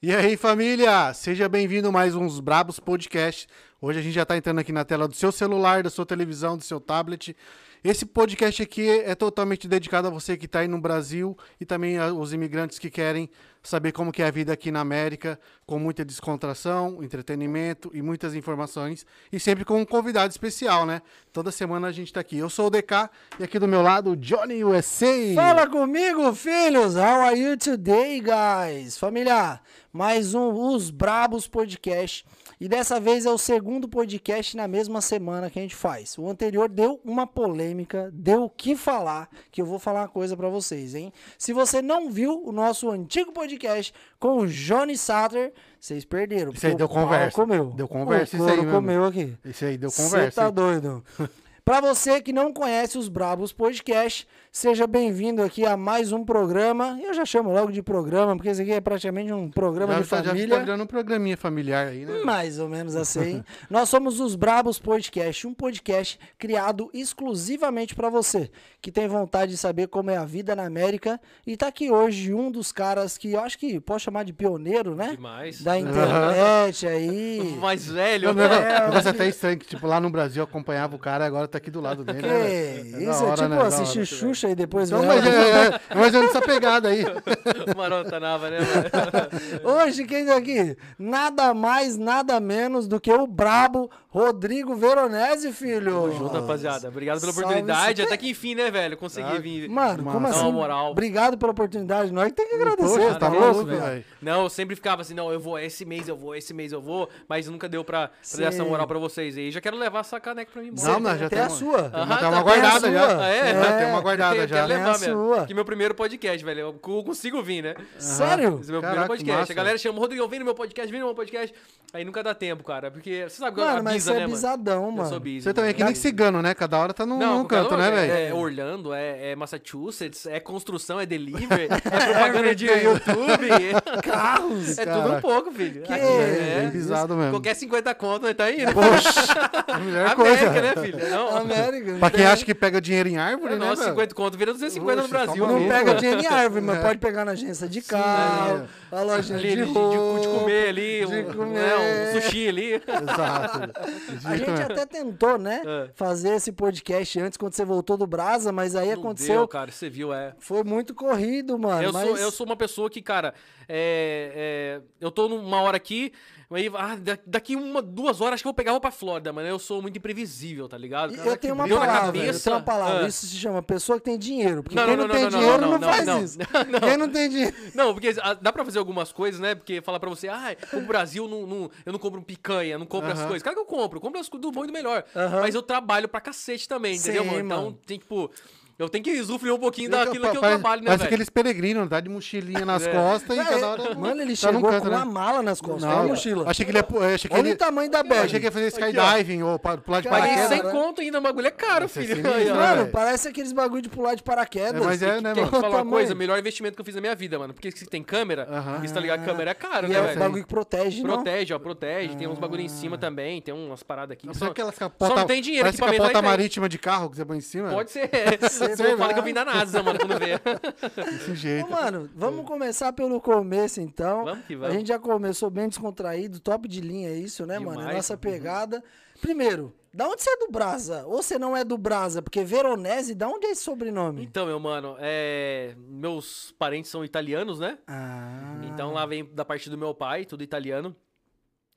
E aí, família? Seja bem-vindo a mais uns Brabos Podcast. Hoje a gente já tá entrando aqui na tela do seu celular, da sua televisão, do seu tablet. Esse podcast aqui é totalmente dedicado a você que tá aí no Brasil e também aos imigrantes que querem saber como que é a vida aqui na América, com muita descontração, entretenimento e muitas informações e sempre com um convidado especial, né? Toda semana a gente tá aqui. Eu sou o DK e aqui do meu lado o Johnny USA. Fala comigo, filhos! How are you today, guys? Família, mais um Os Brabos Podcast. E dessa vez é o segundo podcast na mesma semana que a gente faz. O anterior deu uma polêmica, deu o que falar, que eu vou falar uma coisa pra vocês, hein? Se você não viu o nosso antigo podcast com o Johnny Satter, vocês perderam. Isso aí porque deu o pau conversa. Comeu. Deu conversa o isso aí couro mesmo. comeu aqui. Esse aí deu Você conversa. tá hein? doido. Pra você que não conhece os Brabos Podcast, seja bem-vindo aqui a mais um programa. Eu já chamo logo de programa, porque esse aqui é praticamente um programa Já de tá, já família. tá virando um programinha familiar aí, né? Mais ou menos assim. Nós somos os Brabos Podcast, um podcast criado exclusivamente pra você que tem vontade de saber como é a vida na América e tá aqui hoje um dos caras que eu acho que posso chamar de pioneiro, né? Demais. Da internet aí. O mais velho. Não, não, não. O negócio é até estranho, que tipo, lá no Brasil eu acompanhava o cara e agora tá aqui do lado dele. Que né? velho? da isso, é hora, tipo né? né? Da assistir hora. Xuxa e depois Então, ver mas, ela. é, é, mas é nessa pegada aí. Marota Nava, né? mano? Hoje, quem tá aqui? Nada mais, nada menos do que o brabo Rodrigo Veronese, filho. Junto, rapaziada. Obrigado pela Salve oportunidade. esse- Até que enfim, né, velho? Consegui vir. Mano, como Dá uma assim? moral. Obrigado pela oportunidade. Nós que tem que agradecer, Poxa, tá tá louco, maluco, velho? velho. Não, eu sempre ficava assim, não, eu vou, esse mês eu vou, esse mês eu vou, mas nunca deu pra, pra dar essa Sim. moral pra vocês aí. Já quero levar essa caneca pra mim embora. Não, não, já Até tem a uma- sua. tem uma- Aham, Tem tá, uma tem a guardada sua. já. Ah, é? Já Tem uma Eu guardada quero já. né? levar A mesmo. sua. Que meu primeiro podcast, velho. Eu co- consigo vir, né? Sério? Esse é Caraca, meu primeiro podcast. massa. A galera chama, Rodrigo, vem no meu podcast, vem no meu podcast. Aí nunca dá tempo, cara. Porque você sabe que eu Mano, mas avisa, você né, é mano? bizadão, mano. Eu sou busy, Você também é que nem cigano, né? Cada hora tá num, num qualquer canto, um, né, lugar. velho? É Orlando, é, é Massachusetts, é construção, é delivery, é propaganda de YouTube. Carros, é cara. tudo um pouco, filho. Que- É bem bizado mesmo. Qualquer 50 conto, né? Tá aí, né? Poxa, a melhor coisa. América, né, filho? Não, América. Pra quem acha que pega dinheiro em árvore, É, né? Nossa, velho? 50 conto vira 250 no Oxe, Brasil. né? toma Não Amigo. pega dinheiro em árvore, É. mas pode pegar na agência de carro, a loja de, Ali, de, de- de roupa. comer ali, de um, comer. né, um sushi ali. Exato. Então, A gente até tentou, né? É. Fazer esse podcast antes, quando você voltou do Brasa, mas aí Não aconteceu. deu, cara, você viu, é. Foi muito corrido, mano. Eu, mas... sou, eu sou uma pessoa que, cara, é, é, eu tô numa hora aqui, aí, ah, da- daqui uma, duas horas acho que eu vou pegar, vou pra Flórida, mano. Eu sou muito imprevisível, tá ligado? E Cara, eu tenho uma que brilho na palavra, eu cabeça. tenho uma palavra. Ah. Isso se chama pessoa que tem dinheiro. Porque Não, quem não, não, não, tem não, não, dinheiro não, não, não, faz não. isso. Quem não tem dinheiro. Não, porque ah, dá pra fazer algumas coisas, né? Porque falar pra você, ah, o Brasil não, não- eu não compro picanha, não compro as Aham. coisas. Claro que eu compro, eu compro as coisas do bom e do melhor. Aham. Mas eu trabalho pra cacete também, entendeu, Sim, mano? Então mano. tem, tipo, eu tenho que usufruir um pouquinho Eu- daquilo que eu é parece- trabalho, né, Parece velho? aqueles peregrinos, tá de mochilinha nas É. costas e Ah, cada é- hora. Mano, ele tá num chegou canto, com né? uma mala nas costas, Não, uma mochila. Achei que ele ia. Achei que Olha ele, o tamanho da Eu achei que bag. ia fazer skydiving ou pa- pular de Cara, Paguei paraquedas. Paraquedas, sem né? conto ainda, o bagulho é caro, Isso é filho. sinistro, Aí, ó. né, Mano, velho? parece aqueles bagulho de pular de paraquedas. assim, É, mas é, né, Quer te mano? Olha o falar uma tamanho. coisa? Melhor investimento que eu fiz na minha vida, mano. Porque se tem câmera, Aham. isso tá ligado, câmera é caro, E né, é um velho? bagulho que protege, não? Protege, ó, protege. Tem uns bagulho em cima também, tem umas paradas aqui. Só Só, aquelas só capota, não tem dinheiro, parece equipamento capota aí tem. marítima de carro que você põe em cima. Pode ser. Você fala que eu vim da NASA, mano, quando vê. Desse Ô, jeito. mano, vamos começar pelo começo, então. Vamos que vamos. A gente já começou bem descontraído, top de linha, é isso, né, mano? É Demais. nossa pegada. Primeiro, da onde você é do Brasa? Ou você não é do Brasa? Porque Veronese, da onde é esse sobrenome? Então, meu mano, é, meus parentes são italianos, né? Ah. Então lá vem da parte do meu pai, tudo italiano.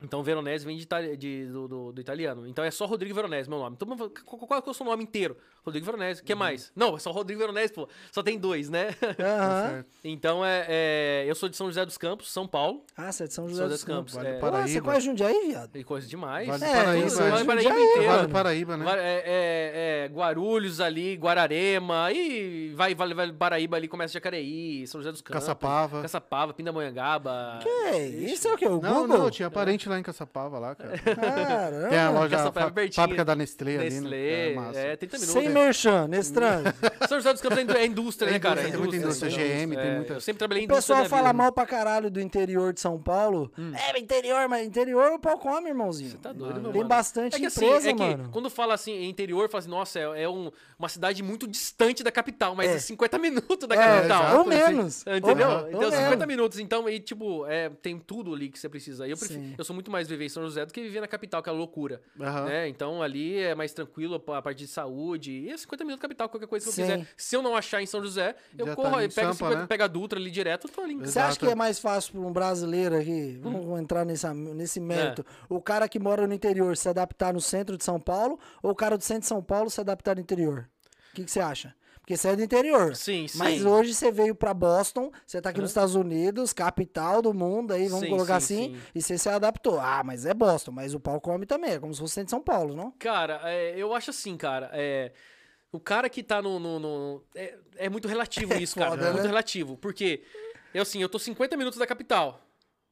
Então Veronese vem de itali- de- do, do- do italiano. Então é só Rodrigo Veronese, meu nome. Então, qual, qual que é o seu nome inteiro? Rodrigo Veronese. O que mais? Não, é só Rodrigo Veronese, pô. Só tem dois, né? Aham. então é, é, Eu sou de São José dos Campos, São Paulo. Ah, você é de São José São José dos dos Campos. Campos. Vale é, para- Pô, você Paraíba. conhece Jundiaí, viado? e coisa demais. Vale do É, Paraíba. tudo, né? vale do Paraíba Jundiaí, inteiro. Vale do Paraíba, né? Guar- é- é- é, Guarulhos ali, Guararema, e vai, vai, vai Paraíba ali, começa Jacareí, São José dos Campos. Caçapava. Caçapava, Pindamonhangaba. É, isso é o quê? O Não, Google? É. não, tinha parente lá em Caçapava, lá, cara. Tem a Caramba. loja, a Caçapava fá- é pertinho. fábrica da Nestlé, ali, né? Nestlé, É massa. é, 30 minutos. Sem merchan, nesse trânsito. São José dos Campos é indú- é indústria, né, cara? É muita indústria, GM, tem muita- Eu sempre trabalhei O em indústria. pessoal minha fala vida. né? Hum. mal pra caralho do interior de São Paulo. É, mas interior, mas interior o pau come, irmãozinho. Tá doido, meu Tem mano. bastante É que assim, empresa, é que mano. Quando fala assim, interior, fala assim, nossa, é, é um- uma cidade muito distante da capital, mas É. é 50 minutos da É, capital. exato. ou menos. É, Entendeu? Ou, Então, ou 50 menos. minutos, então, e tipo, é, tem tudo ali que você precisa. E Eu, prefiro- Sim. eu sou muito mais viver em São José do que viver na capital, que é loucura. Aham. né? Então ali é mais tranquilo a parte de saúde. E é 50 minutos da capital, qualquer coisa que Sim. eu quiser. Se eu não achar em São José, eu Já tá corro ali aí, em pego, Sampa, 50, né? pego a Dutra ali direto, eu tô ali. em Você acha Exato. que é mais fácil pra um brasileiro aqui, vamos entrar nessa, nesse É. mérito, o cara que mora no interior se adaptar no centro de São Paulo ou o cara do centro de São Paulo se adaptar no interior? O que, que você acha? Porque você é do interior. Sim, sim. Mas hoje você veio pra Boston, você tá aqui nos Estados Unidos, capital do mundo, aí vamos Sim, colocar sim, assim, sim. e você se adaptou. Ah, mas é Boston, mas o pau come também, é como se fosse centro de São Paulo, não? Cara, é, eu acho assim, cara. é, o cara que tá no. no- no- é, é muito relativo isso, cara. foda, É muito né? relativo. Porque, eu assim, eu tô 50 minutos da capital,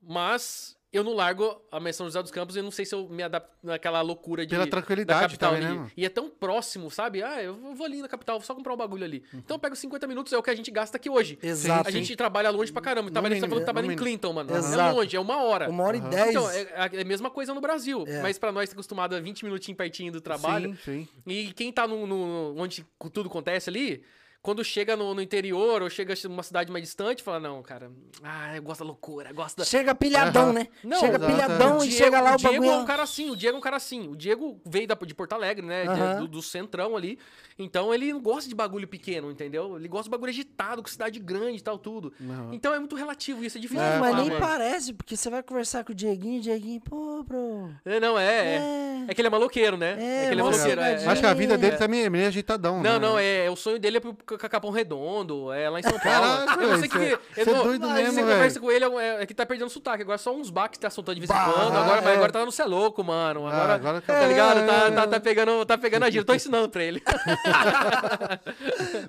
mas eu não largo a minha São José dos Campos e eu não sei se eu me adapto naquela loucura de. Pela da tranquilidade capital também, né, ali. mano? E é tão próximo, sabe? Ah, eu vou ali na capital, vou só comprar um bagulho ali. Uhum. Então eu pego 50 minutos, é o que a gente gasta aqui hoje. Exato. A gente trabalha longe pra caramba. Trabalha, você tá mínimo, falando que no trabalha em mínimo. Clinton, mano. É Exato. longe, é uma hora. Uma hora e Aham. dez. Então, é, é a mesma coisa no Brasil. É. Mas pra nós que tá acostumado a 20 minutinhos pertinho do trabalho, Sim, sim. e quem tá no, no- onde tudo acontece ali, quando chega no, no interior ou chega numa cidade mais distante, fala, não, cara, ah, eu gosto da loucura, gosto da... Chega pilhadão, né? Não, chega exato, pilhadão O e Diego- chega lá o, Diego é um bagulho. cara assim, o Diego é um cara assim. O Diego veio da- de Porto Alegre, né? de- Aham. do, do centrão ali. Então ele não gosta de bagulho pequeno, entendeu? Ele gosta de bagulho agitado, com cidade grande e tal, tudo. Aham. Então é muito relativo isso, é difícil Não, de mas falar, nem mano. parece, porque você vai conversar com o Dieguinho, o Dieguinho, pô, bro. É, Não, é, é. É. É que ele é maloqueiro, né? É, É, que ele é vou maloqueiro. ser é, Sim. Acho que a vida dele É. também é meio agitadão, Não, né? não, é, o sonho dele é pro Ca- Capão Redondo, é lá em São Paulo. Caraca, eu não sei que. velho, cê- eu cê é não- doido mas mesmo, Você velho. conversa com ele, é, é que tá perdendo sotaque. Agora é só uns baques que tá soltando de vez em Bah, quando. Agora, mas é. agora tá no céu louco, mano. Ah, Agora, agora tá acabou. ligado? Tá, É. tá, tá pegando, tá pegando a gira. Tô ensinando pra ele.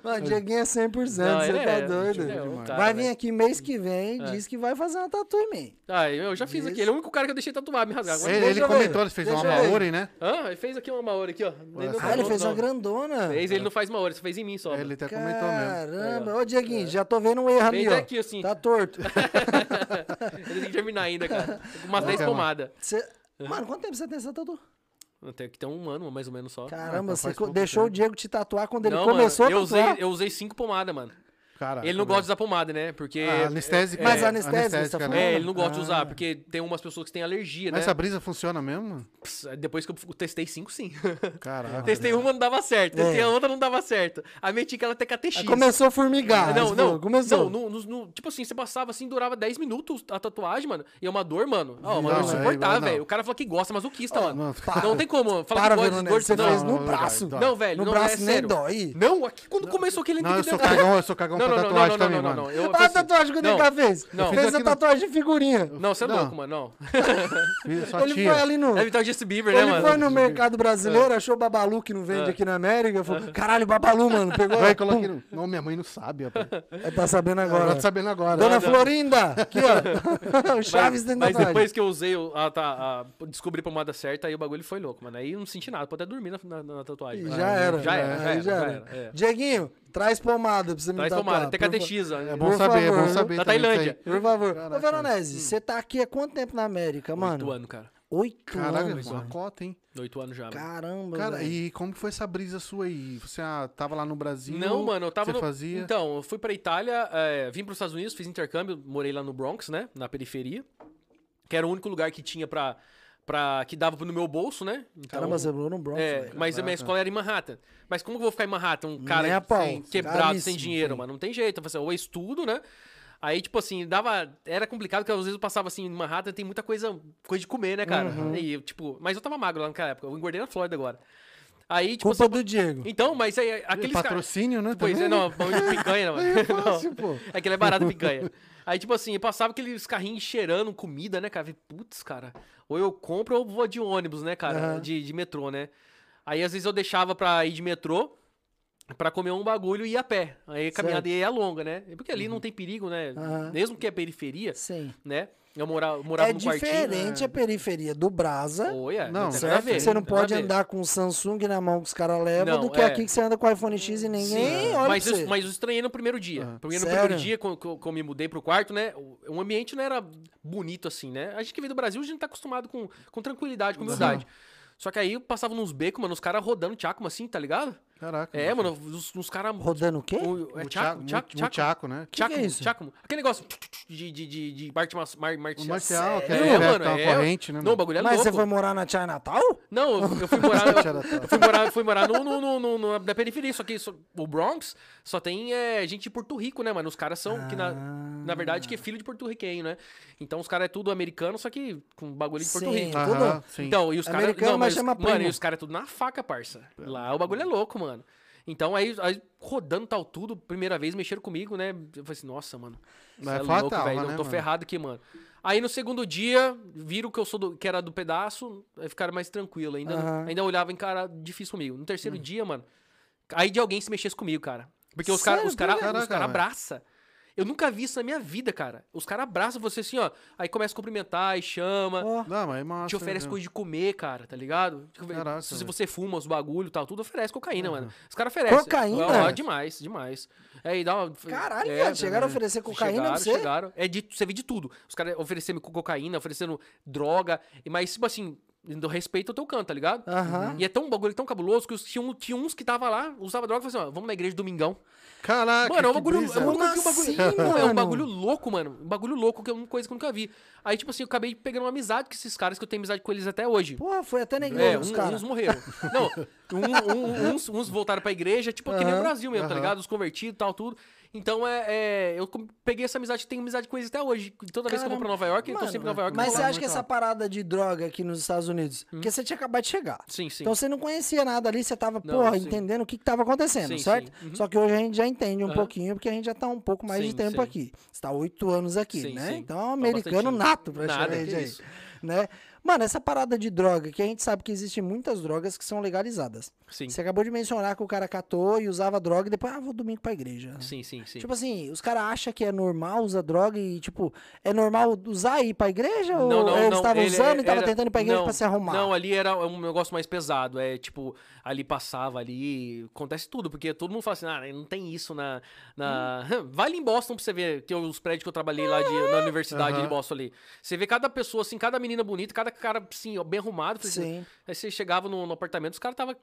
Mano, o Dieguinho é 100%, Não, você ele tá é- doido. ele é um cara, É. vai velho. vir aqui mês que vem, diz que vai fazer uma tatu em mim. Ah, eu já fiz aqui. Ele é o único cara que eu deixei tatuar, me rasgar. Agora, Ele, ele Deixa eu ver. comentou, ele fez Deixa uma eu ver. Maori, né? Ah, ele fez aqui uma Maori aqui, ó. Ele não Ah, ele não- fez uma não. grandona. tá Fez, ele não faz Maori, só fez em mim só. Ele até comentou mesmo. Caramba, ô Dieguinho, já tô vendo um erro ali, É. Fez ó. aqui, assim. Tá torto. Ele tem que terminar ainda, cara. Tô com Umas Não, 10 calma. pomadas. Cê- Mano, quanto tempo você tem essa tatu? Tem que ter um ano, mais ou menos só. Caramba, então você faz co- pouco deixou o tempo. Diego te tatuar quando ele Não, começou mano, eu a tatuar. usei, eu usei cinco pomadas, mano. Caraca, Ele não gosta de usar pomada, né? Porque. Ah, anestésica. Mas é, anestésica, você tá falando? né? É, ele não gosta de Ah. usar, porque tem umas pessoas que têm alergia, Mas né? essa brisa funciona mesmo? Pss, Depois que eu f- testei cinco, sim. Caraca. testei uma, não dava certo. Ah, É. Testei a outra, não dava certo. Aí meti aquela TKTX. Aí Começou a formigar. Não, você não, falou, Começou. Não, no- no- no- tipo assim, você passava assim, durava 10 minutos a tatuagem, mano. E é uma dor, mano. Ó, uma dor Não, é, insuportável, não. velho. O cara fala que gosta, mas o quista, mano. mano, Não, para. tem como. Fala Para, que gosta de Veronese, dor. você não, fez no não, braço. não, não, velho. No não braço é nem sério. dói. Não, aqui quando começou aquele Não, eu sou cagão, eu sou cagão Não, pra não, não, tatuagem não, não, também, não, não, mano. não. Eu- assim, Olha a tatuagem que o Não, Neca fez. não. Fiz Fez a aqui no- tatuagem de figurinha. Não, você é Não. louco, mano. Não. Fiz só Ele tia. foi ali no. É imitar o Justin Bieber, né, Ele mano? É. foi no mercado brasileiro, achou Babalu que não vende aqui na América, falou, caralho, Babalu, mano, pegou. Vai, coloquei no... Não, minha mãe não sabe, rapaz. É, Tá sabendo Agora agora. tá sabendo agora. Dona Não, não. Florinda, aqui, ó. o Chaves tem mas tatuagem. depois que eu usei, o- a, tá, a, descobri a pomada certa, aí o bagulho foi louco, mano. Aí eu não senti nada, pode até dormir na, na- na tatuagem. E mano. Já era. né? tá, Já era, já aí era. Já era, é. Tá, Dieguinho, traz pomada pra você me Traz tatuar. pomada, por fa- TKTX, É ó. bom Por saber, é favor. bom saber. Da também isso aí. Tailândia. Por favor. Ô, Caraca. Veronese, você tá aqui há quanto tempo na América, mano? Oito anos, cara. Oito Caraca, anos. uma cota, hein? Oito anos já. mano. Caramba, Cara, velho. e como foi essa brisa sua aí? Você ah, tava lá no Brasil? Não, mano, eu tava. Você no- fazia? Então, eu fui pra Itália, é, vim pros Estados Unidos, fiz intercâmbio, morei lá no Bronx, né? Na periferia. Que era o único lugar que tinha pra. pra que dava no meu bolso, né? tá Então, Caramba, você morou no Bronx, É, velho. mas a minha escola era em Manhattan. Mas como que eu vou ficar em Manhattan? Um cara Nem a pau. sem- quebrado, sem Caríssimo, dinheiro, sim. mano. Não tem jeito. Eu falei assim, ou eu estudo, né? Aí, tipo assim, dava. Era complicado, porque às vezes eu passava assim, em Manhattan tem muita coisa, coisa de comer, né, cara? Uhum. E, tipo, mas eu tava magro lá naquela época. Eu engordei na Flórida agora. Aí, tipo, Culpa assim, do Diego. Então, mas aí, aqueles caras. Patrocínio, né? Pois é, também? não, pão de picanha, não, É mano. fácil, pô. É que ele é barato picanha. Aí, tipo assim, eu passava aqueles carrinhos cheirando comida, né, cara? Eu falei, Putz, cara, ou eu compro ou eu vou de ônibus, né, cara? Aham. De, de metrô, né? Aí, às vezes, eu deixava pra ir de metrô. Pra comer um bagulho e ir a pé. Aí a caminhada Certo. Uhum. ia longa, né? Porque ali não tem perigo, né? Aham. Mesmo que é periferia, Sim. né? Eu morava, morava é num quartinho. diferente a periferia do Brasa. Oi, é, Não, tem nada a certo? ver, você não tem nada a pode ver. andar com o Samsung na mão que os caras levam Não, do que é. aqui que você anda com o iPhone X e ninguém olha mas, pra eu, você. mas eu estranhei no primeiro dia. Ah, Porque no Sério? primeiro dia, quando, quando eu me mudei pro quarto, né? O, o ambiente não era bonito assim, né? A gente que veio do Brasil, a gente tá acostumado com, com tranquilidade, com humildade. Só que aí eu passava nos becos, mano, os caras rodando tchaco assim, tá ligado? Caraca. É, mano, os, os caras. Rodando o quê? O, é O tchaco, Tchaco, tchaco, Mu- tchaco. Muchaco, né? que Tchaco, é isso? tchaco. Aquele negócio de, de, de, de arte mar- mar- O marcial. Marcial, que É, é, mano, mano, uma é. corrente, né? Não, o Mano? bagulho é mas louco. você foi morar na Tia Natal? Não, eu, eu fui morar. Tcharam, Eu, tcharam. eu fui morar, fui morar no, no, no- no- no- na periferia, só que isso- o Bronx só tem é, gente de Porto Rico, né, mano? Os caras são, que na, na verdade, que é filho de porto-riquenho, né? Então os caras é tudo americano, só que com bagulho de Porto Sim. Rico. Aham, Tudo. sim. Então, e os caras. Americano, Não, mas mas, chama mano, primo. e os caras tudo na faca, parça. Lá o bagulho é louco, mano. Então, aí, aí rodando tal tudo, primeira vez mexeram comigo, né? Eu falei assim, nossa, mano. isso Mas é é louco, fatal, velho. né, eu mano? tô ferrado aqui, mano. Aí no segundo dia, viram que eu sou do, que era do pedaço, aí ficaram mais tranquilo. Ainda, Aham. ainda olhava em cara difícil comigo. No terceiro dia, mano, aí de alguém se mexesse comigo, cara. Porque os caras os Sério? cara, os cara Caraca, abraçam. Eu nunca vi isso na minha vida, cara. Os caras abraçam você assim, ó. Aí começa a cumprimentar e chama Ó, Não, mas é massa. te oferece né? coisa de comer, cara, tá ligado? Te ofe- Caraca, se velho. você fuma os bagulho e tal, tudo oferece cocaína, mano. Os caras oferecem. Cocaína? Ó, demais, demais. É, e dá uma... Caralho, é, viado, chegaram a né? oferecer cocaína pra chegaram, você? chegaram. É de, você vê de tudo. Os caras oferecendo co- cocaína, oferecendo droga, e- mas, tipo assim, do respeito ao teu canto, tá ligado? Aham. E é tão um bagulho tão cabuloso que os- tinha, um- tinha uns que tava lá, usava droga e falavam assim, ó, vamos na igreja domingão. Caraca, Mano, é um que bagulho, brisa. eu nunca vi um Como bagulho. assim, Não, é mano? um bagulho louco, mano. Um bagulho louco, que é uma coisa que eu nunca vi. Aí, tipo assim, eu acabei pegando uma amizade com esses caras que eu tenho amizade com eles até hoje. Porra, foi até negão É, os um- caras. uns morreram. Não, um- um- uns, uns voltaram pra igreja, tipo, que nem o Aham, Brasil mesmo, tá aham. ligado? Os convertidos e tal, tudo. Então, é, é, eu com- peguei essa amizade, tenho amizade com eles até hoje. Toda vez que eu vou pra Nova York, eu tô sempre em Nova York. eu Mas vou você lá. Hum? acha que essa parada de droga aqui nos Estados Unidos? Porque você tinha acabado de chegar. Sim, sim. Então você não conhecia nada ali, você tava, Não, porra, sim. entendendo o que, que tava acontecendo, Sim, certo? sim. Uhum. Só que hoje a gente já entende um Aham. pouquinho, porque a gente já tá um pouco mais de Sim, tempo sim. aqui. Você tá oito anos aqui, Sim, né? sim. Então é um Tá americano bastante- nato, Nada, praticamente. que aí, isso. né? Mano, essa parada de droga, que a gente sabe que existem muitas drogas que são legalizadas. Sim, Você acabou de mencionar que o cara catou e usava droga e depois, ah, vou domingo pra igreja. sim, sim. sim. Tipo assim, os caras acham que é normal usar droga e, tipo, é normal usar e ir pra igreja? ou eles estavam ele usando e tava era- tentando ir pra igreja não, pra se arrumar? Não, ali era um negócio mais pesado. É tipo, ali passava, ali acontece tudo, porque todo mundo fala assim, ah, não tem isso na. na... Hum. Vai ali em Boston pra você ver que é os prédios que eu trabalhei lá de, na universidade Aham. de Boston ali. Você vê cada pessoa, assim, cada menina bonita, cada cara, assim, ó, bem arrumado. Assim, Sim. aí você chegava no, no apartamento, os caras tava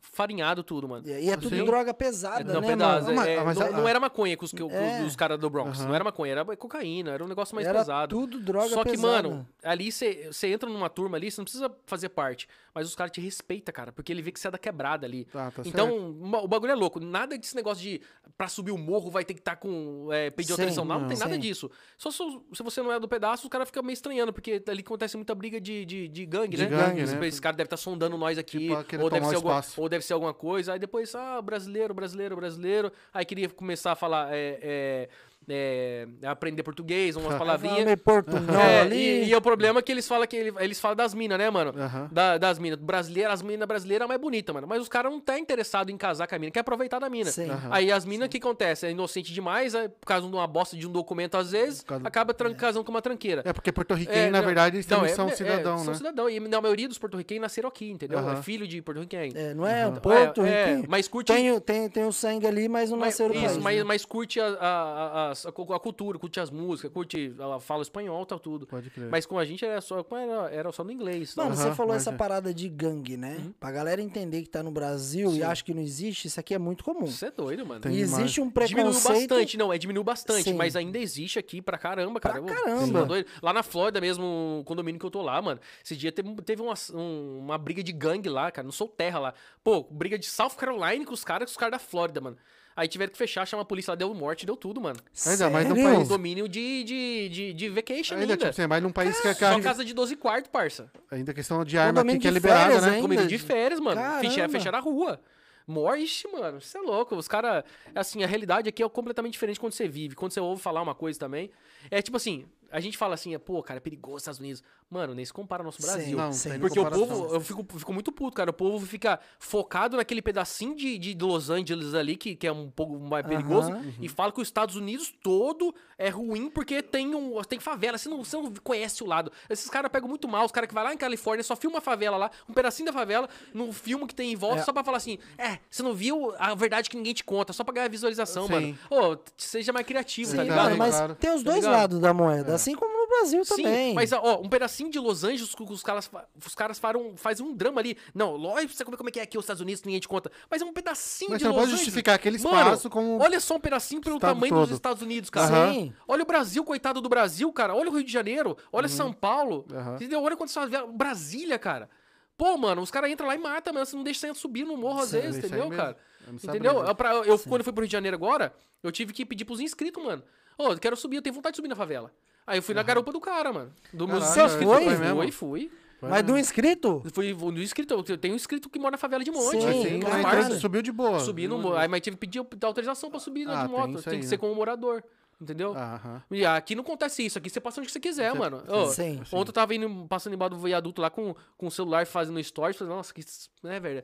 farinhado tudo, mano. E e é tudo Sim. droga pesada, Não, né, pedaço, mano? Mas- é, mas não, a- não era maconha que os, que, É. os caras do Bronx. Aham. Não era maconha, era cocaína, era um negócio mais Era pesado. tudo droga Só que, pesada. mano, ali você entra numa turma ali, você não precisa fazer parte. Mas os caras te respeitam, cara, porque ele vê que você é da quebrada ali. Tá, tá certo. então, ma- o bagulho é louco. Nada desse negócio de pra subir o morro vai ter que estar com é, pediatrição. Sim, Não, não tem não. nada Sim. disso. Só se, se você não é do pedaço, os caras ficam meio estranhando, porque ali acontece muita briga de, de, de gangue, De né? gangue, Esse, né? esse cara deve estar sondando nós aqui. Tipo, querer ou, deve tomar ser o alguma, espaço. ou deve ser alguma coisa. Aí depois, ah, brasileiro, brasileiro, brasileiro. Aí queria começar a falar, é, é, é, aprender português, Ah, umas Palavrinha. palavrinhas. meio portunhol É, ali. e, e o problema é que eles falam que ele- eles falam das minas, né, mano? Aham. Da- das minas. Brasileira, as minas brasileiras é a mais bonita, mano. Mas os caras não tá interessado em casar com a mina, quer aproveitar da mina. Sim. Aham. Aí as minas, o que acontece? É inocente demais, é, por causa de uma bosta de um documento, às vezes, Por causa- acaba tran- casando com uma tranqueira. É porque porto-riquenho, É, na não- verdade, eles não, também é- são é, cidadão, né? São cidadão. E na maioria dos porto-riquenhos nasceram aqui, entendeu? Aham. É filho de porto-riquenho. É, não é É, é, porto, enfim. mas curte tem, o- tem, tem o sangue ali, mas um não mas, nasceu no isso, país. mas, né? mas curte a, a- a- as- a cu- a cultura, curte as músicas, curte. Ela fala espanhol, tá tudo. Pode crer. Mas com a gente era só, era, era só no inglês. Mano, tá? você Aham, falou mas essa é. parada de gangue, né? Uhum. Pra galera entender que tá no Brasil e acha que não existe, isso aqui é muito comum. Você é doido, mano. Tem E existe um Diminuiu preconceito. bastante, não, é diminuiu bastante, Sim. mas ainda existe aqui pra caramba, Pra cara. Eu- caramba. você tá doido? Lá na Flórida mesmo, o condomínio que eu tô lá, mano, esse dia teve, teve uma, um- uma briga de gangue lá, cara, não sou terra lá. Pô, briga de South Carolina com os caras, com os caras da Flórida, mano. Aí tiveram que fechar, chamar a polícia lá, deu morte, deu tudo, mano. Ainda mais é, no Sério? país Condomínio de, de, de, de vacation ainda. Ainda, tipo, você vai num país que a Só cara- casa de 12 quartos, parça. Ainda questão de arma Condomínio aqui que é de liberada, férias, né? hein? Comida Ainda? de férias, mano. Fechar, Caramba. fechar a rua. Morte, mano. Isso é louco. Os caras. Assim, a realidade aqui é completamente diferente quando você vive. Quando você ouve falar uma coisa também. É tipo assim. A gente fala assim, é, pô, cara, é perigoso os Estados Unidos. Mano, nem se compara ao nosso Sim, Brasil. Não, Sim. tem Porque o comparação. povo, eu fico, fico muito puto, cara. O povo fica focado naquele pedacinho de, de Los Angeles ali, que, que é um pouco mais Aham. Uhum. perigoso, e fala que os Estados Unidos todo é ruim porque tem, um, tem favela. Você não, você não conhece o lado. Esses caras pegam muito mal. Os caras que vai lá em Califórnia, só filma a favela lá, um pedacinho da favela, num filme que tem em volta, É. só pra falar assim: é, você não viu a verdade que ninguém te conta, só pra ganhar visualização, Sim. mano. Ô, seja mais criativo, Sim, tá Sim, ligado? mano, mas é claro. É. tem os Tá dois ligado? lados da moeda, assim como no Brasil também. Sim, mas ó, um pedacinho de Los Angeles que os caras, fa- os caras faram, fazem um drama ali. Não, lógico, você como, como é que é aqui os Estados Unidos, ninguém te conta. Mas é um pedacinho Mas de você não Los pode Angeles. justificar aquele Mano, espaço como. Olha só um pedacinho pelo Estado tamanho dos todo. Estados Unidos, cara. Aham. Sim. Olha o Brasil, coitado do Brasil, cara. Olha o Rio de Janeiro, olha São Paulo. Uhum. Aham. Entendeu? Olha quantas favelas. Brasília, cara. Pô, mano, os caras entram lá e matam, mas você não deixa você subir no morro às Sim, vezes, isso aí entendeu, mesmo. cara? Eu não né? sabia Entendeu? disso. Eu, pra- eu- quando eu fui pro Rio de Janeiro agora, eu tive que pedir pros inscritos, mano. Ô, eu quero subir, eu tenho vontade de subir na favela. Aí eu fui na garupa do cara, mano. Do meu Caralho, você inscrito. foi? Fui, Foi fui, mesmo? fui. Mas do inscrito? Fui no inscrito, eu tenho um inscrito que mora na favela de Sim, Sim, monte. faz mas então caralho. parte. você subiu de boa. Subir no Não- morro. Aí, mas tive que pedir autorização pra subir né, Ah, de tem moto. isso Tem, aí, que né? Ah. ser como morador. Entendeu? Aham. E aqui não acontece isso. Aqui você passa onde que você quiser, mano. Ô, Sim. Ontem eu tava indo, passando embaixo do viaduto lá com, com o celular fazendo stories. Falei, nossa, que. s- Né, velho?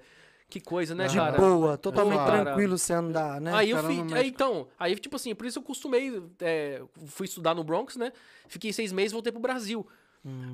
Que coisa, né, De cara? Boa, totalmente Boa. tranquilo você andar, né? Aí eu Cara, fui. não mexe. aí, então, aí, tipo assim, por isso eu costumei. é, fui estudar no Bronx, né? Fiquei seis meses voltei pro Brasil.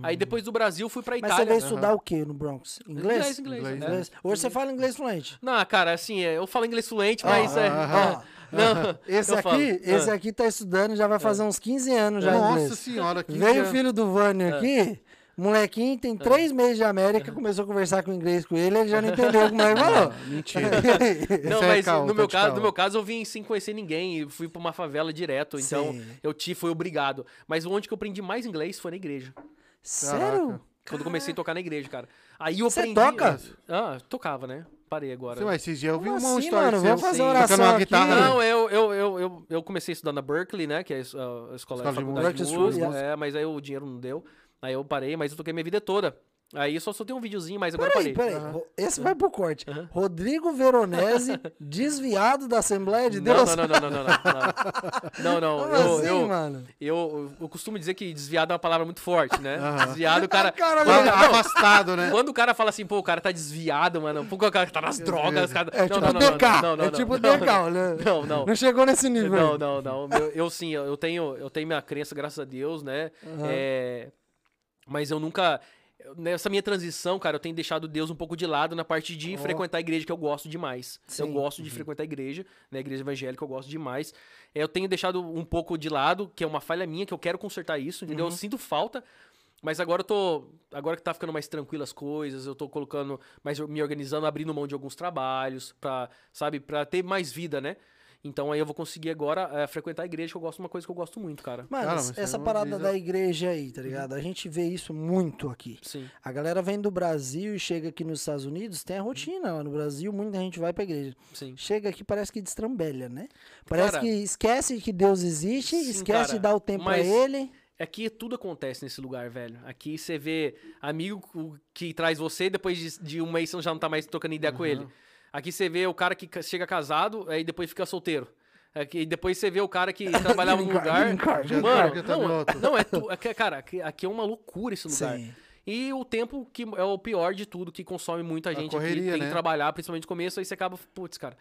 Aí depois do Brasil fui pra Hum. mas Itália. né? você veio estudar o quê no Bronx? Inglês? Inglês, inglês. Inglês, né? Inglês. Hoje você fala inglês fluente. Não, cara, assim, é, eu falo inglês fluente, mas. é, ah, é, não, Esse eu aqui, falo. Ah. É. esse aqui tá estudando e já vai fazer uns 15 anos já Nossa inglês. senhora, que Veio o filho do É. Vânio aqui, molequinho, tem três meses de América, começou a conversar com inglês com ele, ele já não entendeu como é que falou. Mentira. Não, Esse é mas caô, no, tá meu de caso, caô. no meu caso, eu vim sem conhecer ninguém e fui pra uma favela direto. Então, Sim. eu te fui obrigado. Mas onde que eu aprendi mais inglês foi na igreja. Sério? Quando eu comecei a tocar na igreja, cara. Aí eu Você aprendi. toca? Ah, tocava, né? Parei agora. Você vai esses dias eu vi Como uma assim, história mano? seu Vamos fazer uma tocando oração uma aqui. guitarra. Não, eu, eu, eu, eu, eu comecei a estudar na Berkeley, né? Que é a es- a escola Escola a de faculdade de música. música. Música. É, mas aí o dinheiro não deu. Aí eu parei, mas eu toquei minha vida toda. Aí eu só soltei um videozinho, mas agora Peraí, parei. peraí. Ro- Esse vai pro corte. Rodrigo Veronese, desviado da Assembleia de Não, Deus. não, não, não, não, não, não. Não, não. Como eu, assim, eu, mano? Eu, eu costumo dizer que desviado é uma palavra muito forte, né? Desviado, o cara. Cara, quando, Tá não, Afastado, né? quando o cara fala assim, pô, o cara tá desviado, mano. Pô, o cara tá nas drogas, cara. É não, tipo não, não, não, DK. não, não, é não, tipo não, DK, né? Não, não. Não chegou nesse nível. Não, não, não. Meu- eu sim, eu eu tenho, eu tenho minha crença, graças a Deus, né? É, mas eu nunca. eu- Nessa minha transição, cara, eu tenho deixado Deus um pouco de lado na parte de frequentar a igreja, que eu gosto demais. Eu Sim. gosto de frequentar a igreja, né? Igreja evangélica, eu gosto demais. É, Eu tenho deixado um pouco de lado, que é uma falha minha, que eu quero consertar isso, entendeu? Eu sinto falta. Mas agora eu tô. Agora que tá ficando mais tranquilo as coisas, eu tô colocando. Mas me organizando, abrindo mão de alguns trabalhos, pra, sabe, pra ter mais vida, né? Então aí eu vou conseguir agora eh, frequentar a igreja, que eu gosto uma coisa que eu gosto muito, cara. é um Mano, Cara, mas essa eu- parada isso- da igreja aí, tá ligado? A gente vê isso muito aqui. Sim. A galera vem do Brasil e chega aqui nos Estados Unidos, tem a rotina lá no Brasil, muita gente vai pra igreja. Sim. Chega aqui, parece que destrambelha, né? Parece Cara, que esquece que Deus existe, sim, esquece cara, de dar o tempo a mas- ele. Aqui tudo acontece nesse lugar, velho. Aqui você vê amigo cu- que traz você, depois de, de um mês você já não tá mais trocando ideia com ele. Aqui você vê o cara que ca- chega casado, aí depois fica solteiro. Aqui, e depois você vê o cara que trabalhava num Green card, lugar. green card. Já Mano, já tá no não, outro. não, é tu, é que- cara, aqui, aqui é uma loucura esse lugar. Sim. E o tempo que é o pior de tudo, que consome muita gente aqui, correria, tem né? que trabalhar, principalmente no começo, aí você acaba, putz, cara,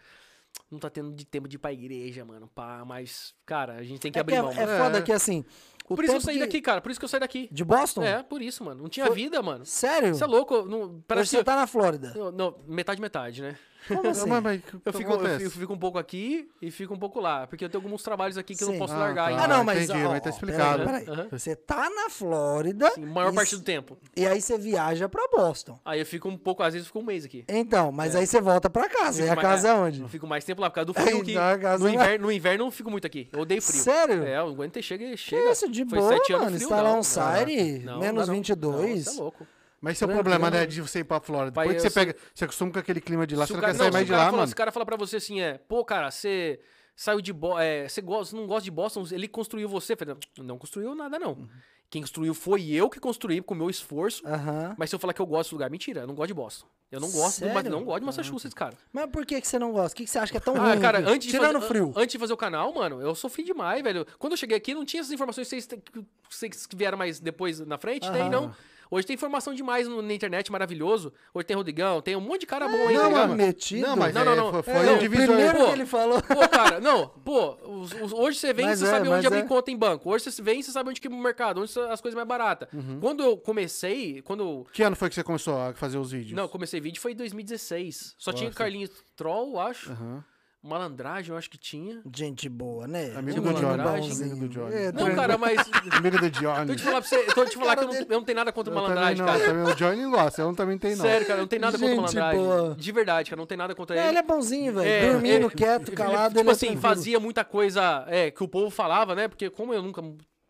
não tá tendo de tempo de ir pra igreja, mano, pá, mas, cara, a gente tem que é, abrir que é- mão. é mano. foda que assim. O Por isso eu tempo saí que- daqui, cara, por isso que eu saí daqui. De Boston? É, por isso, mano, não tinha vida, mano. Sério? Você é louco, eu não, Hoje parece que... você tá na Flórida. eu- não, metade, metade, né? Como assim? Mas, mas, Eu o que fico, eu acontece? fico- fico um pouco aqui e fico um pouco lá, porque eu tenho alguns trabalhos aqui que eu Sim. não posso Ah, largar tá. ainda. né? Ah, não, mas. entendi, ó, mas tá ó, explicado. Peraí, peraí. Aham. Você tá na Flórida. Sim, Assim, maior e- parte do tempo. E aí você viaja pra Boston. Aí eu fico um pouco, às vezes eu fico um mês aqui. Então, mas aí você volta pra casa. E Fico a mais- casa é Eu onde? fico mais tempo lá por causa do frio Aí, que. dá uma casa No lá. inverno, no inverno eu não fico muito aqui. Eu odeio frio. Sério? É, eu aguento e chega. Que chega. isso, de Foi boa, sete anos mano. frio, Instalar não, um Sire, Não, menos dá não. Não, 22. você é louco. Mas esse é o problema, né? Tranquilo. De você ir pra Flórida. Pai, Depois que eu você sei- pega. Você acostuma com aquele clima de lá, você Se o não cara- quer não, sair se mais o de cara lá, falar- mano. Se o cara falar pra você assim, é, pô, cara, você é, Uhum. saiu de Boston. você, gosta, você não gosta de Boston, ele construiu você. Eu Falei, não, não construiu nada, não. O Quem construiu foi eu que construí com o meu esforço. Aham. Mas se eu falar que eu gosto desse lugar, mentira, eu não gosto de Boston. Eu não gosto, do, mas Sério? não gosto de Massachusetts, cara. Mas por que, que você não gosta? O que, que você acha que é tão Ah, ruim? cara, aqui? antes de, Tirando fazer, o frio. an- antes de fazer o canal, mano, eu sofri demais, velho. Quando eu cheguei aqui, não tinha essas informações que vocês, te- que vocês que vieram mais depois na frente, tem Aham. não. Hoje tem informação demais no- na internet, maravilhoso. Hoje tem Rodrigão, tem um monte de cara bom aí, tá Não, ligado? mano. metido. Não, mas Não, é, não, não. foi, foi É, um o divisor. primeiro Pô. que ele falou. Pô, cara, não, pô, os- os- hoje você vem, Mas você é, sabe mas onde abrir é. conta em banco. Hoje você vem, você sabe onde que é o mercado, onde as coisas mais baratas. Uhum. Quando eu comecei, quando eu- Que ano foi que você começou a fazer os vídeos? Não, eu comecei vídeo foi em 2016. Só tinha Nossa. Carlinhos Troll, eu acho. Aham. Malandragem, eu acho que tinha. Gente boa, né? Amigo Vamos do lá, Johnny, bonzinho. amigo do Johnny. É, Não, Não, tranquilo. cara, mas. Amigo do Tô te Johnny. falar pra você, tô te falar que eu não, dele. eu não tenho nada contra Eu também malandragem, não, cara. também o Johnny gosta, eu também tenho não. Sério, cara, eu não tenho nada contra Gente malandragem. boa. De verdade, cara, não tem nada contra É, ele. ele é bonzinho, velho. É, Dormindo ele- quieto, calado. Tipo ele é assim, tranquilo. fazia muita coisa é, que o povo falava, né? Porque como eu nunca,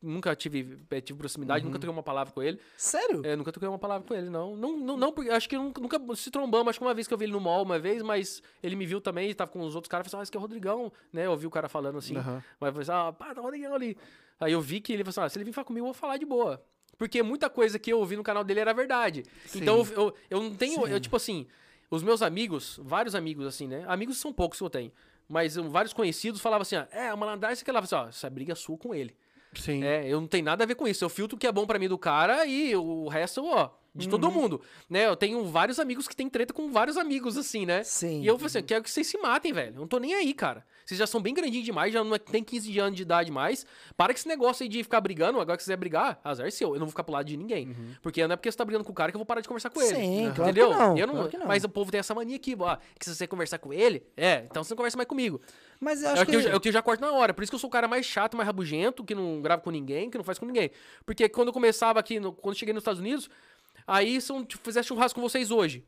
nunca tive, é, tive proximidade, Uhum. nunca troquei uma palavra com ele. Sério? É, nunca troquei uma palavra com ele, não. Não, não, não, porque acho que nunca, nunca se trombamos. Acho que uma vez que eu vi ele no mall uma vez, mas ele me viu também, ele tava com os outros caras, falou assim, ah, esse aqui é o Rodrigão, né? Eu ouvi o cara falando assim. Aham. Mas eu falei assim, ah, pá, tá o Rodrigão ali. Aí eu vi que ele falou assim, ah, se ele vir falar comigo, eu vou falar de boa. Porque muita coisa que eu ouvi no canal dele era verdade. Então eu, eu, eu não tenho, eu tipo assim, os meus amigos, vários amigos assim, né? Amigos são poucos que eu tenho. Mas um, vários conhecidos falavam assim, ó, é, a malandragem, sei lá, assim, ó, essa briga é sua com ele. Sim. É, eu não tenho nada a ver com isso. Eu filtro o que é bom pra mim do cara e o resto, ó, de Uhum. todo mundo. Né? Eu tenho vários amigos que tem treta com vários amigos, assim, né? Sim. E eu falei assim, eu quero que vocês se matem, velho. Eu não tô nem aí, cara. Vocês já são bem grandinhos demais, já não é- tem 15 anos de idade mais. Para com esse negócio aí de ficar brigando. Agora que você quiser brigar, azar é seu. Eu não vou ficar pro lado de ninguém. Porque não é porque você tá brigando com o cara que eu vou parar de conversar com ele. Uhum. Sim, claro que entendeu? não, Eu não, claro que não. Mas o povo tem essa mania aqui, ó, que se você conversar com ele, é, então você não conversa mais comigo. Mas eu É acho o, que eu, que... já- é o que eu já corto na hora. Por isso que eu sou o cara mais chato, mais rabugento, que não grava com ninguém, que não faz com ninguém. Porque quando eu começava aqui, no- quando eu cheguei nos Estados Unidos, aí se eu não t- fizesse churrasco com vocês hoje,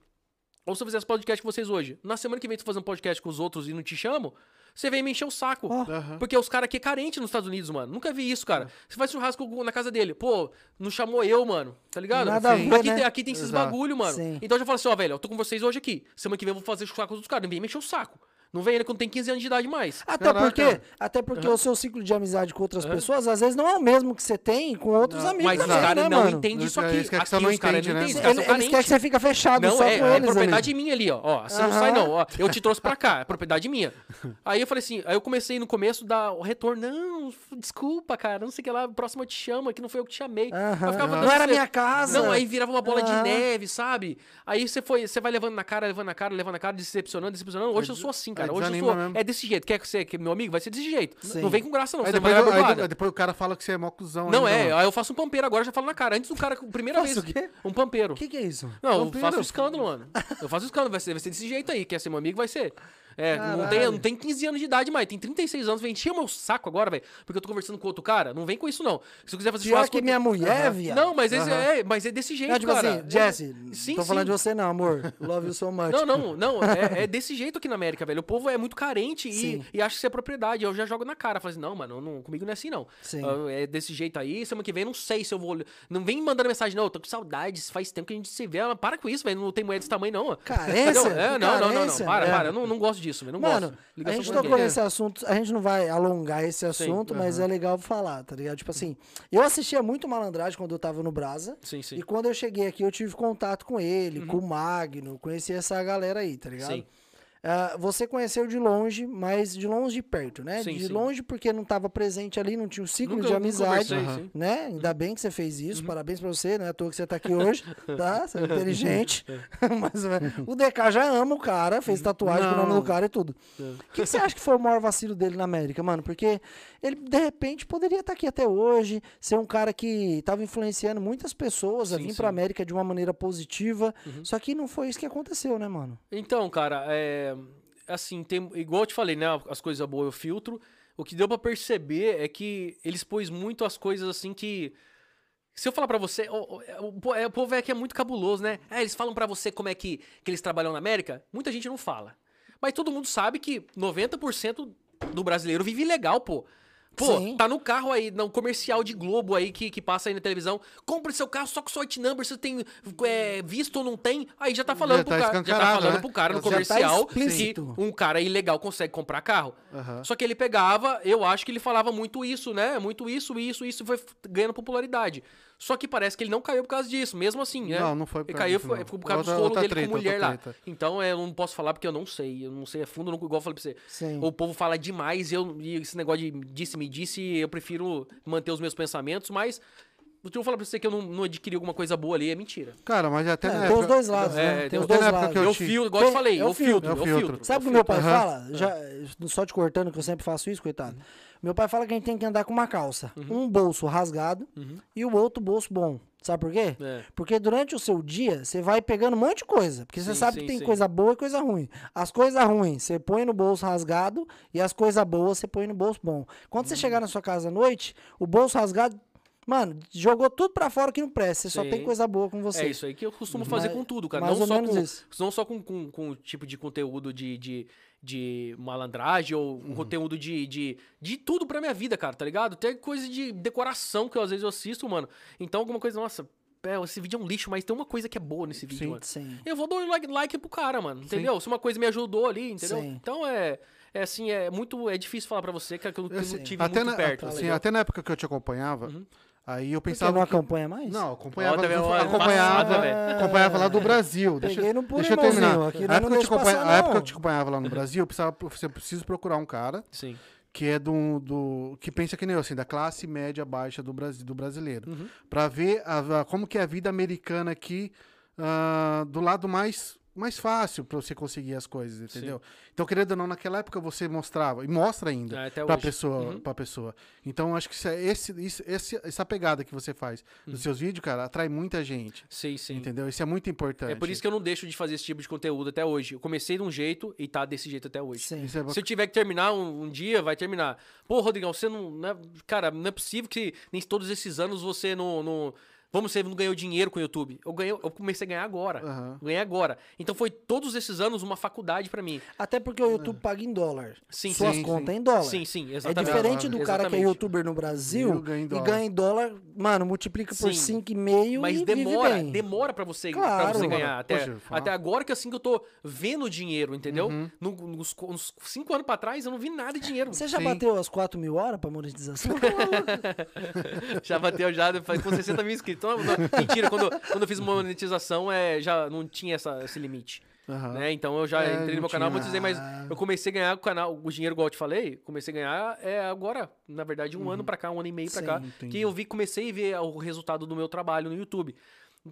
ou se eu fizesse podcast com vocês hoje, na semana que vem tu fazer um podcast com os outros e não te chamo, você vem me encher o saco. Ó. Aham. Porque os caras aqui é carente nos Estados Unidos, mano. Nunca vi isso, cara. Você faz churrasco com- na casa dele. Pô, não chamou eu, mano. Tá ligado? Nada a Sim. ver, aqui, né? tem, aqui tem esses Exato. bagulho, mano. Sim. Então eu já falo assim, ó, velho, eu tô com vocês hoje aqui. Semana que vem eu vou fazer churrasco com os outros caras. Não vem me encher o saco. Não vem ele quando tem 15 anos de idade mais. Até Caraca. porque, até porque o seu ciclo de amizade com outras pessoas, às vezes, não é o mesmo que você tem com outros amigos Mas os também, caras né, não mano? entendem Eles isso aqui. querem que você Aqui não os caras entende, não né? entendem, os caras Eles, são eles querem que carentes. você fica fechado Não, só é, com é eles. propriedade amigo. minha ali, ó. ó você não Aham. sai, não. Ó, eu te trouxe pra cá, é propriedade minha. Aí eu falei assim, aí eu comecei no começo da o retorno. Não, f- desculpa, cara, não sei o que lá, próximo eu te chamo, aqui não foi eu que te chamei. Aham. Eu ficava dando Não era certo. minha casa. Não, aí virava uma bola Aham. de neve, sabe? Aí você foi, você vai levando na cara, levando na cara, levando na cara, decepcionando, decepcionando. Hoje eu sou assim, cara. aí Hoje eu desanima sou. mesmo. É desse jeito. Quer que você, que meu amigo, vai ser desse jeito. Sim. Não vem com graça, não. Aí senão depois, vai eu- dar aí bordoada. de- depois o cara fala que você é mó cuzão. Não ainda, é, mano. aí eu faço um pampeiro agora, já falo na cara. Antes do cara, primeira Faz vez. o quê? Um pampeiro. O que, que é isso? Não, eu Pampeiro? faço escândalo, mano. Eu faço escândalo, vai ser, vai ser desse jeito aí. Quer ser meu amigo, vai ser. É, não tem, não tem 15 anos de idade mais, tem 36 anos. Vem encher o meu saco agora, velho, porque eu tô conversando com outro cara. Não vem com isso, não. Se eu quiser fazer Pior churrasco... que com- minha mulher, Aham. viado. Não, mas, esse- Aham. é, mas é desse jeito, Não, tipo cara. assim, Jesse, Sim, tô sim. falando de você não, amor. Love you so much. Não, não, não. É, é desse jeito aqui na América, velho. O povo é muito carente e, Sim. e acha que isso é propriedade. Eu já jogo na cara. Falo assim, não, mano, não- comigo não é assim, não. Sim. Ah, É desse jeito aí. Semana que vem, não sei se eu vou. Não vem mandando mensagem, não. Eu tô com saudades. Faz tempo que a gente se vê. Ah, Para com isso, velho. Não tem moeda desse tamanho, não. Carência, Entendeu? É, não, não, não, não. carência, Para, é. para. Eu não, não gosto disso, velho. Não Mano, gosto. a Ligação gente com ninguém. tocou nesse assunto, a gente não vai alongar esse assunto, mas é legal falar, tá ligado? Uhum. Tipo assim, eu assistia muito Malandragem quando eu tava no Brasa. Sim, sim. Uhum. E quando eu cheguei aqui, eu tive contato com ele, com o Magno, conheci essa galera aí, tá ligado? Sim. Ah, você conheceu de longe, mas de longe de perto, né? Sim, de sim. longe porque não estava presente ali, não tinha um ciclo Nunca- de nunca amizade, conversei, sim. Uhum. né? Ainda bem que você fez isso, parabéns pra você, né? À toa que você tá aqui hoje, tá? Você é inteligente. É. mas né, o DK já ama o cara, Uhum. fez tatuagem com o nome Não. do cara e tudo. É. O que, que você acha que foi o maior vacilo dele na América, mano? Porque ele, de repente, poderia estar aqui até hoje, ser um cara que tava influenciando muitas pessoas a Sim, vir sim. Uhum. pra América de uma maneira positiva. Só que não foi isso que aconteceu, né, mano? Então, cara, é. Assim, tem, igual eu te falei, né? As coisas boas eu filtro. O que deu pra perceber é que eles pôs muito as coisas assim que. Se eu falar pra você, o, o- é, o po- é, o povo é que é muito cabuloso, né? É, eles falam pra você como é que, que eles trabalham na América, muita gente não fala. Mas todo mundo sabe que 90% do brasileiro vive legal, pô. Pô, Sim. tá no carro aí, no comercial de Globo aí que, que passa aí na televisão. Compre seu carro só com sorte number, se tem é, visto ou não tem. Aí já tá falando Já pro tá cara. Já tá escancarado, falando né? pro cara no Já tá comercial que explícito. um cara ilegal consegue comprar carro. Aham. Só que ele pegava, eu acho que ele falava muito isso, né? Muito isso, isso, isso, e foi f- ganhando popularidade. Só que parece que ele não caiu por causa disso, mesmo assim, né? Não, não foi por Ele causa caiu disso, foi, não. por causa Outra- do solo outra dele treta, com mulher outra lá. treta. Então, é, eu não posso falar porque eu não sei. Eu não sei a fundo, não, igual eu falei pra você. Sim. O povo fala demais, eu, e esse negócio de disse-me disse, eu prefiro manter os meus pensamentos, mas. O tio fala pra você que eu não, não adquiri alguma coisa boa ali, é mentira. Cara, mas até É, na tem época- os dois lados, né? É, Tem tem os até dois na época lados. que eu Eu tinha- filtro, igual eu te Tem- é falei, eu eu filtro, filtro, eu eu filtro. filtro. Sabe o que eu meu filtro. pai Aham. fala? É. Já, só te cortando, que eu sempre faço isso, Uhum. coitado. Meu pai fala que a gente tem que andar com uma calça. Um bolso rasgado Uhum. e o outro bolso bom. Sabe por quê? É. Porque durante o seu dia, você vai pegando um monte de coisa. Porque você Sim, sabe sim, que tem sim. coisa boa e coisa ruim. As coisas ruins você põe no bolso rasgado e as coisas boas você põe no bolso bom. Quando Uhum. você chegar na sua casa à noite, o bolso rasgado, mano, jogou tudo pra fora que não presta. Você só tem Sim. coisa boa com você. É isso aí que eu costumo fazer Mas- com tudo, cara. Então, assim, mais Não ou só, menos com, isso. não só com, com, com o tipo de conteúdo de, de, de malandragem ou Uhum. um conteúdo de, de, de tudo pra minha vida, cara, tá ligado? Até coisa de decoração que eu, às vezes eu assisto, mano. Então alguma coisa, nossa, é, esse vídeo é um lixo, mas tem uma coisa que é boa nesse vídeo, Sim. mano. Sim. Eu vou dar um like, like pro cara, mano, entendeu? Se uma coisa me ajudou ali, entendeu? Sim. Então é, é assim, é muito, é difícil falar pra você, cara, que eu, que eu não tive até muito na, perto. tá Uhum. assim, entendeu? até na época que eu te acompanhava, aí eu Você não pensava. que- acompanha mais? Não, eu acompanhava, Ó, tá vendo? eu Ó, acompanhava, É. passada, velho. acompanhava lá do Brasil. Peguei Deixa, no pulo, deixa eu irmãozinho, terminar. aqui a, não época que eu te deixa acompanha- passar, a época que não. eu te acompanhava lá no Brasil, eu, precisava, eu preciso procurar um cara Sim. que é do, do que pensa que nem eu, assim, da classe média baixa do, Brasi, do brasileiro, Uhum. Pra ver a- a- como que é a vida americana aqui ah, do lado mais mais fácil pra você conseguir as coisas, entendeu? Então, querendo ou não, naquela época você mostrava e mostra ainda É, até pra hoje. pessoa, pra pessoa. Então, acho que isso é- esse, isso- esse- essa pegada que você faz nos seus vídeos, cara, atrai muita gente, Sim, Hum. sim. entendeu? Isso é muito importante. É por isso que eu não deixo de fazer esse tipo de conteúdo até hoje. Eu comecei de um jeito e tá desse jeito até hoje. Sim. Isso é Se eu tiver que terminar um, um dia, vai terminar. Pô, Rodrigão, você não. não é- cara, não é possível que nem todos esses anos você não. não- vamos dizer, não ganhou dinheiro com o YouTube. Eu, ganhei, eu comecei a ganhar agora. Ah. Aham. Ganhei agora. Então foi todos esses anos uma faculdade pra mim. Até porque o É. YouTube paga em dólar. Sim, Suas sim, contas sim. em dólar. Sim, sim, É exatamente. diferente do cara que é Exatamente. youtuber no Brasil E ganha em e dólar. ganha em dólar, mano, multiplica por Sim. 5,5 Mas e demora, vive bem. demora pra você, pra Claro. você ganhar. Até, Poxa, fala. até agora que assim que eu tô vendo dinheiro, entendeu? No- nos, co- uns cinco anos pra trás eu não vi nada de dinheiro. Você já Sim. bateu as 4 mil horas pra monetização? tá já bateu já depois com 60 mil inscritos. Não, não, mentira, quando, quando eu fiz monetização é, já não tinha essa, esse limite. Aham. Né? Então eu já É, entrei não no meu canal há tinha. muitos anos, mas eu comecei a ganhar o canal, o dinheiro, igual eu te falei, comecei a ganhar é, agora, na verdade, um ano pra cá, um ano e meio pra Sim, cá, Uhum. entendi. que eu vi, comecei a ver o resultado do meu trabalho no YouTube.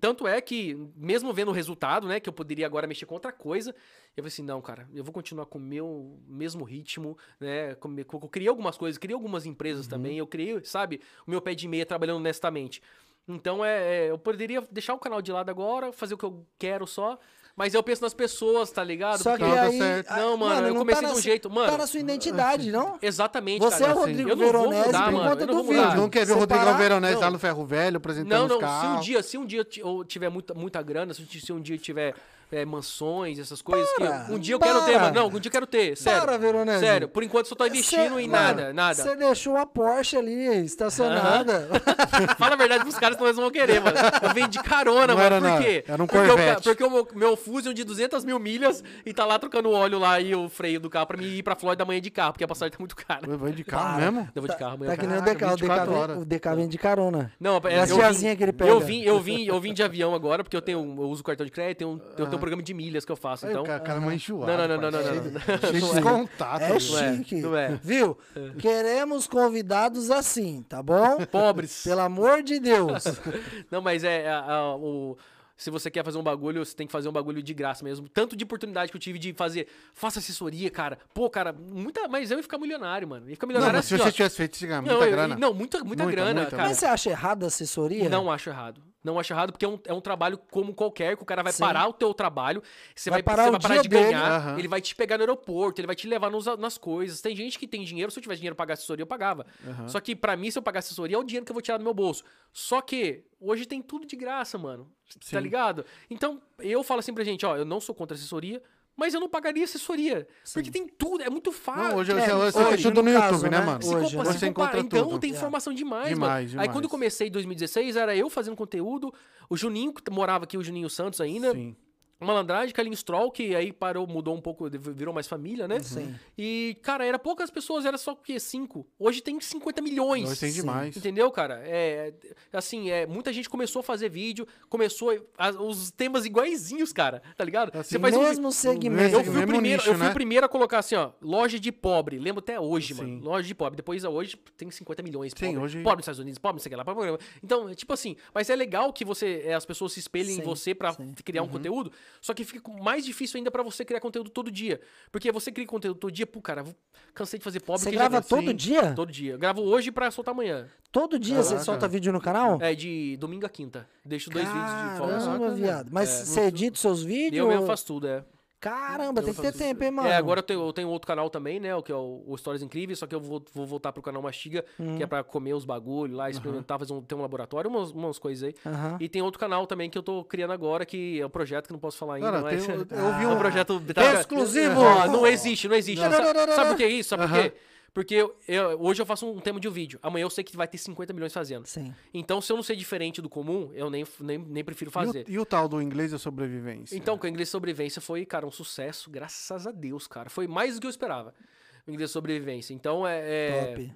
Tanto é que, mesmo vendo o resultado, né, que eu poderia agora mexer com outra coisa, eu falei assim, não, cara, eu vou continuar com o meu mesmo ritmo, né, com- com- eu criei algumas coisas, criei algumas Uhum. empresas também, eu criei, sabe, o meu pé de meia trabalhando honestamente. Então, é, é, eu poderia deixar o canal de lado agora, fazer o que eu quero só, mas eu penso nas pessoas, tá ligado? Só que Porque- Não, tá aí. certo. ah, Não, mano, eu tá comecei de na um su- jeito, mano. Tá na sua identidade, não? Exatamente, Você cara. é o Rodrigo eu não vou Veronese mudar, por mano, conta eu não do vou vídeo. mudar. não quer ver o Rodrigão Separar? Veronese Não. lá no Ferro Velho apresentando Não, os não, se um carros? dia, se um dia eu ti- eu tiver muita, muita grana, se eu ti- se um dia eu tiver é, mansões, essas coisas, que eu- Para, um dia eu para. quero ter, mano. Não, um dia eu quero ter, sério. Para, Veronese. Sério, por enquanto eu só tô investindo em nada, nada. Você deixou uma Porsche ali estacionada. Fala a verdade pros caras, senão eles vão querer, mano. Eu vim de carona, Não mano. era por nada, quê? era um porque o, ca- Corvette. porque o meu, meu Fusion de 200 mil milhas e tá lá trocando óleo lá e o freio do carro pra mim ir pra Flórida amanhã de carro, porque a passagem tá muito cara. Vai de carro Para. mesmo? Eu vou de carro amanhã. Tá que nem o Caraca, DK, o 24 DK, horas. vem- o DK vem de carona. Não, é, Nas eu tiazinha vim, que ele pega. Eu vim, eu vim, eu vim de avião agora, porque eu tenho, eu uso cartão de crédito, tenho, eu tenho um programa de milhas que eu faço, Ah. Aí então. o cara, cara é mais enjoado. Não, não, não, não, não, parceiro. não, não. Cheio de Ah, contato. É velho. chique. não é. Viu? Queremos convidados assim, tá bom? Pobres. Pelo amor de Deus. Não, mas é, a- a- o se você quer fazer um bagulho, você tem que fazer um bagulho de graça mesmo. Tanto de oportunidade que eu tive de fazer, faça assessoria, cara. Pô, cara, muita, mas eu ia ficar milionário, mano. Ia ficar Não, milionário mas assim, se você ó. tivesse feito isso, ganha não, muita eu- grana. não, muita, muita, Muita, grana, muita, cara. Mas você acha errado a assessoria? Não acho errado. Não acho errado, porque é um, é um trabalho como qualquer, que o cara vai Sim. parar o teu trabalho, você Vai vai, parar você o vai parar dia de dele, ganhar, aham. ele vai te pegar no aeroporto, ele vai te levar nos- nas coisas. Tem gente que tem dinheiro, se eu tivesse dinheiro pra pagar assessoria, eu pagava. Só que pra mim, se eu pagar assessoria, é o dinheiro que eu vou tirar do meu bolso. Só que hoje tem tudo de graça, mano. Sim. Tá ligado? Então, eu falo assim pra gente, ó, eu não sou contra assessoria, mas eu não pagaria assessoria. Porque tem tudo, é muito fácil. Não, hoje é, eu hoje, sei tudo no no YouTube, caso, né, né? mano? Se Hoje, compa- né? se Você comparar, encontra então tudo. tem informação demais, mano. Demais, Aí demais. quando eu comecei em 2016, era eu fazendo conteúdo, o Juninho que morava aqui, o Juninho Santos ainda, Sim. Malandragem, Calin Stroll, que aí parou, mudou um pouco, virou mais família, né? Sim. E, cara, era poucas pessoas, era só o quê? Cinco. Hoje tem 50 milhões. Hoje tem demais. Entendeu, cara? É, assim, é, muita gente começou a fazer vídeo, começou a- os temas iguaizinhos, cara, tá ligado? Assim, Faz um vi- mesmo é um segmento. mesmo- eu um fui, o mesmo primeiro, nicho, eu fui né? o primeiro a colocar assim, ó, loja de pobre. Lembro até hoje, Sim. mano. Loja de pobre. Depois hoje tem 50 milhões. Sim, pobre. hoje- pobre nos Estados Unidos, pobre, não sei o que lá. Pobre. Então, é tipo assim, mas é legal que você é, as pessoas se espelhem Sim, em você pra sim. Uhum. criar um conteúdo. Só que fica mais difícil ainda pra você criar conteúdo todo dia. Porque você cria conteúdo todo dia, pô, cara, eu cansei de fazer pobre. Você que grava já- todo Sim. dia? Todo dia. Gravo hoje pra soltar amanhã. Todo dia você Caraca. solta vídeo no canal? É de domingo a quinta. Deixo dois vídeos de folga. É, Caramba, Caraca, viado. Mas você edita os seus vídeos? Eu mesmo faço tudo, é. Caramba, tem que ter tempo, hein, mano? É, agora eu tenho, eu tenho outro canal também, né? O que é o, o Stories Incríveis, só que eu vou, vou voltar pro canal Mastiga, que Hum. é pra comer os bagulho lá, experimentar, fazer um, ter um laboratório, umas, umas coisas aí. Ah. Aham. E tem outro canal também que eu tô criando agora, que é um projeto que não posso falar ainda, Cara, mas... tem- eu ouvi É um- um projeto... Exclusivo! Não, não existe, não existe. Não. Sabe, sabe o que é isso? Sabe por Aham. quê? Porque eu- eu- hoje eu faço um tema de um vídeo, amanhã eu sei que vai ter 50 milhões fazendo. Sim. Então, se eu não ser diferente do comum, eu nem, nem, nem prefiro fazer. E o, e o tal do inglês e a sobrevivência? Então, que o Inglês Sobrevivência foi, cara, um sucesso, graças a Deus, cara. Foi mais do que eu esperava. O Inglês Sobrevivência. Então, é. é, Top.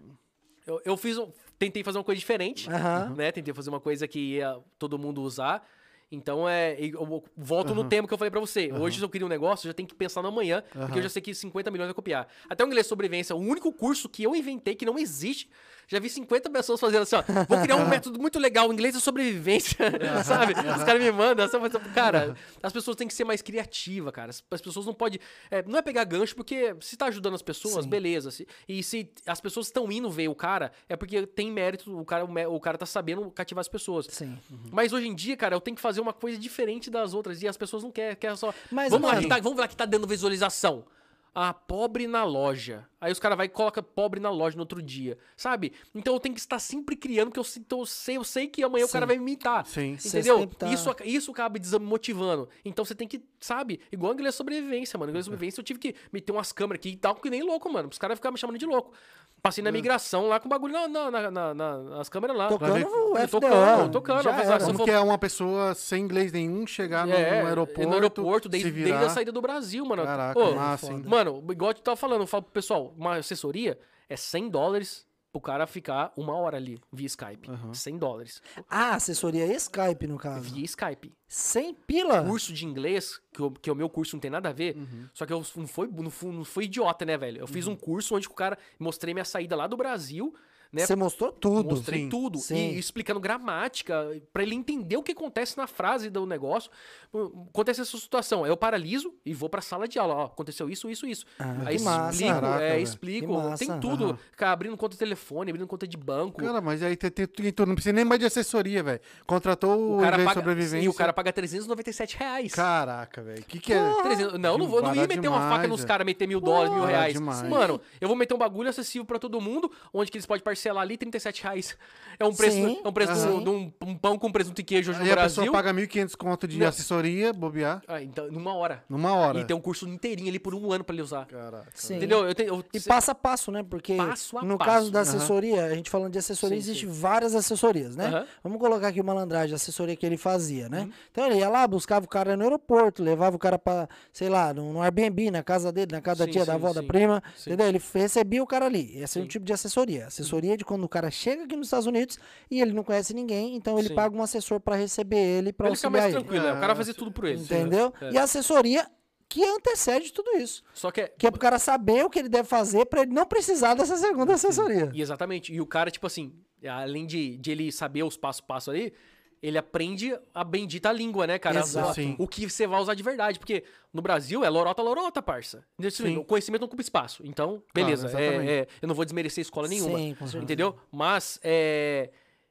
eu, eu fiz um- Tentei fazer uma coisa diferente, Aham. né? Tentei fazer uma coisa que ia todo mundo usar. Então, é. e Eu volto no tema que eu falei pra você. Hoje, se eu queria um negócio, eu já tenho que pensar no amanhã, porque eu já sei que 50 milhões vai copiar. Até o Inglês Sobrevivência, o único curso que eu inventei, que não existe. Já vi 50 pessoas fazendo assim, ó. Vou criar um método muito legal, o inglês é sobrevivência, sabe? Os caras me mandam. assim, eu falo, Cara, as pessoas têm que ser mais criativas, cara. As as pessoas não podem. é, não é pegar gancho, porque se tá ajudando as pessoas, beleza. Se- e se as pessoas estão indo ver o cara, é porque tem mérito, o cara, o, mé- o cara tá sabendo cativar as pessoas. Sim. Mas hoje em dia, cara, eu tenho que fazer uma coisa diferente das outras. E as pessoas não querem, querem só. Mas, vamos, lá mano- que tá, vamos lá que tá dando visualização. Ah, pobre na loja. Aí os caras vai e coloca pobre na loja no outro dia. Sabe? Então eu tenho que estar sempre criando, que eu, sinto- eu sei, eu sei que amanhã o cara vai me imitar. Sim. Você Entendeu? sempre tá- Isso, ac- isso acaba desmotivando. Então você tem que, sabe? Igual a inglês é sobrevivência, Uhum. mano. Inglês sobrevivência eu tive que meter umas câmeras aqui e tal, que nem louco, mano. Os caras ficavam me chamando de louco. Passei Uhum. na migração lá com o bagulho na, na, na- na- na- nas câmeras lá. Uhum. Vai Tocando ver- o Eu FDO. tocando, tocando, Já mas era. se eu Como for- que é uma pessoa sem inglês nenhum chegar no, É, no aeroporto? No aeroporto, desde, se virar? desde a saída do Brasil, mano. Caraca, Ô, massa, hein? Mano, igual tu tava falando, eu falo pro pessoal, uma assessoria é 100 dólares pro cara ficar uma hora ali via Skype. 100 dólares. Ah, assessoria Skype, no Tá caso. Via Skype. Sem pila? Curso de inglês, que, o- que o meu curso não tem nada a ver, Uhum. só que eu não fui, não fui, não fui idiota, né, velho? Eu fiz um curso onde o cara mostrei minha saída lá do Brasil, né? Você mostrou tudo. Mostrei Sim. tudo. Sim. E explicando gramática, pra ele entender o que acontece na frase do negócio. Acontece essa situação. Eu paraliso e vou pra sala de aula. Ó, aconteceu isso, isso, isso. Ah, Aí que massa. explico, Caraca, é, velho. explico. Que massa. Tem tudo. Aham. Cara, abrindo conta de telefone, abrindo conta de banco. Cara, mas aí tem, tem, tem tudo. Não precisa nem mais de assessoria, velho. Contratou o, o cara inglês paga, sobrevivência. e o cara paga 397 reais. Caraca, velho. Que que é? Ah. 300 não, não vou, não ia Barato meter uma faca demais, nos é. caras, meter mil dólares, mil Barato reais. demais. Mano, eu vou meter um bagulho acessível pra todo mundo, onde que eles podem parcelar ali 37 reais. É um preço, Sim, é um preço aham. de um, um pão com presunto e queijo hoje Aí no a Brasil. pessoa paga 1.500 conto de Não. assessoria, bobear, Ah, então, numa hora. numa hora. E tem um curso inteirinho ali por um ano pra ele usar. Caraca. Sim. Entendeu? Eu tenho, eu- E cê- passo a passo, né? Porque Passo a no passo. caso da Aham. assessoria, a gente falando de assessoria, Sim, existe várias assessorias, né? Aham. Uhum. Vamos colocar aqui o malandragem, a assessoria que ele fazia, né? Então ele ia lá, buscava o cara no aeroporto, levava o cara pra, sei lá, no, no Airbnb, na casa dele, na casa da Sim, tia, da sim, avó, da sim. prima, Sim. entendeu? Ele f- recebia o cara ali. Esse é um Sim. tipo de assessoria. Assessoria de quando o cara chega aqui nos Estados Unidos e ele não conhece ninguém, então ele Sim. paga um assessor pra receber ele, pra pra ele ficar mais auxiliar ele. tranquilo. é, o cara Ah, fazer tudo por ele. Entendeu? É. E a assessoria que antecede tudo isso. Só que é. Que é pro cara saber o que ele deve fazer pra ele não precisar dessa segunda assessoria. e exatamente. E o cara, tipo assim, além de, de ele saber os passo a passo ali, ele aprende a bendita língua, né, cara? Exato. Sim. O que você vai usar de verdade. Porque no Brasil é lorota, lorota, parça. Entendeu? Tipo, Sim. O conhecimento não ocupa espaço. Então, beleza. Claro, é- exatamente. é, eu não vou desmerecer escola nenhuma. Sim, com certeza. Entendeu? Mas, é.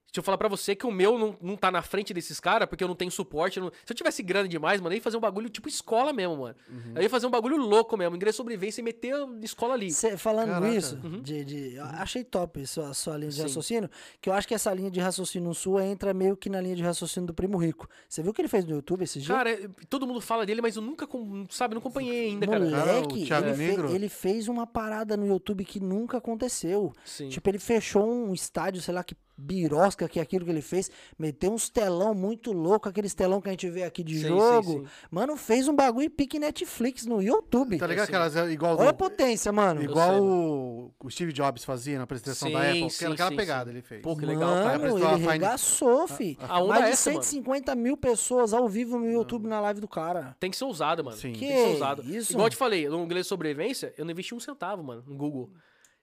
Deixa eu falar pra você que o meu não, não tá na frente desses caras, porque eu não tenho suporte. eu não- Se eu tivesse grana demais, mano, eu ia fazer um bagulho tipo escola mesmo, mano. Eu ia fazer um bagulho louco mesmo, ingresso sobrevivência e meter a escola ali. Cê- falando Caraca. isso, Uhum. de, de- eu achei top isso, a sua linha de Sim. raciocínio, que eu acho que essa linha de raciocínio sua entra meio que na linha de raciocínio do Primo Rico. Você viu o que ele fez no YouTube esse dia? Cara, é, todo mundo fala dele, mas eu nunca, com- sabe, não acompanhei ainda, cara. Cara, o Moleque, Thiago ele, fe- Negro? ele fez uma parada no YouTube que nunca aconteceu. Sim. Tipo, ele fechou um estádio, sei lá, que birosca Oscar, que aquilo que ele fez, meteu uns telão muito louco, aqueles telão que a gente vê aqui de Sim, jogo. sim, sim. Mano, fez um bagulho pique Netflix no YouTube. Tá ligado assim, aquelas é, igual Olha a do, potência, mano. igual sei, o, o Steve Jobs fazia na apresentação da é Sim, Apple, sim, aquela, aquela sim, pegada sim. ele fez. Pô, que legal, cara. Mano, Apresentou a ele Find- regaçou, fi. a onda Mais é de essa, mano. 150 mil pessoas ao vivo no YouTube na live do cara. Tem que ser usado, mano. Sim. Tem que ser Que usado. isso, Igual eu mano. te falei, no inglês de sobrevivência, eu não investi um centavo, mano, no Google.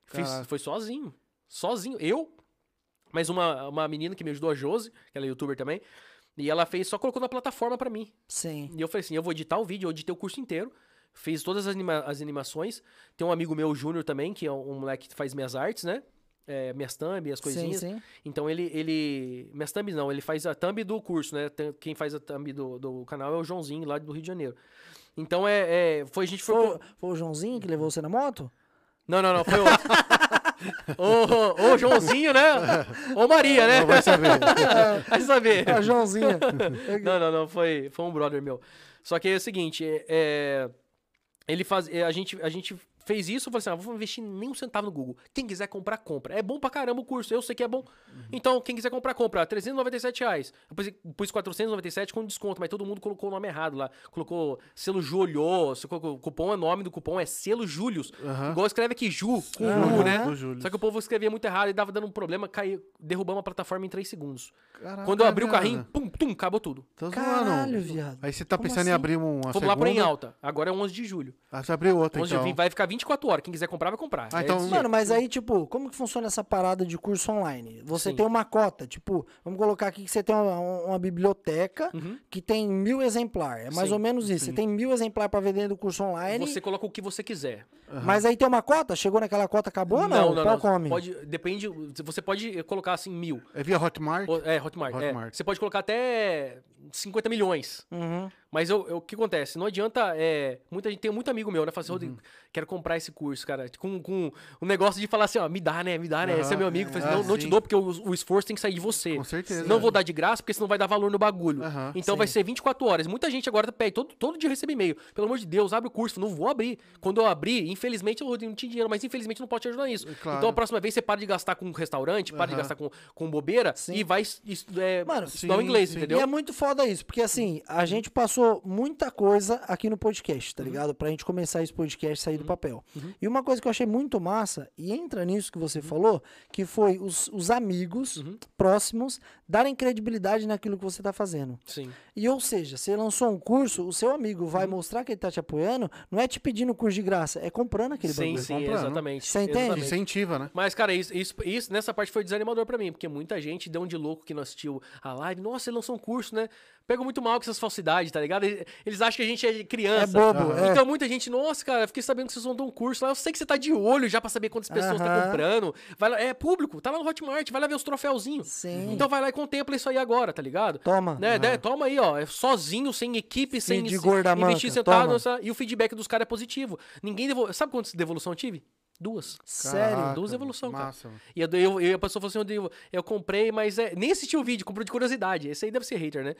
Fiz- Caraca. foi sozinho. Sozinho. Eu, mas uma, uma menina que me ajudou, a Josi, que ela é youtuber também, e ela fez, só colocou na plataforma pra mim. Sim. E eu falei assim: eu vou editar o vídeo, eu editei o curso inteiro, fiz todas as, anima- as animações. Tem um amigo meu, o Júnior, também, que é um, um moleque que faz minhas artes, né? É, minhas thumb, as coisinhas. Sim, sim. Então ele, ele. Minhas thumb não, ele faz a thumb do curso, né? Tem- Quem faz a thumb do, do canal é o Joãozinho, lá do Rio de Janeiro. Então é. é, foi a gente foi. Foi, foi o Joãozinho que levou você na moto? Não, não, não, foi outro. Ô, ô, ô, Joãozinho, né? Ô Maria, né? Não vai saber. Vai saber. É, Joãozinho. Não, não, não, foi, foi um brother meu. Só que é o seguinte, é, é, ele faz, é, a, gente, a gente fez isso, eu falei assim, ah, vou investir nem um centavo no Google. Quem quiser comprar, compra. É bom pra caramba o curso, eu sei que é bom. Então, quem quiser comprar, compra. R$ 397 reais. Eu pus, pus 497 com desconto, mas todo mundo colocou o nome errado lá. Colocou selo Jolhô, se colocou- o cupom é nome do cupom, é selo Július. Aham. Igual escreve aqui, Ju, com Aham. Ju, né? Do Júlio. Só que o povo escrevia muito errado e dava dando um problema, caiu, derrubamos a plataforma em 3 segundos. Caraca, Quando eu abri o viado. carrinho, pum, tum, acabou tudo. Tô zoando. Caralho, viado. Aí você tá Como pensando em assim? abrir uma Vamos lá pra em segunda? alta. Agora é 11 de julho. Ah, você abriu outra, 11 de então. julho vai ficar 24 horas. Quem quiser comprar, vai comprar. Ah, É então- desse jeito. Mano, mas aí, tipo, como que funciona essa parada de curso online? Você Sim. tem uma cota, tipo, vamos colocar aqui que você tem uma, um, uma biblioteca Uhum. que tem mil exemplares. É mais Sim, ou menos isso. Você tem mil exemplares pra vender do curso online, Você coloca o que você quiser. mas aí tem uma cota? Chegou naquela cota, acabou ou não? Qual come? Pode, depende. Você pode colocar assim mil. É via Hotmart? Ou- É, Hotmart. é. Hotmart. Você pode colocar até 50 milhões. Uhum. Mas eu- eu- o que acontece? Não adianta. É, muita gente tem muito amigo meu, né? Fala assim, Uhum. Rodrigo, quero comprar esse curso, cara. Com, com um negócio de falar assim, ó, me dá, né? Me dá, né? Esse é Aham. meu amigo. Eu falo assim, Ah, não, não te sim. dou, porque o, o esforço tem que sair de você. Com certeza. Não vou dar de graça, porque senão vai dar valor no bagulho. Aham, então vai ser 24 horas. Muita gente agora pede, todo, todo dia recebe e-mail. Pelo amor de Deus, abre o curso. Não vou abrir. Quando eu abrir, infelizmente, eu não tinha dinheiro, mas infelizmente não pode te ajudar nisso. Claro. Então a próxima vez você para de gastar com restaurante, para de Aham. gastar com, com bobeira Sim. e vai es- es- é, Mano, estudar o sim, inglês, sim. entendeu? E Uhum. é muito foda isso, porque assim, a gente passou muita coisa aqui no podcast, tá ligado? Pra gente começar esse podcast e sair Uhum. do papel. E uma coisa que eu achei muito massa, e entra nisso que Uhum. você falou, que foi os, os amigos próximos darem credibilidade naquilo que você tá fazendo. Sim. E ou seja, você lançou um curso, o seu amigo vai Uhum. mostrar que ele tá te apoiando, não é te pedindo curso de graça, é comprando aquele Sim, bagulho. sim, comprando. exatamente. Você entende? Exatamente. Incentiva, né? Mas, cara, isso, isso, isso- nessa parte foi desanimador pra mim, porque muita gente deu um de louco que não assistiu a live. Nossa, ele lançou um curso, né? Pego muito mal com essas falsidades, tá ligado? Eles- Eles acham que a gente é É criança. bobo, Aham. é. Então muita gente, nossa, cara, fiquei sabendo que vocês vão dar um curso lá. Eu sei que você tá de olho já pra saber quantas pessoas tá Aham. comprando. Vai lá, é público, tá lá no Hotmart, vai lá ver os troféuzinhos. Sim. Então vai lá e contempla isso aí agora, tá ligado? Toma. Né, né, toma aí, ó. é Sozinho, sem equipe, sem de se- gorda investir manca, sentado. toma. essa- E o feedback dos caras é positivo. Ninguém devol... Sabe quantas devolução eu tive? Duas. Sério? Caraca, duas evolução, cara. massa, mano. E a, do- eu, eu, a pessoa falou assim, Rodrigo, eu comprei, mas é, nem assisti o vídeo, comprou de curiosidade. Esse aí deve ser hater, né? Uhum.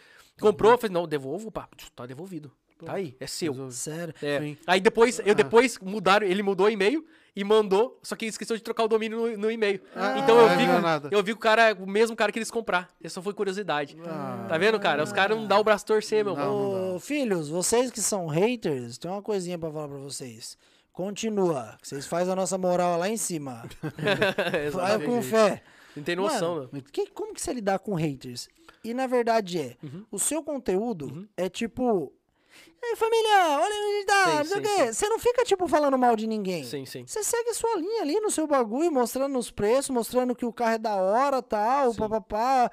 Comprou, eu falei, não, devolvo, pá, tá devolvido. Tá aí, é seu. Resolve. Sério. É. Sim. Ah. Aí depois, eu depois mudaram, ele mudou o e-mail e mandou, só que esqueceu de trocar o domínio no, no e-mail. Ah, então eu não vi, é nada. eu vi que o cara, o mesmo cara que eles comprar. Isso só foi curiosidade. Ah. Tá vendo, cara? Os caras não dão o braço a torcer, meu irmão. Ô, filhos, vocês que são haters, tem uma coisinha pra falar pra vocês. Continua, que vocês fazem a nossa moral lá em cima. Vai Exatamente. com fé. Não tem noção, né? Mano, meu. que- como que você lidar com haters? E na verdade é, Uhum. o seu conteúdo é tipo. Ei, família, olha onde a gente tá, Sim, não sei o sim, quê." sim. Você não fica, tipo, falando mal de ninguém. né? Sim, sim. Você segue a sua linha ali no seu bagulho, mostrando os preços, mostrando que o carro é da hora, tal, papapá.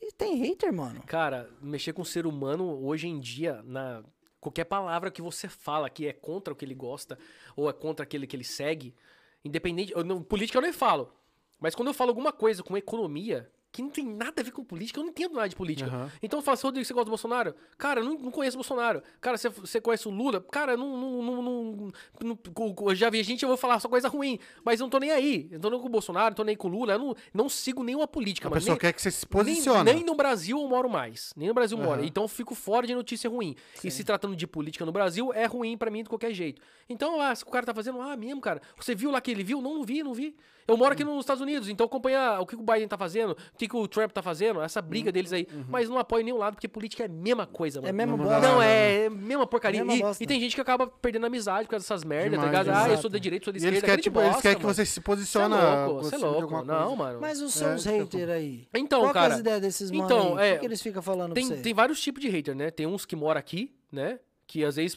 E tem hater, mano. Cara, mexer com o ser humano hoje em dia, na qualquer palavra que você fala que é contra o que ele gosta ou é contra aquele que ele segue, independente. Eu não, política eu nem falo. Mas quando eu falo alguma coisa com economia, que não tem nada a ver com política, eu não entendo nada de política. Aham. Então eu falo assim, Rodrigo, você gosta do Bolsonaro? Cara, eu não, não conheço o Bolsonaro. Cara, você, você conhece o Lula? Cara, eu não, não, não, não- não- co- co- eu já vi gente, eu vou falar só coisa ruim. Mas eu não tô nem aí. Eu não tô nem com o Bolsonaro, não tô nem com o Lula. Eu não, não sigo nenhuma política. A mano, pessoa nem- quer que você se nem- posicione. Nem, no Brasil eu moro mais. Nem no Brasil eu moro. Aham. Então eu fico fora de notícia ruim. E se tratando de política no Brasil, é ruim pra mim de qualquer jeito. Então, ah, se o cara tá fazendo, ah, mesmo, Uhum. cara. Você viu lá que ele viu? Não, não vi, não vi. Eu moro aqui nos Estados Unidos, então acompanha o que o Biden tá fazendo, o que que, que o Trump tá fazendo, essa Uhum. briga deles aí. Mas não apoio nenhum lado, porque política é a mesma coisa, mano. É mesmo Não bola. dá Não, nada. né? é é mesma porcaria. Mesma E- bosta. e, tem gente que acaba perdendo amizade por causa dessas merdas, tá Demais, ligado? Ah, eu exato. sou da direita, sou da E eles esquerda. querem, grande tipo, bosta, eles querem que mano. você se Você é posiciona. louco, você é acima tipo de louco. alguma Não, coisa. mano. Mas os É, seus isso que eu haters aí. Então, Qual que é cara, as ideias desses mano então, aí? O que é, que eles ficam falando pra Tem, você? tem vários tipos de hater, né? Tem uns que moram aqui, né? Que às vezes.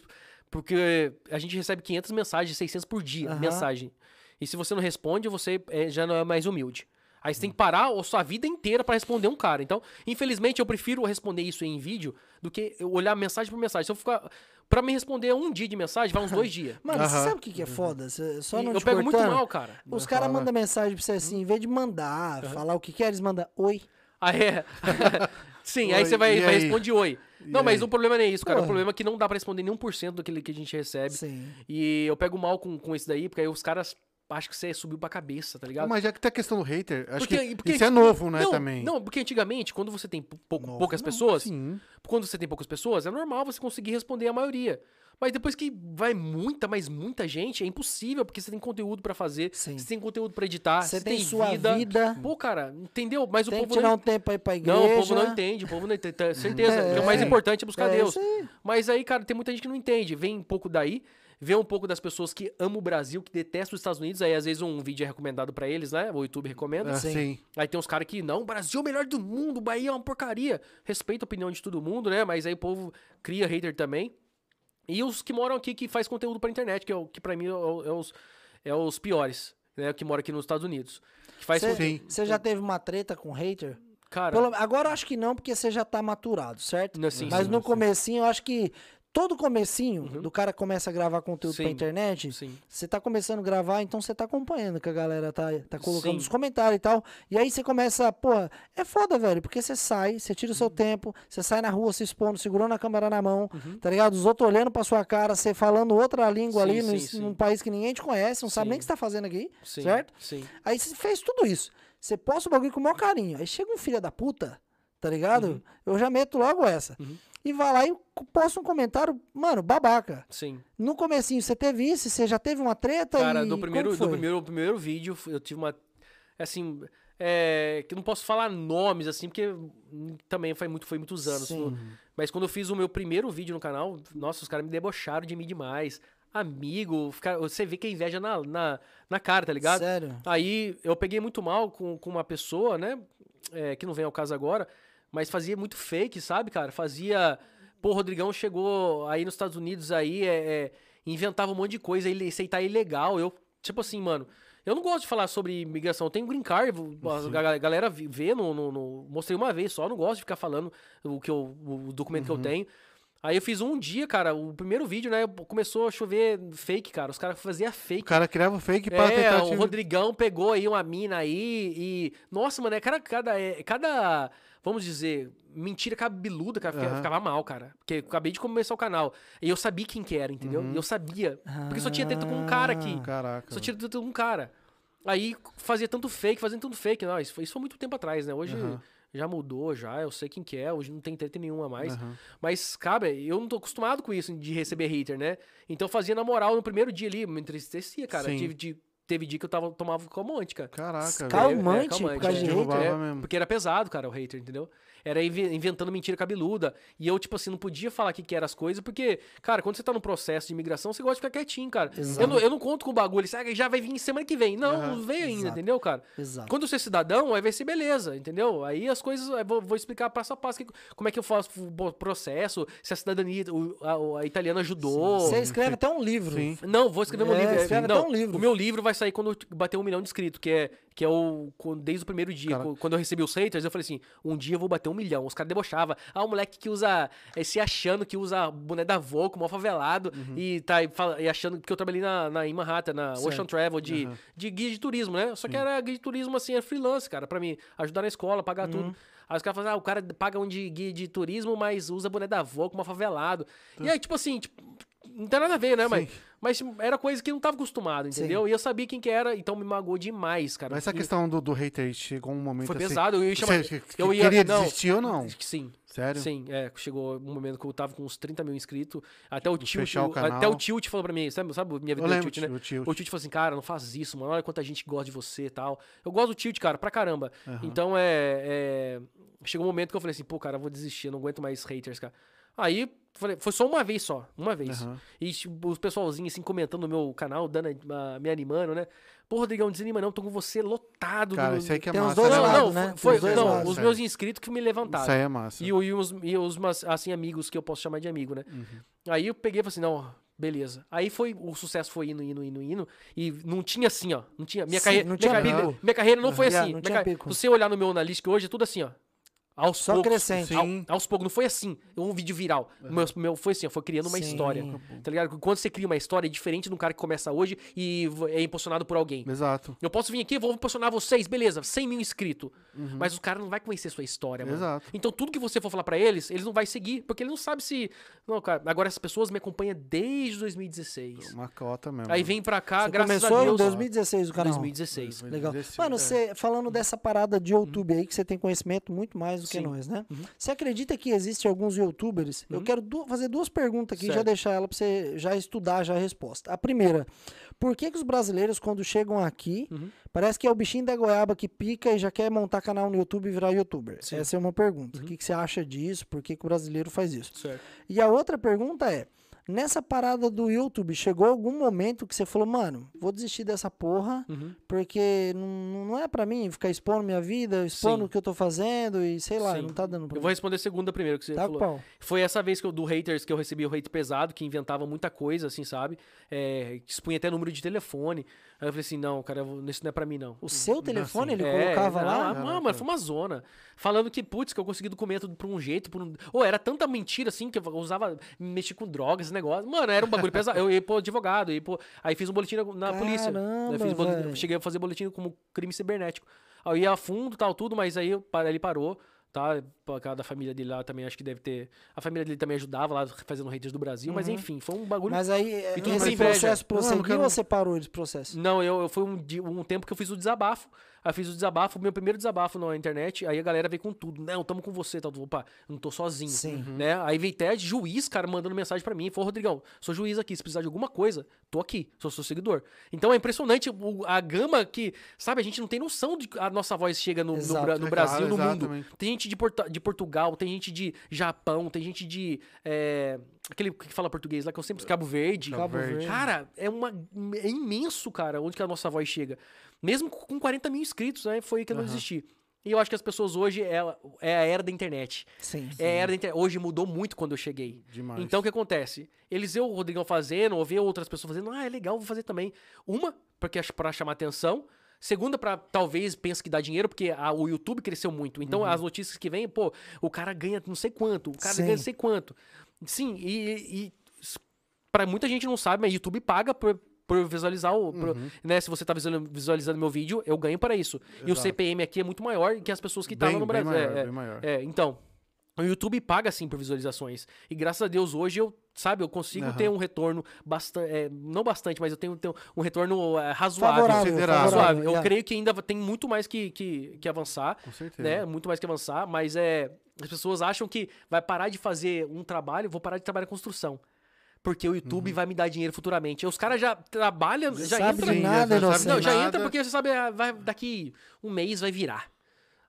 Porque a gente recebe 500 mensagens, 600 por dia, Aham. mensagem. E se você não responde, você eh, já não é mais humilde. Aí você tem que parar a sua vida inteira pra responder um cara. Então, infelizmente, eu prefiro responder isso em vídeo do que eu olhar mensagem por mensagem. Se eu ficar. Pra me responder um dia de mensagem, vai uns dois dias. Mano, você Aham. sabe o que, que é foda? Cê- Só E não eu te pego muito cortando, mal, cara. Os caras mandam mensagem pra você assim, em vez de mandar, falar o que quer, eles mandam oi. Ah, é? Sim, aí Oi, você vai, e vai aí? responder oi. Não, E mas aí? o problema não é isso, cara. O Porra. problema é que não dá pra responder nem 1% daquilo que a gente recebe. Sim. E eu pego mal com, com isso daí, porque aí os caras acham que você subiu pra cabeça, tá ligado? Mas já que tá a questão do hater, acho Porque- que porque- tipo, isso é novo, né, não, também. não, assim, porque antigamente, quando você tem pou- pou- Novo, poucas pessoas, Sim. quando você tem poucas pessoas, é normal você conseguir responder a maioria. Mas depois que vai muita, mas muita gente, é impossível, porque você tem conteúdo pra fazer, Sim. você tem conteúdo pra editar, Você você tem sua vida. Pô, cara, entendeu? Mas o Tem que povo tirar não um tempo aí pra igreja. Não, o povo não entende, o povo não entende, tá- certeza. É, que o mais é. importante é buscar É Deus. isso aí. Mas aí, cara, tem muita gente que não entende. Vem um pouco daí, vê um pouco das pessoas que amam o Brasil, que detestam os Estados Unidos. Aí, às vezes, um vídeo é recomendado pra eles, né? O YouTube recomenda. Ah, sim. sim. Aí tem uns caras que, não, o Brasil é o melhor do mundo, o Bahia é uma porcaria. Respeita a opinião de todo mundo, né? Mas aí o povo cria hater também. E os que moram aqui que faz conteúdo pra internet, que, é o, que pra mim é, o- é os, é os piores, né? Que moram aqui nos Estados Unidos. Que faz Cê- conteúdo. Sim. Você já teve uma treta com hater? Cara, Pelo- agora eu acho que não, porque você já tá maturado, certo? Não, sim, Mas sim, Uhum. no sim. comecinho, eu acho que todo comecinho do cara começa a gravar conteúdo pra Sim. internet, sim. você tá começando a gravar, então você tá acompanhando que a galera tá, tá colocando Sim. nos comentários e tal. E aí você começa, pô, é foda, velho, porque você sai, você tira o Uhum. seu tempo, você sai na rua se expondo, segurando a câmera na mão, tá ligado? Os outros olhando pra sua cara, você falando outra língua Uhum. Sim, ali, num, sim, sim. num país que ninguém te conhece, não sabe Sim. nem o que você tá fazendo aqui, Sim, certo? Sim. Aí você fez tudo isso. Você posta o bagulho com o maior carinho. Aí chega um filho da puta, tá ligado? Eu já meto logo essa. Uhum. E vai lá e posta um comentário, mano, babaca. Sim. No comecinho você teve isso, você já teve uma treta Cara, e no como primeiro, foi? no primeiro, no primeiro vídeo eu tive uma. Assim. É, que eu não posso falar nomes, assim, porque hum, também foi, muito, foi muitos anos. Sim. Mas quando eu fiz o meu primeiro vídeo no canal, nossa, os caras me debocharam de mim demais. Amigo, fica- você vê que é inveja na, na, na cara, tá ligado? Sério? Aí eu peguei muito mal com, com uma pessoa, né? é, que não vem ao caso agora, mas fazia muito fake, sabe, cara? Fazia. Pô, o Rodrigão chegou aí nos Estados Unidos aí, é, é, inventava um monte de coisa, ele aceitar ilegal. Eu, tipo assim, mano, eu não gosto de falar sobre imigração. Eu tenho green card, a ga- galera vi- vê, no, no- no- mostrei uma vez só, não gosto de ficar falando o, que eu, o documento que eu tenho. Aí eu fiz um dia, cara, o primeiro vídeo, né? Começou a chover fake, cara. Os caras faziam fake. O cara criava fake pra É, tentar o te- Rodrigão pegou aí uma mina aí e. Nossa, mano, é cada. cada, é, cada vamos dizer, mentira cabeluda, cara. Ficava, Aham. ficava mal, cara. Porque eu acabei de começar o canal. E eu sabia quem que era, entendeu? Uhum. E eu sabia. Porque só tinha treta com um cara aqui. Caraca. Só tinha treta com um cara. Aí fazia tanto fake, fazendo tanto fake. Não, isso foi, isso foi muito tempo atrás, né? Hoje. Aham. Já mudou, já, eu sei quem que é, hoje não tem treta nenhuma mais. Aham. Mas, cara, eu não tô acostumado com isso de receber hater, né? Então eu fazia na moral no primeiro dia ali, me entristecia, cara. Sim. É, Tive de- teve dia que eu tava, tomava calmante, cara. Caraca, Calma, velho. Calmante, por causa é. de Derrubava hater? é, mesmo. Porque era pesado, cara, o hater, entendeu? Era inve- inventando mentira cabeluda. E eu, tipo assim, não podia falar o que, que eram as coisas, porque, cara, quando você tá num processo de imigração, você gosta de ficar quietinho, cara. Exato. Eu não, eu não conto com o bagulho, sabe? Já vai vir semana que vem. Não, Aham. não veio ainda, Exato. entendeu, cara? Exato. Quando eu ser cidadão, aí vai ser beleza, entendeu? Aí as coisas, eu vou, vou explicar passo a passo que- como é que eu faço o bo- processo, se a cidadania, o- a, a italiana ajudou. Você escreve até um livro. Sim. Não, vou escrever meu É, livro. é, escreve não, até um livro. O meu livro vai sair quando eu bater um milhão de inscritos, que é, que é o, quando- desde o primeiro dia. Cara. Qu- Quando eu recebi os haters, eu falei assim, um dia eu vou bater um milhão. Os caras debochavam. Ah, o moleque que usa, é, se achando que usa boné da Volco, mó favelado, Uhum. e tá e fala- e achando, porque eu trabalhei na, na em Manhattan, na Ocean Travel, de, de guia de turismo, né? Só que era guia de turismo, assim, era freelance, cara, pra mim, ajudar na escola, pagar Uhum. tudo. Aí os caras falam, ah, o cara paga um de guia de turismo, mas usa boné da Volco, mó favelado. E aí, tipo assim, tipo, Não tem nada a ver, né? Mas, Tá. Sim. mas era coisa que eu não tava acostumado, entendeu? E eu sabia quem que era, então me magoou demais, cara. Mas essa E questão do, do hater chegou um momento Foi assim- pesado, eu ia chamar. Você eu ia, queria não, desistir ou não? Acho que Sim. Sério? Sim, é, chegou um momento que eu tava com uns 30 mil inscritos. Até o tio. fechar o canal. até o Tilt falou pra mim, sabe, sabe minha Eu vida do lembro, Tilt, né? o Tilt. O Tilt falou assim, cara, não faz isso, mano. Olha quanta gente gosta de você e tal. Eu gosto do Tilt, cara, pra caramba. Então é, é, Chegou um momento que eu falei assim, pô, cara, eu vou desistir, eu não aguento mais haters, cara. Aí, falei, foi só uma vez só, uma vez. Aham. E tipo, os pessoalzinhos assim comentando no meu canal, dando, a- me animando, né? Pô, Rodrigão, desanima não, tô com você lotado. Cara, no- isso aí que é Tem uns massa. dois né? Não, lados, não, né? foi, Os dois não, lados, os é. meus inscritos que me levantaram. Isso aí é massa. E, o- e os, e os mas, assim, amigos que eu posso chamar de amigo, né? Uhum. Aí eu peguei e falei assim, não, beleza. Aí foi, o sucesso foi indo, indo, indo, indo. E não tinha assim, ó. Não tinha. Minha, Sim, carreira, não minha, tinha carreira, pico. minha carreira não foi Yeah, assim. não Minha tinha carre- pico. Se você olhar no meu analista que hoje, é tudo assim, ó. Aos Só poucos. crescente. Ao- Sim. aos poucos, não foi assim. Um vídeo viral. Meu, meu, foi assim, ó, foi criando uma Sim. história. Tá ligado? Quando você cria uma história, é diferente de um cara que começa hoje e v- é impulsionado por alguém. Exato. Eu posso vir aqui, vou impulsionar vocês, beleza, 100 mil inscritos. Uhum. Mas o cara não vai conhecer sua história, mano. Exato. Então tudo que você for falar pra eles, eles não vai seguir, porque ele não sabe se. Não, cara, agora essas pessoas me acompanham desde 2016. Uma cota mesmo. Aí vem pra cá, Você graças começou a em Deus. 2016 o canal. 2016. Legal. 2016, Mano, é. você falando dessa parada de YouTube aí, que você tem conhecimento muito mais do que Uhum. Sim. Uhum. nós, né? Você acredita que existem alguns youtubers? Eu quero du- fazer duas perguntas aqui e já Certo. deixar ela pra você já estudar já a resposta. A primeira, por que, que os brasileiros, quando chegam aqui, Uhum. parece que é o bichinho da goiaba que pica e já quer montar canal no YouTube e virar youtuber? Sim. Uhum. Essa é uma pergunta. O que, que você acha disso? Por que, que o brasileiro faz isso? Certo. E a outra pergunta é: nessa parada do YouTube, chegou algum momento que você falou, mano, vou desistir dessa porra, Uhum. porque não, não é pra mim ficar expondo minha vida, expondo Sim. o que eu tô fazendo e sei lá, Sim. não tá dando pra Eu mim. vou responder a segunda primeiro que você Tá com falou. pau. Foi essa vez que eu, do haters que eu recebi o hate pesado, que inventava muita coisa, assim, sabe? É, que expunha até número de telefone. Aí eu falei assim, não, cara, eu vou- isso não é pra mim, não. O seu telefone ele É, colocava não, lá? ah, Mano, mas foi uma zona. Falando que, putz, que eu consegui documento pra um jeito, por um... Ou era tanta mentira, assim, que eu usava, mexi com drogas, esse negócio. Mano, era um bagulho pesado. Eu ia pro advogado, ia pro... aí fiz um boletim na, na polícia. Caramba, Aí fiz boletim- velho. Cheguei a fazer boletim como crime cibernético. Aí eu ia a fundo, tal, tudo, mas aí eu- ele parou. Tá, por causa da família dele lá também, acho que deve ter. A família dele também ajudava lá fazendo haters do Brasil, Uhum. mas enfim, foi um bagulho. Mas aí é, E tudo esse sem inveja. Não, processo eu prosseguiu quero- ou você parou esse processo? Não, eu, eu foi um, di- um tempo que eu fiz o desabafo. Aí eu fiz o desabafo, meu primeiro desabafo na internet. Aí a galera veio com tudo. Não, tamo com você, tal. Opa, eu não tô sozinho. Sim. Né? Aí veio até juiz, cara, mandando mensagem pra mim. Falou, Rodrigão, sou juiz aqui. Se precisar de alguma coisa, tô aqui. Sou seu seguidor. Então é impressionante o- a gama que, sabe, a gente não tem noção de que a nossa voz chega no, no Exato. Bra- no É claro, Brasil, no mundo. exatamente. Tem gente de, Porta- de Portugal, tem gente de Japão, tem gente de. é, aquele que fala português lá que eu sempre. Cabo Verde. Cabo Verde. Cara, é, uma, é imenso, cara, onde que a nossa voz chega. Mesmo com 40 mil inscritos, né? Foi aí que eu não desisti. E eu acho que as pessoas hoje ela, é a era da internet. Sim. É a era da internet. Hoje mudou muito quando eu cheguei. Demais. Então o que acontece? Eles vê o Rodrigão fazendo, ou vê outras pessoas fazendo, ah, é legal, vou fazer também. Uma, porque ach- pra chamar atenção. Segunda, pra talvez pensa que dá dinheiro, porque a- o YouTube cresceu muito. Uhum. Então as notícias que vêm, pô, o cara ganha não sei quanto, o cara Sim. ganha não sei quanto. Sim, e, e s- pra muita gente não sabe, mas YouTube paga por, por visualizar o. por- Uhum. né, se você tá visual- visualizando meu vídeo, eu ganho para isso. E o Exato. CPM aqui é muito maior que as pessoas que Bem- estavam no bem Brasil. maior, é, é. bem maior. É, então. O YouTube paga sim por visualizações. E graças a Deus hoje eu, sabe, eu consigo Aham. ter um retorno bastante. não bastante, mas eu tenho, tenho um retorno é, razoável. Favorável, considerável. razoável. Eu yeah. creio que ainda tem muito mais que, que, que avançar. Com certeza. Né? Muito mais que avançar, mas é. As pessoas acham que vai parar de fazer um trabalho, vou parar de trabalhar em construção. Porque o YouTube vai me dar dinheiro futuramente. E Os caras já trabalham, já Uhum. sabe entram de Sim, nada, já sabe inocente. de não, já nada. entra porque você sabe, ah, vai- daqui um mês vai virar.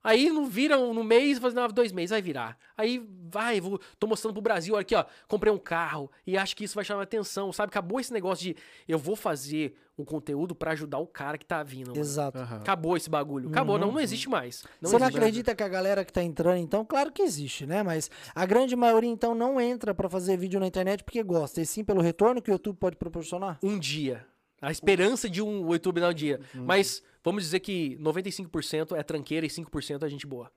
Aí não vira um- no mês, faz não, dois meses, vai virar. Aí vai, vou, tô mostrando pro Brasil, olha aqui, ó, comprei um carro e acho que isso vai chamar atenção, sabe? Acabou esse negócio de eu vou fazer um conteúdo pra ajudar o cara que tá vindo. mano. Exato. Aham. Acabou esse bagulho. Acabou, não, não existe mais. Você não existe. acredita Uhum. que a galera que tá entrando, então? Claro que existe, né? Mas a grande maioria, então, não entra pra fazer vídeo na internet porque gosta, e sim pelo retorno que o YouTube pode proporcionar? um dia. A esperança de um YouTube dar um dia. Uhum. Mas vamos dizer que 95% é tranqueira e 5% é gente boa.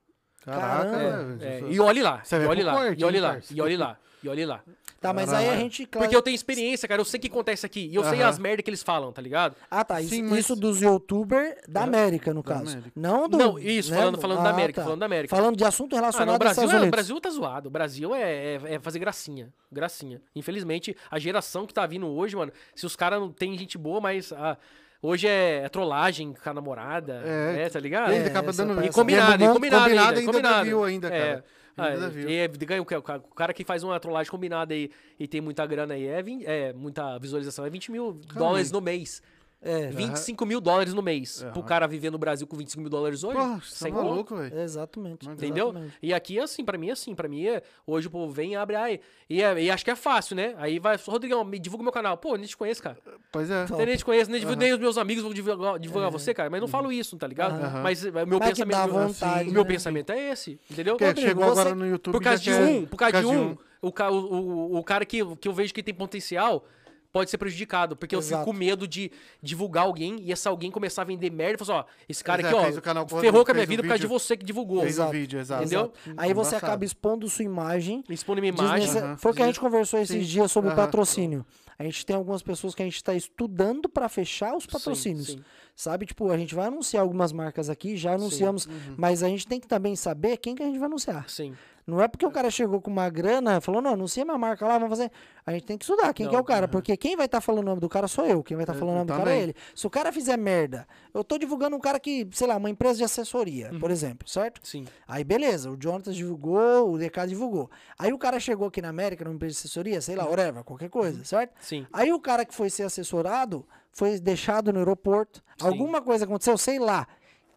Caraca, Caramba. velho. É, e olhe lá, Você e vai olhe pro lá, corte, e olhe hein, lá, parceiro? e olhe lá, e olhe lá. Tá, mas aí a gente. cla- Porque eu tenho experiência, cara. Eu sei o que acontece aqui. E eu sei Aham. as merdas que eles falam, tá ligado? Ah, tá. Isso, Sim, mas- isso dos youtubers da América, no caso. América. Não do. Não, isso, né, falando- do- falando da Ah, América, tá. falando da América. Falando de assunto Ah, relacionado não, o a Brasil, Estados é, o Unidos. Brasil tá zoado. O Brasil é, é- é fazer gracinha. Gracinha. Infelizmente, a geração que tá vindo hoje, mano, se os caras não tem gente boa, mas ah, hoje é, é trollagem com a namorada. É. né, tá ligado? Ainda É, acaba essa dando peça. E combinado, e Combinado, combinado, combinado ainda, ainda combinado. viu ainda, cara. É. Ainda Ah, viu. e é, ganha o quê? O ca- o cara que faz uma trollagem combinada aí e tem muita grana aí, é, vin- é muita visualização, é 20 mil dólares no mês. É. 25 mil dólares no mês. Pro cara viver no Brasil com 25 mil dólares hoje. Porra, você tá sem conta. maluco, velho. Exatamente. Entendeu? Exatamente. E aqui é assim, pra mim é assim, pra mim é, hoje o povo vem e abre, ai, e, é- e acho que é fácil, né? Aí vai, Rodrigão, me divulga meu canal. Pô, nem te conheço, cara. Pois é. Então, Eu nem te conheço, nem, divulgo- nem os meus amigos vão divulgar, divulgar você, cara. Mas não falo isso, tá ligado? Aham. Mas é, o meu Mas que pensamento, dá meu- vontade, o meu né? pensamento é esse, entendeu? Porque Rodrigo, chegou agora você- no YouTube. Por causa de já é, quer- um, por causa de um, o, ca- o, o, o cara que, que eu vejo que tem potencial pode ser prejudicado, porque eu Exato. fico com medo de divulgar alguém e essa alguém começar a vender merda e falar assim, ó, esse cara Pois aqui, é, ó, fez o canal com o ferrou Rodrigo, com a minha fez o vida por causa de vídeo. você que divulgou. Fez Exato. o vídeo, exato. Entendeu? Aí você Embaçado. acaba expondo sua imagem. Expondo minha imagem. Desnece- Aham. Foi o que a gente conversou esses Sim. dias sobre o Aham. patrocínio. A gente tem algumas pessoas que a gente está estudando para fechar os patrocínios. sim. Sabe, tipo, a gente vai anunciar algumas marcas aqui, já anunciamos, uhum. mas a gente tem que também saber quem que a gente vai anunciar. Sim. Não é porque o cara chegou com uma grana, falou, não, anuncia minha marca lá, vamos fazer. A gente tem que estudar quem que é Não, o cara, porque quem vai estar falando o nome do cara sou eu, quem vai estar falando o nome do cara é também. ele. Se o cara fizer merda, eu tô divulgando um cara que, sei lá, uma empresa de assessoria, Uhum. por exemplo, certo? Sim. Aí beleza, o Jonathan divulgou, o DK divulgou. Aí o cara chegou aqui na América, numa empresa de assessoria, sei lá, whatever, qualquer coisa, certo? Sim. Aí o cara que foi ser assessorado foi deixado no aeroporto, alguma coisa aconteceu, sei lá.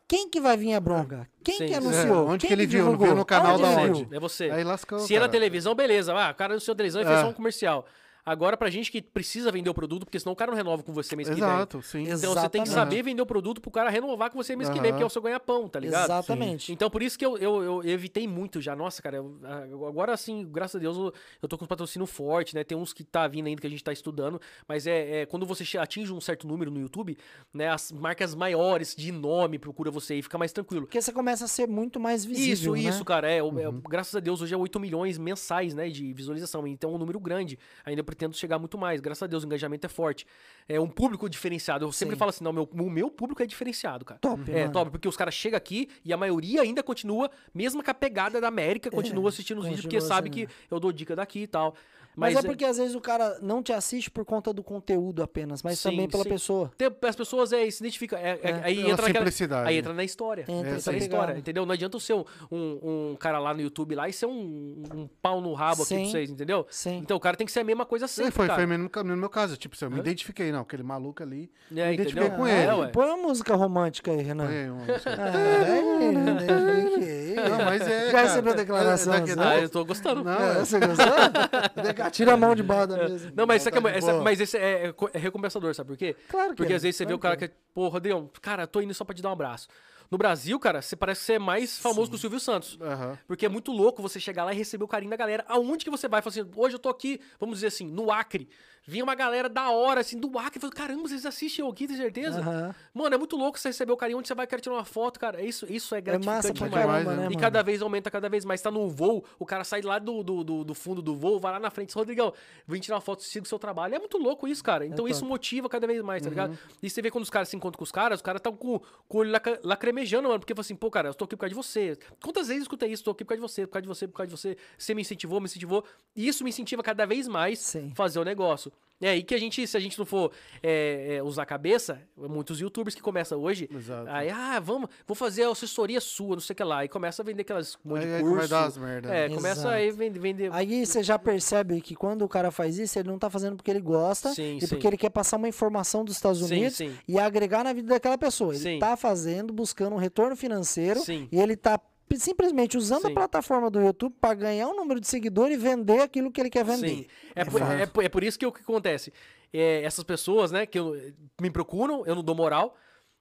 Quem que vai vir a bronca? Quem Sim. que É, anunciou? onde Quem que ele viu? Não viu no canal Aonde da ele onde? viu? É você. Aí lascou, Se é na cara. televisão, beleza. Ah, o cara anunciou na televisão e fez É. só um comercial. Agora, pra gente que precisa vender o produto, porque senão o cara não renova com você mês Exato, que sim. vem. Então você tem que Exatamente. saber vender o produto pro cara renovar com você mês que vem, Aham. porque é o seu ganha-pão, tá ligado? Exatamente. Sim. Então por isso que eu, eu, eu evitei muito já. Nossa, cara, eu- a- agora sim, graças a Deus, eu, eu tô com um patrocínio forte, né? Tem uns que tá vindo ainda que a gente tá estudando, mas é, é quando você che- atinge um certo número no YouTube, né? As marcas maiores de nome procura você e fica mais tranquilo. Porque você começa a ser muito mais Isso, visível. né? isso, cara. É, o- é, graças a Deus, hoje é 8 milhões mensais, né? De visualização. Então é um número grande. Ainda pretendo chegar muito mais. Graças a Deus, o engajamento é forte. É um público diferenciado. Eu sempre Sim. falo assim: não, meu, o meu público é diferenciado, cara. Top, É, mano. top, porque os caras chegam aqui e a maioria ainda continua, mesmo com a pegada da América, continua assistindo os vídeos, porque É, continua sabe assistindo. que eu dou dica daqui e tal. Mas, Mas, é porque às vezes o cara não te assiste por conta do conteúdo apenas, mas Sim, também pela sim. pessoa. Tem- as pessoas é, se identificam. é, é, aí, Pela entra naquela- simplicidade. aí entra na história. Entra Entra, essa na pegada. história, entendeu? Não adianta eu ser um, um, um cara lá no YouTube lá e ser um, um pau no rabo aqui Sim. pra vocês, entendeu? Sim. Então o cara tem que ser a mesma coisa sempre, tá. Sim, foi, cara. foi no, meu- no meu caso. Tipo, se eu me identifiquei, não, aquele maluco ali. É, me identifiquei entendeu? com É, ele. ué. Ah, Põe uma música romântica aí, Renan. Foi uma música. Ah, é, né, que- Não, mas é. Já cara, recebeu é- tá, é declaração, daqui- né? Ah, eu tô gostando. Não, É, é. você gostou? Tira a mão de baixo da mesa. tá, é. Não, mas isso aqui é, Vontade essa- tá boa. mas esse é, é co- é recompensador, sabe por quê? Claro que Porque é, às vezes você vê o cara que, pô, Rodrigo, cara, eu tô indo só pra te dar um abraço. No Brasil, cara, você parece que você é mais famoso que o Silvio Santos. Aham. Porque é muito louco você chegar lá e receber o carinho da galera. Aonde que você vai? Fala assim, hoje eu tô aqui, vamos dizer assim, no Acre. Vinha uma galera da hora, assim, do Acre. Falei, caramba, vocês assistem eu aqui, tem certeza? Aham. Mano, é muito louco você receber o carinho onde você vai, quero tirar uma foto, cara. Isso, isso é É gratificante massa pra demais. caramba, demais, né, né? E mano? cada vez aumenta, cada vez mais. Tá no voo, o cara sai lá do, do, do, do fundo do voo, vai lá na frente. Rodrigão, vim tirar uma foto, sigo o seu trabalho. É muito louco isso, cara. Então isso motiva cada vez mais, Uhum. tá ligado? E você vê quando os caras se encontram com os caras, os caras estão com, com o olho laca- lacrimejando, mano. Porque fala assim, pô, cara, eu tô aqui por causa de você. Quantas vezes eu escutei isso? Tô aqui por causa de você, por causa de você, por causa de você. Você me incentivou, me incentivou. E isso me incentiva cada vez mais Sim. fazer o negócio. É aí que a gente, se a gente não for é, é, usar a cabeça, muitos youtubers que começam hoje, Exato. aí, ah, vamos, vou fazer a assessoria sua, não sei o que lá, e começa a vender aquelas monte Aí de é que curso. vai dar as merda, É, né? começa aí vender, vender Aí você já percebe que quando o cara faz isso, ele não tá fazendo porque ele gosta Sim, e sim. porque ele quer passar uma informação dos Estados Sim, Unidos sim. e agregar na vida daquela pessoa. Ele Sim. tá fazendo, buscando um retorno financeiro Sim. e ele tá p- simplesmente usando a Sim. plataforma do YouTube para ganhar um número de seguidor e vender aquilo que ele quer vender. Sim. É, por, é por- é por isso que o que acontece? É, essas pessoas, né, que eu- me procuram, eu não dou moral.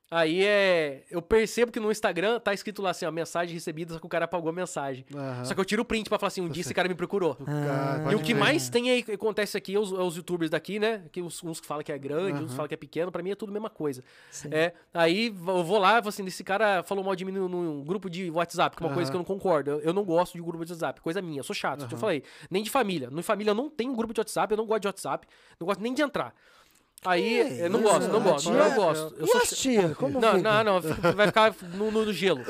Aí é. Eu percebo que no Instagram tá escrito lá assim, ó, mensagem recebida, só que o cara apagou a mensagem. Aham. Só que eu tiro o print pra falar assim, um dia esse cara me procurou. Cara, E pode o que crer. mais tem aí que acontece aqui é os, é os youtubers daqui, né? Que os- uns que falam que é grande, uns que falam que é pequeno, pra mim é tudo a mesma coisa. Sim. É, aí v- eu vou lá, e falo assim, esse cara falou mal de mim num, num grupo de WhatsApp, que é uma coisa que eu não concordo. Eu, eu não gosto de grupo de WhatsApp, coisa minha, eu sou chato, isso que eu falei. Nem de família. No família eu não tenho grupo de WhatsApp, eu não gosto de WhatsApp, não gosto nem de entrar. Aí, Que eu não isso, gosto, não gosto, tia? não gosto. Eu e sou as tia? Como não, fica? não, não, fica- vai ficar no, no- no gelo.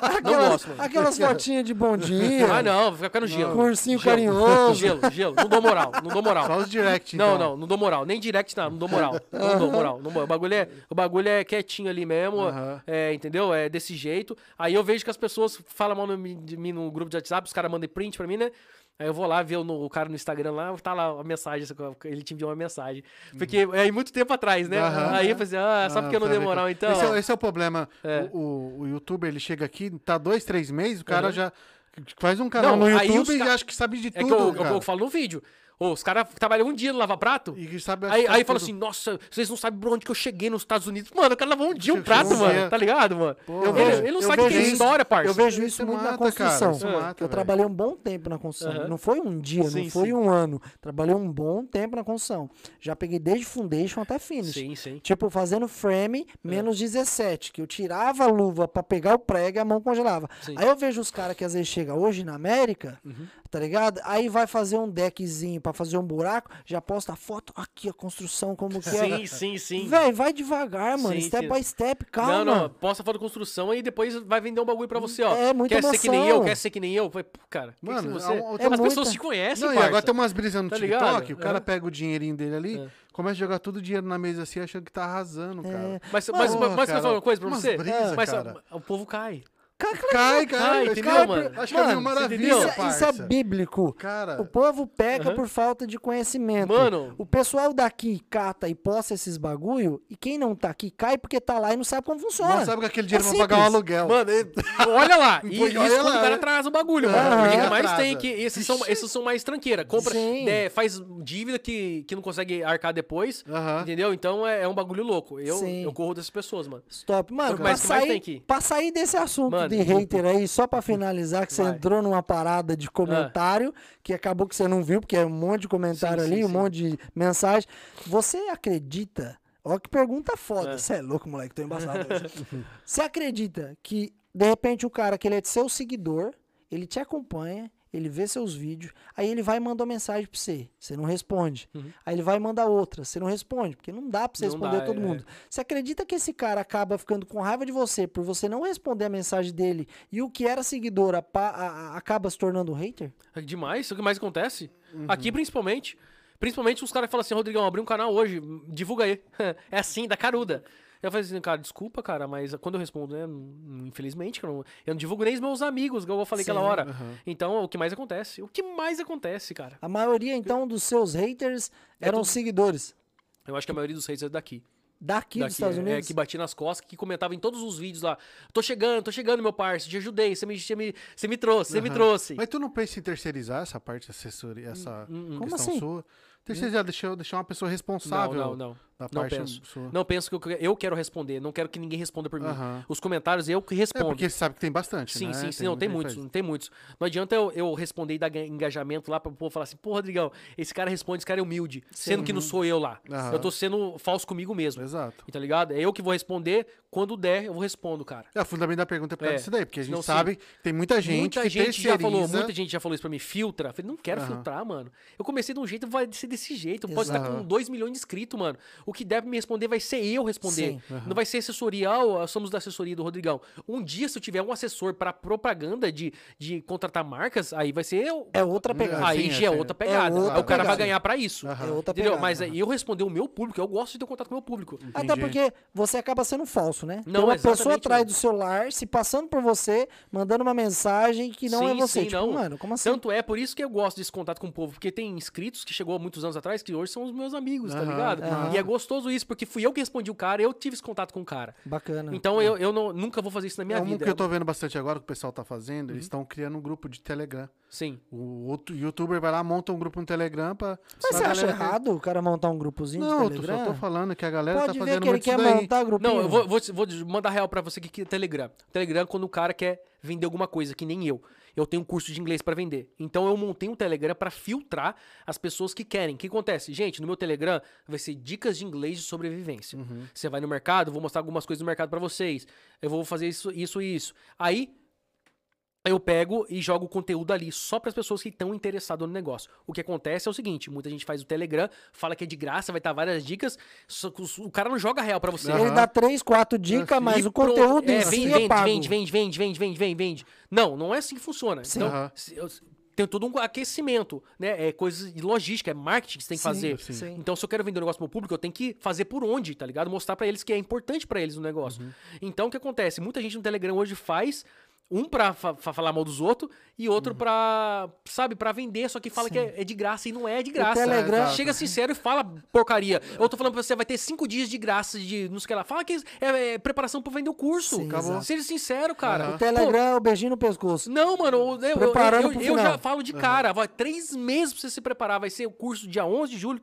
Aquelas, gosto, mano. aquelas fotinhas de bom dia. Ah, não, vai ficar no gelo. Cursinho Gelo, carinhoso. Gelo, gelo. Não dou moral, não dou moral. Só os direct, Não, então. não, não dou moral. Nem direct, não, não dou moral. Não dou moral. Não, dou- o, bagulho é, o bagulho é quietinho ali mesmo, Aham. é, entendeu? É desse jeito. Aí eu vejo que as pessoas falam mal no- de mim no grupo de WhatsApp, os caras mandam print pra mim, né? Aí eu vou lá ver o, no- o cara no Instagram lá, tá lá a mensagem, ele te enviou uma mensagem. Porque é aí muito tempo atrás, né? Aham. Aí eu falei assim, ah, só porque eu não dei pra ver moral, como- então. Esse é, esse é o problema. É. O, o- o youtuber, ele chega aqui, tá dois, três meses, o cara Uhum. já faz um canal Não, no aí YouTube os e ca- acha que sabe de É tudo, que eu, eu, cara. eu falo no vídeo. Ô, os caras trabalham um dia no Lava Prato. E que sabe Aí, sabe aí fala tudo. assim, nossa, vocês não sabem por onde que eu cheguei nos Estados Unidos. Mano, o cara lavou um dia um Chegou prato, um dia. mano. Tá ligado, mano? eu ele, vejo- ele não eu sabe que vejo é isso- história, parça. É, Eu vejo isso é Isso muito na mata, cara, construção. isso mata, eu velho. trabalhei um bom tempo na construção. Aham. Não foi um dia, Ah, tá Sim, não foi sim. um ano. Trabalhei um bom tempo na construção. Já peguei desde foundation até finish. Sim, É. sim. Tipo, fazendo frame menos 17, que eu tirava a luva pra pegar o prego e a mão congelava. Sim. Uhum. Aí eu vejo os caras que às vezes chega hoje na América, tá ligado? Aí vai fazer um deckzinho pra fazer um buraco, já posta a foto aqui, a construção, como que é. Sim, sim, sim. Véi, vai devagar, mano. Sim, step sim. by step, calma. Não, não, posta foto de construção aí depois vai vender um bagulho pra você, ó. É, muita quer ser que nem eu, emoção. quer ser que nem eu. Falei, Pô, cara, que que Mano, você... há um- as tem muita- pessoas se conhecem, Não, e parça. agora tem umas brisas no Tá TikTok, ligado? o cara É. pega o dinheirinho dele ali, É. começa a jogar todo o dinheiro na mesa assim, achando que tá arrasando, É. cara. Mas, mas, mas, Porra, mas eu cara, vou falar uma coisa pra umas você? brisa, mas ah, cara. o povo cai. Cai, Cai, cai, entendeu, cai, mano? Acho que é uma Mano, maravilha, entendeu? Isso, é- isso é parça. bíblico. Cara. O povo peca Aham. por falta de conhecimento. Mano. O pessoal daqui cata e posta esses bagulho, e quem não tá aqui cai porque tá lá e não sabe como funciona. Não sabe que aquele dinheiro É vai pagar o simples. aluguel. Mano, e- olha lá. E Pô, isso olha quando lá, o cara né? atrasa o bagulho, Aham. mano. O que Ele mais atrasa. tem é que esses são, esses são mais tranqueira. Compra, Sim. é, faz dívida que, que não consegue arcar depois. Aham. Entendeu? Então é, é um bagulho louco. Eu, Sim. eu corro dessas pessoas, mano. Stop. Mano, Mas pra o que mais tem sair, aqui? pra sair desse assunto Mano, de hater aí, só pra finalizar, que você Vai. entrou numa parada de comentário, que acabou que você não viu, porque é um monte de comentário Sim, ali, sim, um sim. monte de mensagem. Você acredita? Ó, que pergunta foda. Você é. louco, moleque, tô embaçado hoje. Você acredita que, de repente, o cara que ele é seu seguidor, ele te acompanha. Ele vê seus vídeos, aí ele vai e manda uma mensagem pra você, você não responde. Aí ele vai e manda outra, você não responde, porque não dá pra você Uhum. Não responder dá, todo é. mundo. Você acredita que esse cara acaba ficando com raiva de você por você não responder a mensagem dele e o que era seguidor apa- a- a- acaba se tornando um hater? É demais. O que mais acontece? Uhum. Aqui, principalmente. Principalmente os caras falam assim, Rodrigão, abri um canal hoje, divulga aí. é assim, da caruda. Eu falei assim, cara, desculpa, cara, mas quando eu respondo, né, hum, infelizmente, que eu não, eu não divulgo nem os meus amigos, igual eu falei aquela Sim, hora. Então, o que mais acontece? O que mais acontece, cara? A maioria, então, dos seus haters eram É tudo- seguidores Eu acho que a maioria dos haters é daqui. daqui, dos Daqui, Estados é, é, Unidos. que batia nas costas, que comentava em todos os vídeos lá. Tô chegando, tô chegando, meu parceiro, te ajudei, você me, você me, você me trouxe, você me Aham. trouxe. Mas tu não pensa em terceirizar essa parte de Hum, assessoria, essa Como questão assim? sua? Terceirizar, deixar, deixar uma pessoa Não, responsável não, não. da Não parte penso. sua. Não penso que eu, eu quero responder, não quero que ninguém responda por mim. Aham. Os comentários eu que É respondo. porque você sabe que tem bastante, Sim, né? sim, sim, não, tem muitos, muita não tem muitos. Não adianta eu, eu responder e dar ga- engajamento lá pra o povo falar assim, pô, Rodrigão, esse cara responde, esse cara é humilde, sendo que não sou eu lá. Aham. Eu tô sendo falso comigo gente. mesmo, Exato. E tá ligado? É eu que vou responder, quando der, eu vou respondo, cara. É, o fundamento da pergunta é por causa É, disso daí, porque a gente senão sim. sabe que tem muita gente muita que gente já falou, terceiriza. muita gente já falou isso pra mim, filtra. Eu falei, não quero Aham. filtrar, mano. Eu comecei de um jeito, vai ser desse jeito. Pode estar com Exato. 2 milhões de inscritos, mano. O que der pra me responder vai ser eu responder. Sim. Não vai ser assessoria, ah, ó, somos da assessoria do Rodrigão. Um dia, se eu tiver um assessor pra propaganda de, de contratar marcas, aí vai ser eu. É outra É, pegada. Aí sim, já é sim. outra pegada. É outra Aí o cara vai pegada. ganhar pra isso. É outra Entendeu? pegada. Mas aí eu responder o meu público, eu gosto de ter um contato com o meu público. Até Entendi. porque você acaba sendo falso, né? Não, Tem uma exatamente, pessoa atrás mano. do celular, se passando por você, mandando uma mensagem que não é Sim, você. sim, tipo, não. mano, como assim? Então, Tanto é por isso que eu gosto desse contato com o povo, porque tem inscritos que chegou há muitos anos atrás, que hoje são os meus amigos, tá Aham, ligado? aham. E é gostoso isso, porque fui eu que respondi o cara, eu tive esse contato com o cara. Bacana. Então eu, eu não- nunca vou fazer isso na minha é um vida. Uhum. que eu tô vendo bastante agora que o pessoal tá fazendo. Eles estão criando um grupo de Telegram. Sim. O outro youtuber vai lá, monta um grupo no Telegram pra. Mas pra você acha galera que- errado o cara montar um grupozinho Não, eu de tô- Telegram? só tô falando que a galera Pode tá ver fazendo que ele muito quer isso daí. montar grupinho. Não, eu vou, vou, vou mandar real pra você que que é Telegram. Telegram é quando o cara quer vender alguma coisa, que nem eu. Eu tenho um curso de inglês pra vender. Então eu montei um Telegram pra filtrar as pessoas que querem. O que acontece? Gente, no meu Telegram vai ser dicas de inglês de sobrevivência. Você vai no mercado, eu vou mostrar algumas coisas do mercado pra vocês. Eu vou fazer isso, isso e isso. Aí eu pego e jogo o conteúdo ali só para as pessoas que estão interessadas no negócio. O que acontece é o seguinte: muita gente faz o Telegram, fala que é de graça, vai estar várias dicas, só que o o cara não joga real pra você. Aham. Tá assim. Ele dá três, quatro dicas, mas E o conteúdo pronto. em É, si vende, é vende, pago. Vende, vende, vende, vende, vende, vende, vende. Não, não é assim que funciona. Então, Aham. se- eu- tem todo um aquecimento, né? É coisas de logística, é marketing que você tem que Sim, fazer. sim. Sim. Então, se eu quero vender um negócio pro meu público, eu tenho que fazer por onde, tá ligado? Mostrar pra eles que é importante pra eles o negócio. Uhum. Então, o que acontece? Muita gente no Telegram hoje faz um pra fa- fa- falar mal dos outros e outro Uhum. pra, sabe, pra vender, só que fala que é, é de graça e não é de graça. Telegram- Chega Chega sincero e fala porcaria. Eu tô falando pra você, vai ter cinco dias de graça de não sei o que lá. Fala que é, é preparação pra vender o curso. Sim, Acabou. Seja sincero, cara. Aham. O Telegram é o beijinho no Pô, pescoço. não, mano, eu- eu, eu, Preparando eu- pro eu final. já falo de cara. Vai, três meses pra você se preparar. Vai ser o curso dia 11 de julho.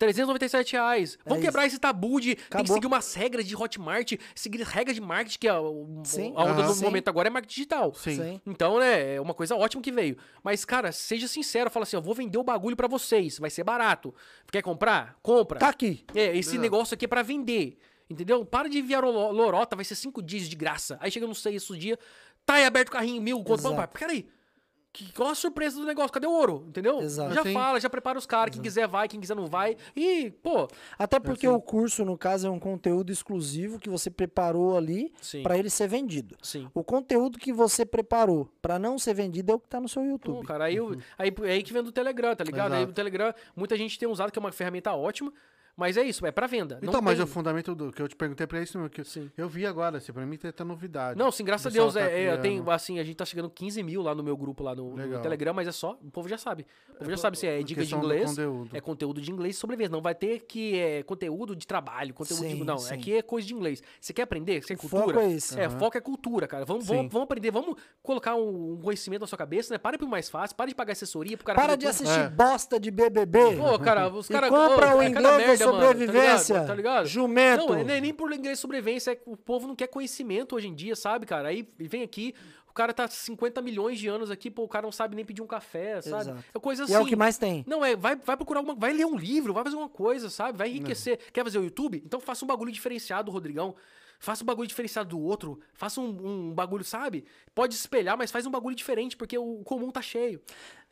397 reais. É Vamos isso. quebrar esse tabu de tem que Acabou. seguir umas regras de Hotmart, seguir regras de marketing, que é o- Sim. Ah, a onda Aham. do Sim. momento agora é marketing digital. Sim. Sim. Então, né, é uma coisa ótima que veio. Mas, cara, seja sincero, fala assim, eu vou vender o bagulho pra vocês, vai ser barato. Quer comprar? Compra. Tá aqui. É, esse negócio aqui é pra vender. Entendeu? Para de enviar o- lorota, vai ser cinco dias de graça. Aí chega no sexto dia, tá aí aberto o carrinho mil, conto. Exato. Pô, pai, peraí. Que, qual a surpresa do negócio? Cadê o ouro? Entendeu? Exato. Já Sim. fala, já prepara os caras. Quem quiser vai, quem quiser não vai. E, pô, Tá Até porque assim. o curso, no caso, é um conteúdo exclusivo que você preparou ali Sim. pra ele ser vendido. sim. O conteúdo que você preparou pra não ser vendido é o que tá no seu Pô, YouTube. cara, aí, o- aí, aí que vem do Telegram, tá ligado? Aí Exato. o Telegram, muita gente tem usado, que é uma ferramenta ótima, mas é isso, é pra venda. Não Então, mas tem- o fundamento do que eu te perguntei é pra isso, meu, que Sim. eu vi agora, assim, pra mim tem até novidade. Não, sim, graças a O pessoal Deus. tá é, é, criando. tem, assim, a gente tá chegando 15 mil lá no meu grupo, lá no, no Legal. Telegram, mas é só. O povo já sabe. O povo já sabe se é dica de questão do inglês. conteúdo. É conteúdo de inglês sobre vez. Não vai ter que é conteúdo de trabalho, conteúdo Sim, de. Não, sim. aqui é coisa de inglês. Você quer aprender? Você quer O foco cultura? é esse. Aham. foco é cultura, cara. Vamos, Sim. vamos, vamos aprender, vamos colocar um, um conhecimento na sua cabeça, né? Para pro mais fácil, para de pagar assessoria pro cara. Para fazer de tudo. assistir É. bosta de BBB. Pô, cara, é os E caras. compra o inglês da sobrevivência. tá ligado? Jumento. Não, não é nem por inglês de sobrevivência. É que o povo não quer conhecimento hoje em dia, sabe, cara? Aí vem aqui, o cara tá 50 milhões de anos aqui, pô, o cara não sabe nem pedir um café, sabe? Exato. É coisa assim. e é o que mais tem. Não, é, vai, vai procurar alguma. Vai ler um livro, vai fazer uma coisa, sabe? Vai enriquecer. É. Quer fazer o YouTube? Então faça um bagulho diferenciado, Rodrigão. Faça um bagulho diferenciado do outro. Faça um, um bagulho, sabe? Pode espelhar, mas faz um bagulho diferente, porque o comum tá cheio.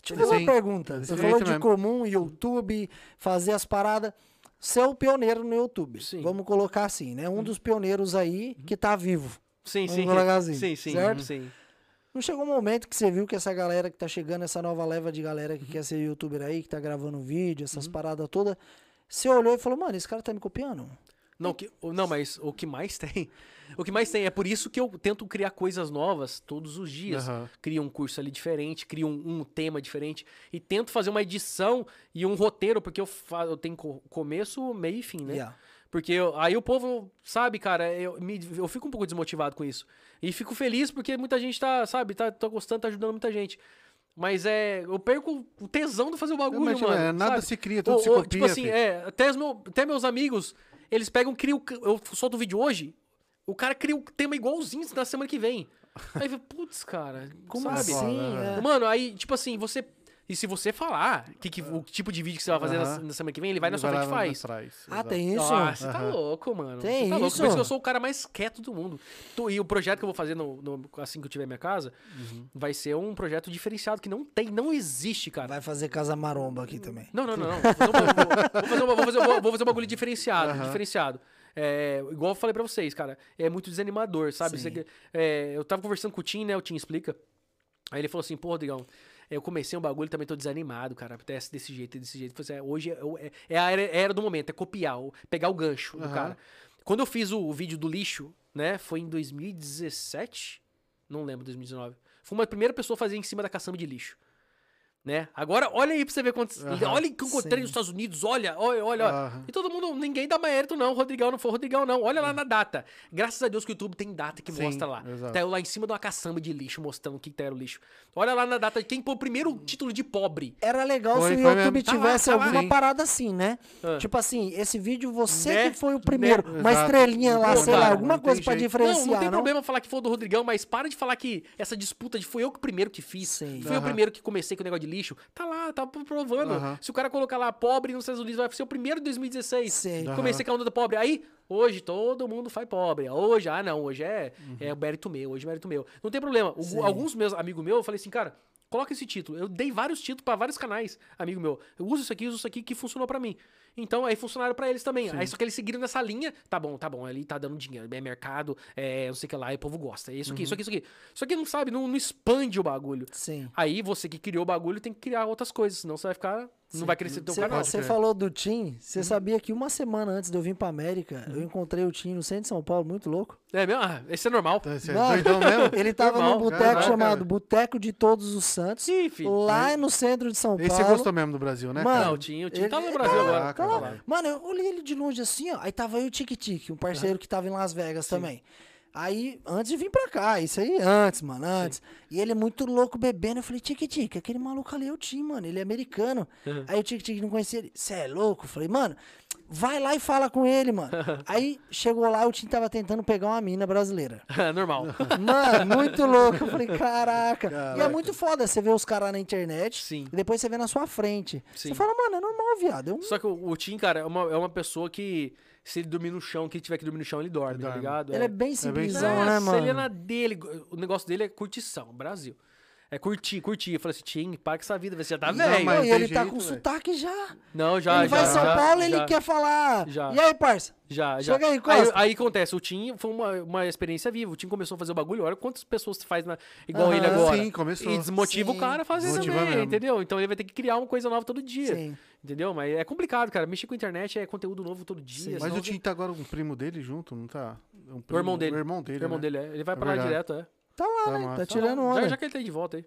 Deixa eu fazer Sim, uma pergunta. desse Você jeito falou de mesmo. comum, YouTube, fazer as paradas. Você é o pioneiro no YouTube. Sim. Hum. Vamos colocar assim, né? Um dos pioneiros aí que tá vivo. Sim, Vamos sim. colocar assim, Sim, sim. certo? Sim. Não chegou um momento que você viu que essa galera que tá chegando, essa nova leva de galera Uhum. que quer ser youtuber aí, que tá gravando vídeo, essas paradas todas. Você olhou e falou, mano, esse cara tá me copiando? Não, que, o- não, mas o que mais tem? O que mais tem? É por isso que eu tento criar coisas novas todos os dias. Aham. Crio um curso ali diferente, crio um, um tema diferente. E tento fazer uma edição e um roteiro, porque eu, fa- eu tenho co- começo, meio e fim, né? Yeah. Porque eu- aí o povo, sabe, cara, eu, me- eu fico um pouco desmotivado com isso. E fico feliz porque muita gente tá, sabe, tá, tá gostando, tá ajudando muita gente. Mas é. Eu perco o tesão de fazer o bagulho, Mas, mano. é, nada sabe? se cria, tudo Ô, se ô, copia. Tipo assim, filho. é, até, os meu- até meus amigos, eles pegam, criam. Eu solto o vídeo hoje, o cara cria o tema igualzinho na semana que vem. Aí eu falo, putz, cara, como sabe? assim? É. Mano, aí, tipo assim, você. E se você falar que, que- o tipo de vídeo que você vai fazer na- Aham. na, semana que vem, ele vai na sua frente e lá faz. atrás, Ah, exato. tem isso? Ah, você tá Aham. louco, mano. Tem você tá louco. isso? Por isso que eu sou o cara mais quieto do mundo. Tô- E o projeto que eu vou fazer no- no- assim que eu tiver minha casa vai ser um projeto diferenciado que não tem, não existe, cara. Vai fazer casa maromba aqui também. Não, não, não. não. Vou fazer um- vou- vou fazer um- vou fazer um- vou- vou fazer um bagulho diferenciado. Aham. diferenciado. É, igual eu falei pra vocês, cara. É muito desanimador, sabe? Sim. Você- é, eu tava conversando com o Tim, né? O Tim explica. Aí ele falou assim, pô, Rodrigão, eu comecei um bagulho e também tô desanimado, cara. Desse, desse jeito, desse jeito. Eu falei assim, "É, hoje é, é- é a era, era do momento, é copiar, o- pegar o gancho do Aham. cara. Quando eu fiz o, vídeo do lixo, né? Foi em 2017? Não lembro, 2019. Fui uma primeira pessoa a fazer em cima da caçamba de lixo. Né? Agora, olha aí pra você ver quantos. Aham, Ah. olha que eu encontrei sim. nos Estados Unidos, olha, olha, olha. olha. Aham. E todo mundo, ninguém dá mérito, não. Rodrigão não foi Rodrigão, não. Olha lá na data. Graças a Deus que o YouTube tem data que Hum. Sim, mostra lá. exato. Tá eu lá em cima de uma caçamba de lixo mostrando o que que era o lixo. Olha lá na data de quem pôr o primeiro título de pobre. Era legal Foi, se o foi YouTube mesmo. Tá lá, tivesse tá lá. alguma Sim. parada assim, né? Ah. Tipo assim, esse vídeo você Né? que foi o primeiro. Uma Exato. estrelinha lá, Pô, sei lá, cara, alguma não coisa tem pra jeito. diferenciar, Não, não tem não? problema falar que foi o do Rodrigão, mas para de falar que essa disputa de fui eu que primeiro que fiz, Sim. fui eu Aham. primeiro que comecei com o negócio de lixo. Tá lá, tá provando. Aham. Se o cara colocar lá pobre nos Estados Unidos, vai ser o primeiro de 2016. Sim. É, Comecei com a onda do pobre. Aí, hoje todo mundo faz pobre. Hoje, ah não, hoje é, é o mérito meu, hoje é mérito meu. Não tem problema. O- Sim. alguns meus amigos meus, eu falei assim, cara. Coloca esse título. Eu dei vários títulos pra vários canais, amigo meu. Eu uso isso aqui, uso isso aqui, que funcionou pra mim. Então, aí funcionaram pra eles também. Aí só que eles seguiram nessa linha. Tá bom, tá bom, ali tá dando dinheiro. É mercado, é não sei o que lá, e o povo gosta. É isso aqui, isso aqui, isso aqui. Só que não sabe, não, não expande o bagulho. Sim. Aí você que criou o bagulho tem que criar outras coisas, senão você vai ficar. Não vai crescer teu Você canal. Hum. pode você crer. falou do Tim, você sabia que uma semana antes de eu vir pra América, eu encontrei o Tim no centro de São Paulo, muito louco. É mesmo? Ah, esse é normal. Então, esse é Não, doidão mesmo? ele tava num Normal, boteco caralho, chamado cara. Boteco de Todos os Santos, Sim, filho. Né? lá no centro de São Esse é você Paulo. gostou mesmo do Brasil, né, Mano, cara? Não, o Tinho, o Tinho Ele- tá no ele tá Brasil lá, agora. tá lá. Mano, eu olhei ele de longe assim, ó. Aí tava eu e o Tic Tic, um parceiro que tava em Las Vegas também. Aí, antes de vir pra cá, isso aí antes, mano, antes. E ele é muito louco bebendo. Eu falei, Tic Tic, aquele maluco ali é o Tim, mano, ele é americano. É. Aí o Tic Tic não conhecia ele. Você é louco? Eu falei, mano, vai lá e fala com ele, mano. aí chegou lá, o Tim tava tentando pegar uma mina brasileira. É normal. Mano, muito louco. Eu falei, caraca. E é Caraca. muito foda você ver os caras na internet Sim. e depois você vê na sua frente. Sim. Você fala, mano, é normal, viado. É um Só que o, o Tim, cara, é uma, é uma pessoa que, se ele dormir no chão, que tiver que dormir no chão, ele dorme, Ele tá dorme. ligado? Ele é bem simplesão, simplão, né, Nossa, mano? ele é na dele. O negócio dele é curtição, Brasil. É curtir, curtir. Eu falei assim, Tim, para com essa vida, você já tá Não, velho. mas- Não, e tem ele tá jeito, com velho. sotaque já. Não, já, ele já. vai em São já, Paulo ele já, quer falar. já. E aí, parça? Já, já. Chega aí, aí, Costa. aí acontece, o Tim foi uma, uma experiência viva. O Tim começou a fazer o bagulho, olha quantas pessoas faz na, igual Aham. ele agora. Sim, começou. E desmotiva Sim. o cara a fazer Desmotiva também, mesmo. entendeu? Então ele vai ter que criar uma coisa nova todo dia. Sim. Entendeu? Mas é complicado, cara. Mexer com a internet é conteúdo novo todo dia. Mas senão- o Tim tá agora com um primo dele junto, não tá? É um O primo- irmão dele. O irmão dele, O irmão né? dele, é. Ele vai É pra lá verdade. direto, é. Tá lá, Tá né? massa. Tá Tá tirando Já- onda. Já, que assim. ele tá de volta aí.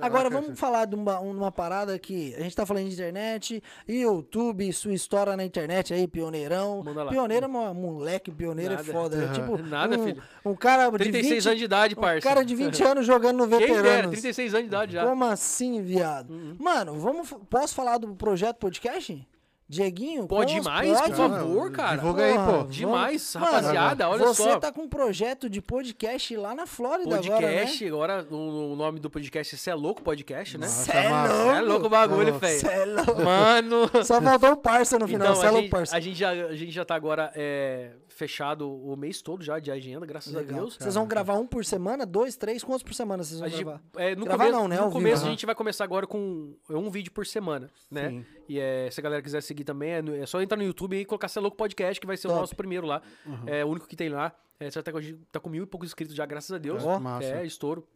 Agora, Caraca, vamos falar de uma, um- uma parada que a gente tá falando de internet, YouTube, sua história na internet aí, pioneirão. Manda lá. Pioneiro é uma moleque, pioneiro é Nada. foda. É Aham. tipo, Nada, um, filho. um cara de 36 20, anos de idade, um parça. cara de 20 anos jogando no Quem dera, veteranos. 36 anos de idade já. Uhum. Como assim, viado? Mano, vamos, f- posso falar do projeto podcast? Dieguinho? Pode posso? demais, por Pode? Cara, favor, cara. divulga aí, Porra, pô. vamos- Demais, Mano, rapaziada, olha você só. tá com um projeto de podcast lá na Flórida agora, né? Podcast, agora, o, o nome do podcast é Cê é Louco Podcast, né? Nossa, Cê é massa. louco. Cê é louco o bagulho, Cê é feio. Cê é louco. Mano. Só faltou o parça no final, Então, cê é a, louco, gente, parça. a, gente já, a gente já tá agora é, fechado o mês todo já de agenda, graças a Legal. Deus. Vocês vão gravar um por semana? Dois, três? Quantos por semana vocês A vão gente, gravar? é, no Gravar começo, não, né? no Ao vivo. começo a Aham. gente vai começar agora com um vídeo por semana, né? Sim. E é, se a galera quiser seguir também, é, no- é só entrar no YouTube e colocar Cê é Louco Podcast, que vai ser Top. o nosso primeiro lá. É o único que tem lá. É, já tá, com- a gente tá com mil e poucos inscritos já, graças a Deus. Ó. Massa. É, estouro.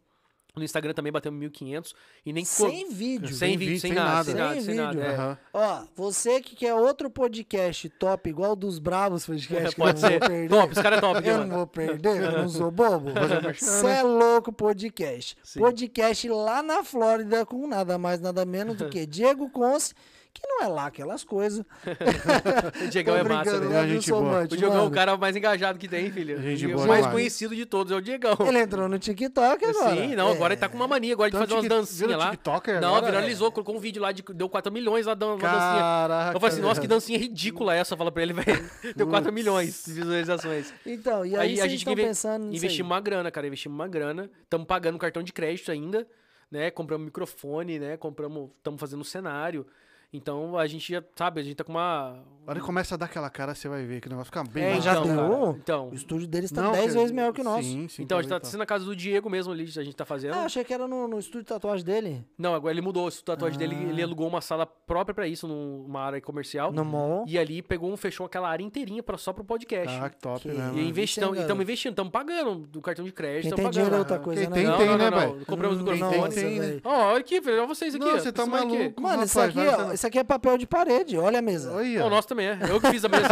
No Instagram também batemos 1.500. E nem... co- Sem vídeo. Sem sem vídeo, vídeo, sem sem nada, nada. sem nada, Sem sem nada. vídeo. é. Aham. Ó, você que quer outro podcast top, igual dos Bravos Podcast, que eu É, Pode não ser. vou perder. Top, os caras é top, viu, Eu não mano? vou perder, eu não sou bobo. Você é louco, podcast. né? Sim. Podcast lá na Flórida com nada mais, nada menos do que Diego Conce, que não é lá aquelas coisas. O Diegão é massa, brincando, né? né? eu Gente sou boa. mante, O Diegão é o mano. cara mais engajado que tem, filho. Gente o boa mais demais. conhecido de todos é o Diegão. Ele é, entrou no TikTok agora. Sim, não, agora ele tá com uma mania agora de Então, fazer umas tique- dancinhas vira lá. TikToker não, agora, viralizou, colocou um vídeo lá, de, deu 4 milhões lá, dando uma dancinha. Caraca. Ah, Eu falei assim, nossa, que dancinha ridícula essa, fala pra ele, velho. Deu 4 milhões de visualizações. Então, e aí, vocês estão inve- pensando nisso aí? investimos uma grana, cara, investimos uma grana. Estamos pagando cartão de crédito ainda, né? Compramos microfone, né? Compramos, estamos fazendo um cenário. Então a gente já, sabe, a gente tá com uma... A hora que começa a dar aquela cara, você vai ver que o negócio fica bem É, massa. já então, deu? cara, O então, estúdio deles tá Não, 10 que- vezes maior que o nosso. Sim, sim. então a gente tá também sendo na casa do Diego mesmo ali, a gente tá fazendo. Ah, achei que era no, no estúdio de tatuagem dele. Não, agora ele mudou. Esse tatuagem dele, Ah. ele alugou uma sala própria pra isso, numa área comercial. No mall. E ali pegou um, fechou aquela área inteirinha pra, só pro podcast. Caraca, top, Que- né? mano? e investindo, Isso é, estamos investindo, estamos pagando do cartão de crédito, Quem estamos tem dinheiro é pagando. outra Quem coisa, né? tem, não, tem, não, né, não, pai? não. Compramos Hum, microfone. tem, tem, Nossa, né? velho. Ó, olha aqui, velho, olha vocês aqui. Não, ó. você tá Vocês são aqui. maluco. Mano, isso aqui, Rapaz, vai ó, ser- Isso aqui é papel de parede, olha a mesa. Olha. Não, o nosso também é. Eu que fiz a mesa.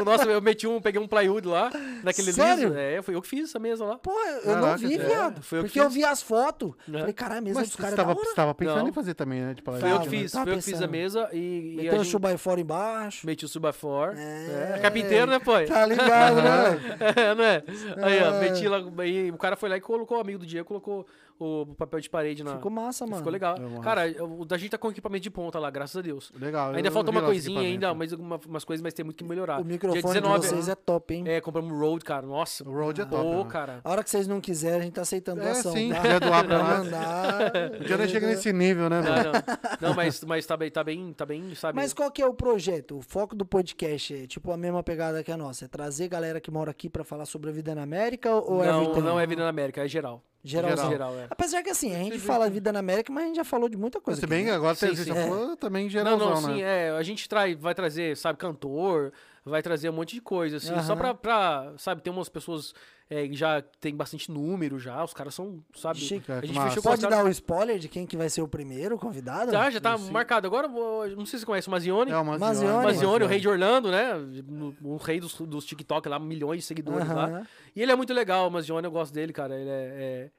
o nosso, eu meti um, peguei um plywood lá, naquele Sério? liso. É, foi eu que fiz essa mesa lá. Pô, eu não Caraca, vi, é, viado. foi eu que porque eu fiz. vi as fotos. É. Falei, caralho, a mesa Mas dos você caras é estava, da hora. estava pensando Não. em fazer também, né? De Foi eu Fala, que paladino, fiz, tava foi eu que fiz a pensando. mesa e, e a Meteu o gente chubai fora embaixo. meti o subafor. É. É. Carpinteiro, né, pai? Tá ligado, né? É, não é? Aí, ó, É. meti lá. Aí, o cara foi lá e colocou, o amigo do Diego colocou o papel de parede na. Ficou massa, mano. Ficou legal. Eu gosto. Cara, eu- o da gente tá com equipamento de ponta lá, graças a Deus. né? Legal. eu- Ainda eu falta vi uma lá os coisinha ainda, equipamentos. mas alguma- umas coisas, mas tem muito que melhorar. O microfone Dia de 19, vocês é top, hein? é, compramos o Road, cara. Nossa. O Road é Ô, top, né? cara. A hora que vocês não quiserem, a gente tá aceitando É, doação. sim. tá? Quiser doar pra Pra nós. mandar. Já nem chega nesse nível, né, Não, mano? não. Não, mas, mas tá bem, tá bem, tá bem, sabe? Mas qual que é o projeto? O foco do podcast é tipo a mesma pegada que a nossa? É trazer galera que mora aqui pra falar sobre a vida na América ou é a não, vida assim? não é vida na América, é geral. Geralzão. Geral, é. Apesar que assim, a gente fala vida na América, mas a gente já falou de muita coisa. Se aqui, bem que né? agora Sim, você sim. já falou também Não, geralzão, não, sim, né? é. A gente trai, vai trazer, sabe, cantor, vai trazer um monte de coisa, assim, só Aham. pra, pra, sabe, tem umas pessoas é, que já tem bastante número já, os caras são, sabe, Chique. a Que gente massa. fechou com os Pode caras. dar um o spoiler de quem que vai ser o primeiro convidado? Tá, já tá marcado. Agora, eu não sei se você conhece o Mazione. É o Mazione. Mazione. Mazione, o rei de Orlando, né? O rei dos, dos TikTok lá, milhões de seguidores lá. Aham. Tá E ele é muito legal, o Mazione, eu gosto dele, cara. Ele é,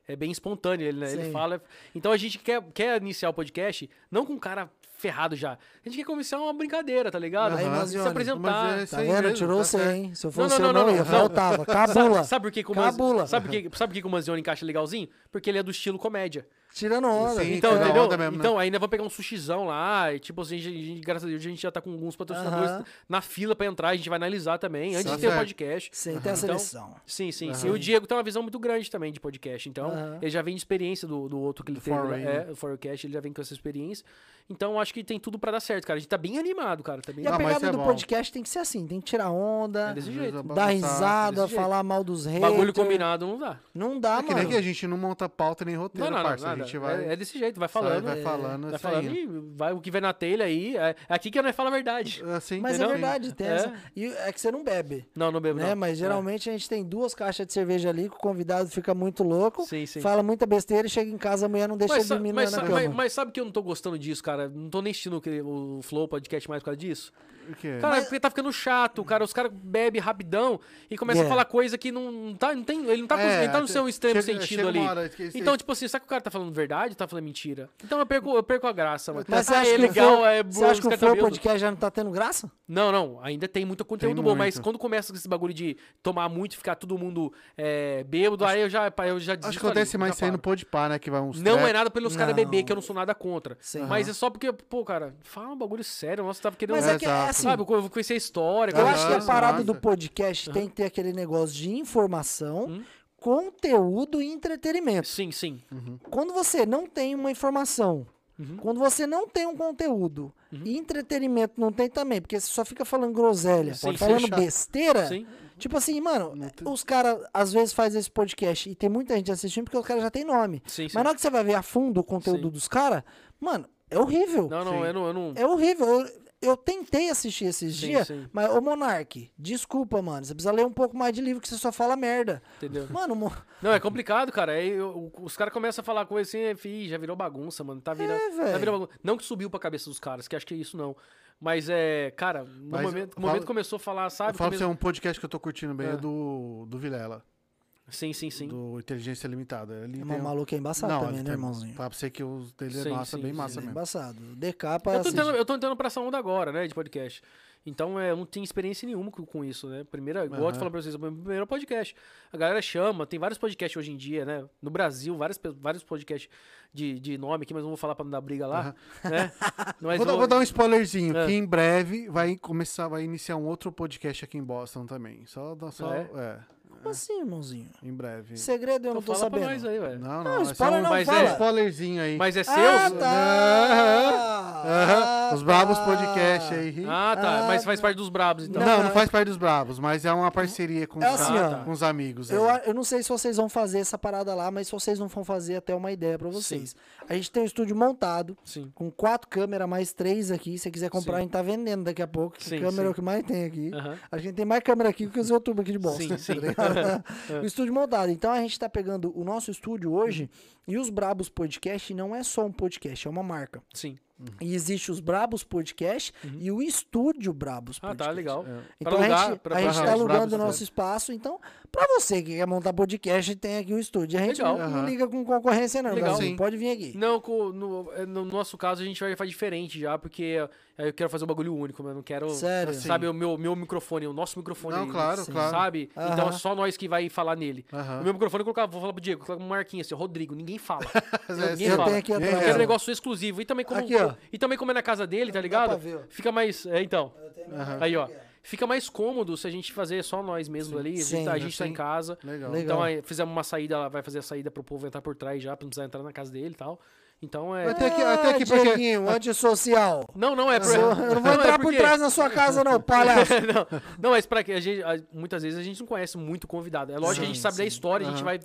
é- é bem espontâneo, ele, né? ele Sim. fala. Então a gente quer, quer iniciar o podcast não com um cara ferrado já. A gente quer começar uma brincadeira, tá ligado? Aham. Aí, Mazione, Se Mas é apresentar. isso Tá aí vendo? mesmo, Tirou tá você, certo. hein? Se eu fosse Não, não, eu, não, não, não, ia. não. Faltava. Tá, Sabe, Cabula. sabe por que que o Cabula. Mazione, sabe por que, sabe por que que o Mazione encaixa legalzinho? Porque ele é do estilo comédia. Tirando onda. Sim, Então, cara, entendeu? onda mesmo, né? então, ainda vou pegar um sushizão lá. E, tipo assim, a gente- graças a Deus, a gente já tá com alguns patrocinadores Aham. na fila pra entrar. A gente vai analisar também, antes Tá de ter o certo. podcast. Sim, tem a Então, seleção. Sim, sim, sim. E o Diego tem uma visão muito grande também de podcast. Então, Aham. ele já vem de experiência do, do outro que ele Do né? teve. lá, Foray, É, o Forecast, ele já vem com essa experiência. Então, acho que tem tudo pra dar certo, cara. A gente tá bem animado, cara. Tá bem E a Não, mas pegada é do bom. podcast tem que ser assim, tem que tirar onda, É desse Às vezes jeito. é dar bagunçado. risada, desse jeito. falar mal dos reis. Bagulho combinado não dá. Não dá, É que nem mano. que a gente não monta pauta nem Não, roteiro, não, não, parça. A nada. gente vai é, é desse jeito, vai sai, falando. vai é, falando, vai isso falando aí. e vai, o que vem na telha aí. É, é aqui que nós fala a verdade. Assim, Mas é entendeu? verdade, tem É. essa. E é que você não bebe. Não, não bebo, Né? não. Mas É. geralmente a gente tem duas caixas de cerveja ali, que o convidado fica muito louco, Sim, sim. fala muita besteira e chega em casa amanhã não deixa Mas, ele sa- dormir na mas, na sa- cama. mas- mas sabe que eu não tô gostando disso, cara? Não tô nem assistindo aquele- o Flow Podcast mais por causa disso. O quê? Cara, porque tá ficando chato, cara. Os caras bebem rapidão e começam É. a falar coisa que não, não tá. Não tem, ele não tá, com- É, ele tá no te- seu extremo chega- sentido chega ali. uma hora que esse- então, tipo assim, será que o cara tá falando verdade ou tá falando mentira? Então eu perco, eu perco a graça, mano. Mas você Ah, acha é que o legal, Flow- é você bom, acha que os o caras tá Flow bêbado. Podcast já não tá tendo graça? Não, não, ainda tem muito conteúdo Tem bom, mas muito. quando começa com esse bagulho de tomar muito e ficar todo mundo é, bêbado, aí eu já, eu já Acho desisto que acontece ali, mais já saindo paro. pode par, né? Que vai uns Não trap. é nada pelos caras beber, Não. que eu não sou nada contra. Sim. Mas é só porque, pô, cara, fala um bagulho sério. Nossa, eu tava querendo. Mas é que é Exato. assim. Sabe, eu eu conheci a história. Eu Aham, acho que a exato. parada do podcast tem que ter aquele negócio de informação, Uhum. conteúdo e entretenimento. Sim, sim. Quando você não tem uma informação, Uhum. quando você não tem um conteúdo e entretenimento não tem também, porque você só fica falando groselha, Sim, sim, falando chato. besteira. Sim. Tipo assim, mano, os caras às vezes fazem esse podcast e tem muita gente assistindo porque os caras já tem nome. Sim, Mas sim. na hora que você vai ver a fundo o conteúdo Sim. dos caras, mano, é horrível. Não, não, Sim. eu não. Eu não... É horrível. Eu, eu tentei assistir esses Sim, dias, sim. mas, ô Monark, desculpa, mano. Você precisa ler um pouco mais de livro que você só fala merda. Entendeu? Mano, mo- Não, é complicado, cara. Aí eu- os caras começam a falar coisa assim, "Ih, já virou bagunça, mano. Tá virando. tá É, velho. virando bagunça. Não que subiu pra cabeça dos caras, que acho que é isso, não. Mas é, cara, no Mas momento, eu no momento falo- começou a falar, Eu sabe? falo pra você, Começou- um podcast que eu tô curtindo bem é, Ah. do, do Vilela, Sim, sim, sim. do Inteligência Limitada. Ele é tem uma um- maluca é embaçada Não, também, ele né, tem- irmãozinho? Fala pra você que os dele é Sim, massa, sim, bem sim, massa É mesmo. embaçado. é DK Eu tô, assiste. entrando, eu tô entrando pra essa onda agora, né, de podcast. Então, é, eu não tenho experiência nenhuma com, com isso, né? Primeira, eu gosto de Aham. falar pra vocês, é o meu primeiro podcast. A galera chama, tem vários podcasts hoje em dia, né? No Brasil, vários, pe- vários podcasts de, de nome aqui, mas não vou falar pra não dar briga lá, né? Mas Vou, dar- eu- vou dar um spoilerzinho, É. que em breve vai começar, vai iniciar um outro podcast aqui em Boston também. Só, só Ah, é? Como assim, irmãozinho? em breve. Segredo eu não Então tô fala pra sabendo. nós aí, velho. Não, não, Não, esse spoiler é um, não mas fala. é um spoilerzinho aí. Mas é seu? Ah, Aham, tá! Os Brabos tá. Podcast aí. Ah, tá. Ah, mas faz parte dos brabos, então. Não, não, faz parte dos Brabos, mas é uma parceria com, É os, assim, Ah, ca- tá. ó. com os amigos. Eu, aí. a- eu não sei se vocês vão fazer essa parada lá, mas se vocês não vão fazer, até é uma ideia pra vocês. A gente tem um estúdio montado, Sim. com quatro câmeras, mais três aqui. Se você quiser comprar, Sim. a gente tá vendendo daqui a pouco. que Sim, câmera sim. é o que mais tem aqui. Aham. A gente tem mais câmera aqui do que os youtubers aqui de Boston. Sim, sim. É. tá ligado? o estúdio montado. Então a gente tá pegando o nosso estúdio hoje e os Brabos Podcast não é só um podcast, é uma marca. Sim. E existe os Brabos Podcast e o Estúdio Brabos Uhum. Ah, Podcast. tá, legal. Pra Então a gente, pra- a pra- gente tá os alugando Brabos, o nosso né? espaço. Então, pra você que quer montar podcast, tem aqui um estúdio. A gente Legal. não, não Aham. liga com concorrência, não. Legal. Gabi, Sim. Pode vir aqui. Não, co- no, é, no nosso caso a gente vai fazer diferente já, porque é, eu quero fazer um bagulho único, mas eu não quero. Sério. Assim. Sabe, o meu, meu microfone, o nosso microfone. Não, claro, Sim. claro. Sabe? Aham. Então é só nós que vai falar nele. Aham. O meu microfone eu colocava, vou falar pro Diego, coloca um marquinho assim, Rodrigo, ninguém fala. Ninguém eu fala. tenho aqui É, Eu Eu atrás. quero um ó. negócio exclusivo. E também como, Aqui, ó. e também como é na casa dele, dá tá pra ligado? ver, ó. Fica mais. É, então. Eu tenho Aí, ó. Fica mais cômodo se a gente fazer só nós mesmos ali. A gente, Sim, tá- a gente tá sim. em casa. Legal. Legal. Então aí, fizemos uma saída, ela vai fazer a saída pro povo entrar por trás já, pra não precisar entrar na casa dele e tal. Então é. Vai ter que- até Ah, aqui, porque- Dieguinho, antissocial. Não, não é. pro- Eu não vou é entrar por porque- Tá trás na sua casa, não, palhaço. não, não, mas pra que a gente. a- muitas vezes a gente não conhece muito o convidado. É lógico que a Sim, gente sabe da sim. história, a gente vai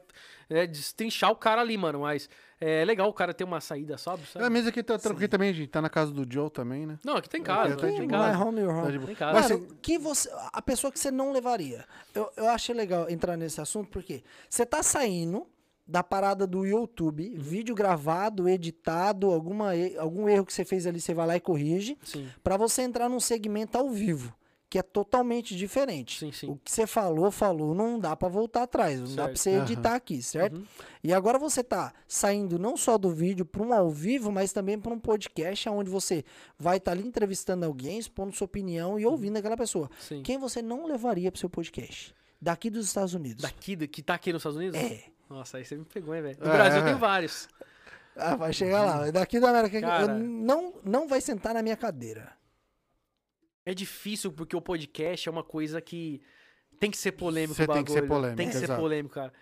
né, destrinchar o cara ali, mano. Mas é legal o cara ter uma saída, sabe? sabe? A mesa aqui tá tranquila também, gente. Tá na casa do Joe também, né? Não, aqui tá em casa. Eu tô Tá de boa. My em casa. é home, your Tá home. de boa. Em casa. Mas, Cara, assim, que você, a pessoa que você não levaria. Eu, eu achei legal entrar nesse assunto, porque você tá saindo da parada do YouTube, vídeo gravado, editado, alguma, e- algum erro que você fez ali, você vai lá e corrige, Sim. Pra você entrar num segmento ao vivo, que é totalmente diferente. Sim, sim. O que você falou, falou, não dá pra voltar atrás, não dá Certo. Uhum. pra você editar aqui, certo? E agora você tá saindo não só do vídeo para um ao vivo, mas também para um podcast onde você vai estar ali entrevistando alguém, expondo sua opinião e ouvindo aquela pessoa. Uhum. Sim. Quem você não levaria pro seu podcast? Daqui dos Estados Unidos. Daqui, do- que tá aqui nos Estados Unidos? É. Nossa, aí você me pegou, hein, velho. No É. Brasil tem vários. Ah, vai chegar lá. Daqui da América. Uhum. Cara. Eu não, não vai sentar na minha cadeira. É difícil porque o podcast é uma coisa que tem que ser polêmico Você o tem que ser bagulho. polêmico, Tem que ser exato. polêmico, cara.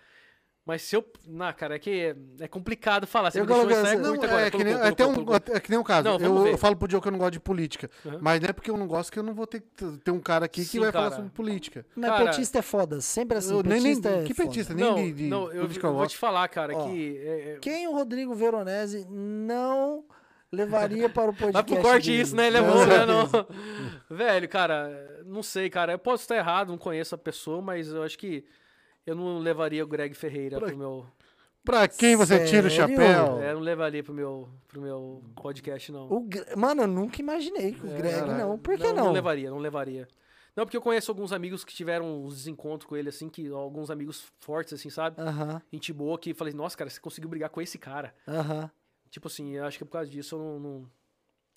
Mas se eu. Na, cara, é que é complicado falar. Você Eu me deixou coloquei isso aí essa- Não, curto agora. é, que nem, Colocou, é até um, colocou, colocou. é que nem um caso. Não, vamos eu, ver. eu falo pro Diogo que eu não gosto de política. Aham. Mas não é porque eu não gosto que eu não vou ter que t- ter um cara aqui que Sim, vai falar cara. sobre política. Mas Cara, petista é foda. Sempre assim. Eu nem, nem, petista é que foda. petista? Nem Não, de, de não, eu, política eu vou voto. te falar, cara, Ó. que. é- é- Quem o Rodrigo Veronese não levaria para o podcast? Vai pro corte dele? isso, né? Ele é bom, né? Não. Velho, cara, não sei, cara. Eu posso estar errado, não conheço a pessoa, mas eu acho que eu não levaria o Greg Ferreira pro meu. Pra quem você tira o Sério? chapéu? É, eu não levaria pro meu, pro meu podcast, não. O Gre- Mano, eu nunca imaginei que o Greg É, caralho. não. Por que não? Não levaria, não levaria. Não, porque eu conheço alguns amigos que tiveram uns desencontros com ele, assim, que alguns amigos fortes, assim, sabe? Aham, Gente boa, que falei, nossa, cara, você conseguiu brigar com esse cara. aham. Tipo assim, eu acho que por causa disso eu não. não-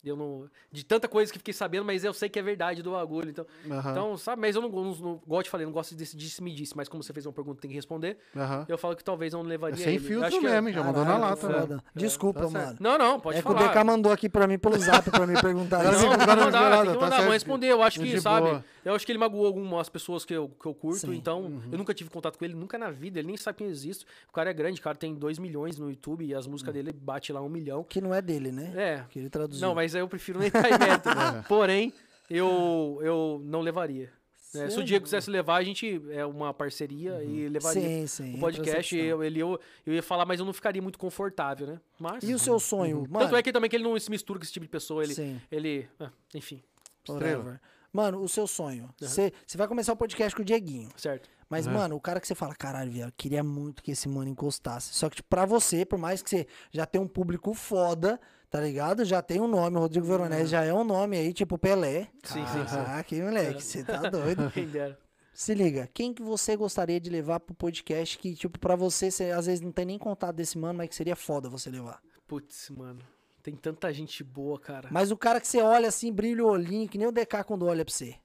eu não. De tanta coisa que fiquei sabendo, mas eu sei que é verdade do bagulho. Então, Aham, então sabe? Mas eu não, não, não gosto de falar, não gosto desse disse-me-disse, mas como você fez uma pergunta tem que responder, aham. eu falo que talvez eu não É levaria. sem ele. filtro Acho que é- mesmo, hein? já mandou na Caralho, lata. né? foda. Desculpa, Tá certo. mano. Não, não, pode é que falar. o DK mandou aqui pra mim pelo zap pra me perguntar Assim, Agora isso. me- agora Não, tem que não mandar, nada, tem que tá mandar, vão certo. responder. Eu acho De que, sabe? boa. Eu acho que ele magoou algumas pessoas que eu, que eu curto, Sim. uhum. então eu nunca tive contato com ele, nunca na vida, ele nem sabe quem existe. O cara é grande, o cara tem 2 milhões no YouTube e as músicas dele bate lá um milhão. Que não é dele, né? É. Hum. Que É. ele traduziu. Não, mas aí eu prefiro nem entrar em mérito. Porém, eu, eu não levaria. né? se o Sério? Uhum. Diego quisesse levar, a gente é uma parceria e levaria Sim, sim. o entra essa podcast. questão. Eu, ele, eu, eu ia falar, mas eu não ficaria muito confortável, né? Mas. E o seu sonho, mano? Tanto é que também que ele não se mistura com esse tipo de pessoa. Ele. Sim. ele ah, enfim, Estrela. whatever. Mano, o seu sonho. Uhum. Você você vai começar o podcast com o Dieguinho. certo. Mas, mano, o cara que você fala, caralho, velho, eu queria muito que esse mano encostasse. Só que, tipo, pra você, por mais que você já tenha um público foda, tá ligado? Já tem um nome, o Rodrigo Veronese já é um nome aí, tipo Pelé. Uhum. Sim, sim, sim. Ah, que moleque, você tá doido. Quem dera. Se liga, quem que você gostaria de levar pro podcast que, tipo, pra você, você às vezes não tem nem contato desse mano, mas que seria foda você levar. Putz, mano. Tem tanta gente boa, cara. Mas o cara que você olha assim, brilha o olhinho, que nem o DK quando olha pra você.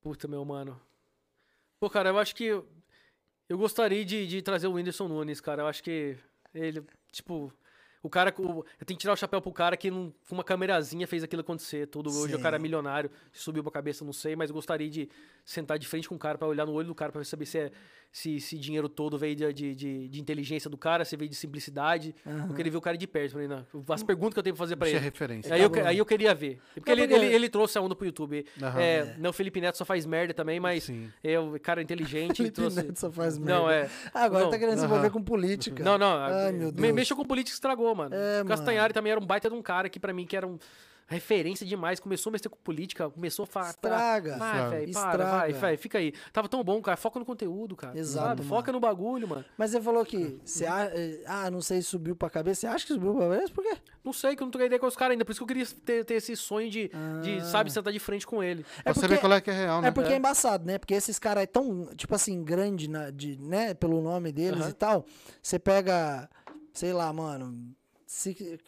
Puta, meu mano. Pô, cara, eu acho que. Eu, eu gostaria de, de trazer o Whindersson Nunes, cara. Eu acho que ele, tipo. O cara. com- eu tenho que tirar o chapéu pro cara que não- com uma câmerazinha fez aquilo acontecer. Tudo. Hoje o cara é Sim. milionário, se subiu pra cabeça, não sei, mas eu gostaria de sentar de frente com o cara pra olhar no olho do cara pra saber se é- se esse dinheiro todo veio de, de, de- de inteligência do cara, se veio de simplicidade. Eu queria ver o cara de perto, falei, não, as perguntas que eu tenho pra fazer pra Isso é ele. referência. Aí eu, Acabou. aí eu queria ver. Porque ele, Acabou. ele, ele trouxe a onda pro YouTube. Aham. É, Não, o Felipe Neto só faz merda também, mas Sim. é o cara inteligente. Felipe trouxe... Neto só faz merda. Não, é. Agora não, tá querendo se Aham. envolver com política. Não, não. Ai, me- meu Deus. Mexeu com o político e estragou, mano. É, O Castanhari também era um baita de um cara que pra mim que era um. Referência demais. Começou a mexer com política, começou a falar. Estraga. Ah, velho, para, Estraga. vai, vai, fica aí. Tava tão bom, cara. Foca no conteúdo, cara. Exato, sabe? mano. Foca no bagulho, mano. Mas você falou que. Você a- eh, ah, não sei se subiu pra cabeça. Você acha que subiu pra cabeça? Por quê? Não sei, que eu não troquei ideia com os caras ainda. Por isso que eu queria ter, ter esse sonho de, Ah. de, sabe, sentar de frente com ele. pra porque- saber qual é que é real, né? É porque é embaçado, né? Porque esses caras é tão, tipo assim, grande, na- de, né? Pelo nome deles Aham. e tal. Você pega, sei lá, mano. se-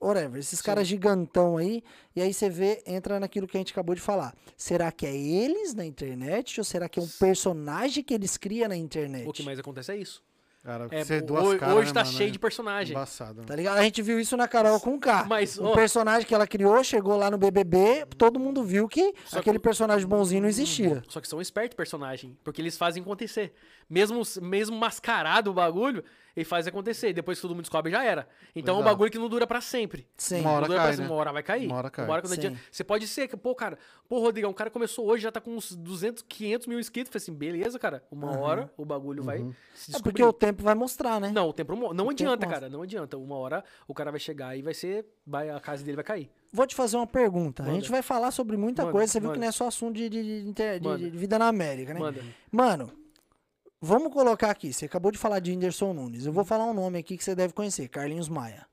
whatever, esses caras gigantão aí. E aí você vê, entra naquilo que a gente acabou de falar. Será que é eles na internet? Ou será que é um personagem que eles criam na internet? O que mais acontece é isso. Cara, É, ser ho- duas hoje, caras, né, tá mano, cheio é de personagem. Embaçado. né? Tá ligado? A gente viu isso na Carol com K. Mas, um ó- personagem que ela criou chegou lá no BBB, todo mundo viu que Só que- Uhum. aquele personagem bonzinho não existia. É Só que são espertos personagem, porque eles fazem acontecer. Mesmo, mesmo mascarado o bagulho, ele faz acontecer. Depois que todo mundo descobre, já era. Então é um Exato. bagulho que não dura pra sempre. Sim. Uma hora Não dura cai, pra sempre, né? Uma hora vai cair. Uma hora cai. quando Sim. adianta. Você pode ser que, pô, cara, pô, Rodrigão, o cara começou hoje, já tá com uns 200, 500 mil inscritos. Falei assim, beleza, cara, uma Uhum. hora o bagulho vai se É descobrir. porque o tempo vai mostrar, né? Não, o tempo mo- não adianta, mostra. cara, não adianta. Uma hora o cara vai chegar e vai ser, vai, a casa dele vai cair. Vou te fazer uma pergunta. A Manda. gente vai falar sobre muita Manda, coisa. Você viu manda. que não é só assunto de, de- de inter- de- Manda. de vida na América, né? Manda. Mano, vamos colocar aqui. Você acabou de falar de Whindersson Nunes. Eu vou falar um nome aqui que você deve conhecer: Carlinhos Maia.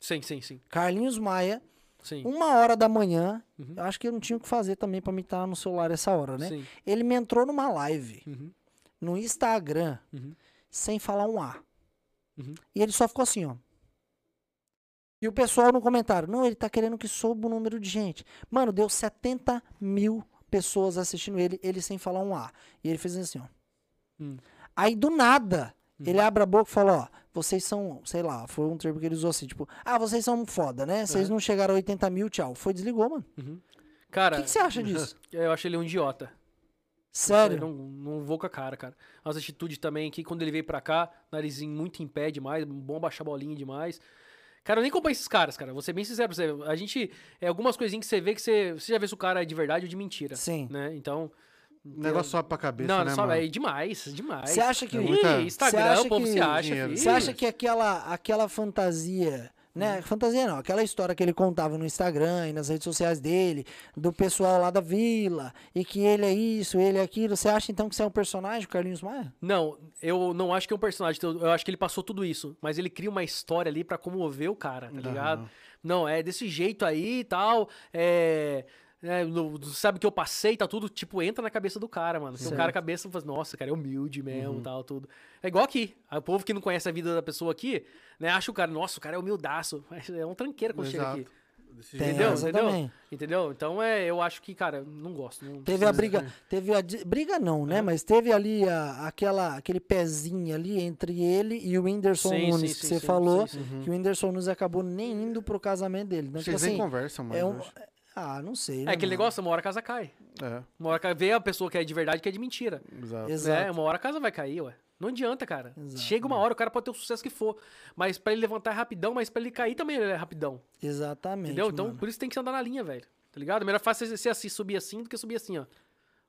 Sim, sim, sim. Carlinhos Maia, Sim. Uhum. uma hora da manhã. Eu acho que eu não tinha o que fazer também pra me estar no celular essa hora, né? Sim. Ele me entrou numa live Uhum. no Instagram Uhum. sem falar um A. Uhum. E ele só ficou assim, ó. E o pessoal no comentário, não, ele tá querendo que soube o número de gente. Mano, deu 70 mil pessoas assistindo ele, ele sem falar um A. E ele fez assim, ó. Hum. Aí do nada, ele abre a boca e fala, ó, vocês são, sei lá, foi um termo que ele usou assim, tipo, ah, vocês são foda, né? É. Vocês não chegaram a 80 mil, tchau. Foi, desligou, mano. O Cara, que que você acha disso? eu acho ele um idiota. Eu Sério? Não, não vou com a cara, cara. Nossa atitude também, que quando ele veio pra cá, narizinho muito em pé demais, bom baixar bolinha demais. Cara, eu nem acompanho esses caras, cara. Vou ser bem sincero pra você. A gente. É algumas coisinhas que você vê que você. Você já vê se o cara é de verdade ou de mentira. Sim. Né? Então. O negócio sobe pra cabeça, não, né, só, mano? é demais, demais. Você acha que É Ih, muita- Você Instagram, acha o povo que- se acha, dinheiro. filho. Você acha que aquela, aquela fantasia, Uhum. né? Fantasia não, aquela história que ele contava no Instagram e nas redes sociais dele, do pessoal lá da vila, e que ele é isso, ele é aquilo. Você acha então que você é um personagem, o Carlinhos Maia? Não, eu não acho que é um personagem. Eu eu acho que ele passou tudo isso. Mas ele cria uma história ali pra comover o cara, tá ligado? Não, é desse jeito aí e tal. É. é, no- do- sabe que eu passei, tá tudo, tipo, entra na cabeça do cara, mano. Se o cara cabeça fala, nossa, cara, é humilde mesmo, tal, tudo. É igual aqui. O povo que não conhece a vida da pessoa aqui, né, acha o cara, nossa, o cara é humildaço. Mas é um tranqueiro quando Exato. chega aqui. Desse Tem jeito. Entendeu? essa também. Entendeu? Entendeu? Então é, eu acho que, cara, não gosto. Não, né? Teve a briga, teve a di- briga não, né? Mas teve ali a- aquela, aquele pezinho ali entre ele e o Whindersson Sim, sim, Nunes, que sim, você sim, falou, sim, que o Whindersson Nunes acabou nem indo pro casamento dele. Então, tipo Vocês nem assim, conversam, mano. é um... Ah, não sei. É né, aquele mano? negócio, uma hora a casa cai. É, Uma hora ca- vê a pessoa que é de verdade que é de mentira. exato. Exato. Né? Uma hora a casa vai cair, ué. Não adianta, cara. Exato. né? Chega uma hora, o cara pode ter o sucesso que for. Mas pra ele levantar é rapidão, mas pra ele cair também ele é rapidão. Exatamente. Entendeu? Então, mano. por isso tem que você andar na linha, velho. Tá ligado? Melhor fácil você- você assim, subir assim do que subir assim, ó.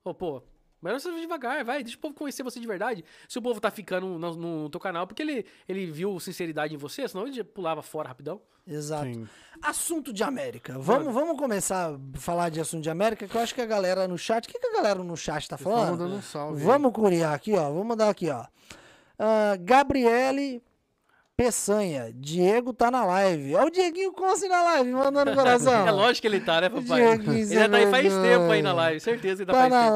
Ô, pô. Melhor você vir devagar, vai. Deixa o povo conhecer você de verdade. Se o povo tá ficando no, no teu canal, porque ele, ele viu sinceridade em você, senão ele já pulava fora rapidão. Exato. Sim. Assunto de América. Vamos, vamos começar a falar de assunto de América, que eu acho que a galera no chat. O que, que a galera no chat tá Tô falando? mandando um salve. aí. Vamos curiar aqui, ó. Vamos mandar aqui, ó. Ah, Gabriele Peçanha. Diego tá na live. Olha o Dieguinho Conce na live, mandando coração. É lógico que ele tá, né, papai? Dieguinho, Ele você já tá aí é faz tempo aí na vergonha. live. Certeza que ele Tá tá, faz na tempo. É.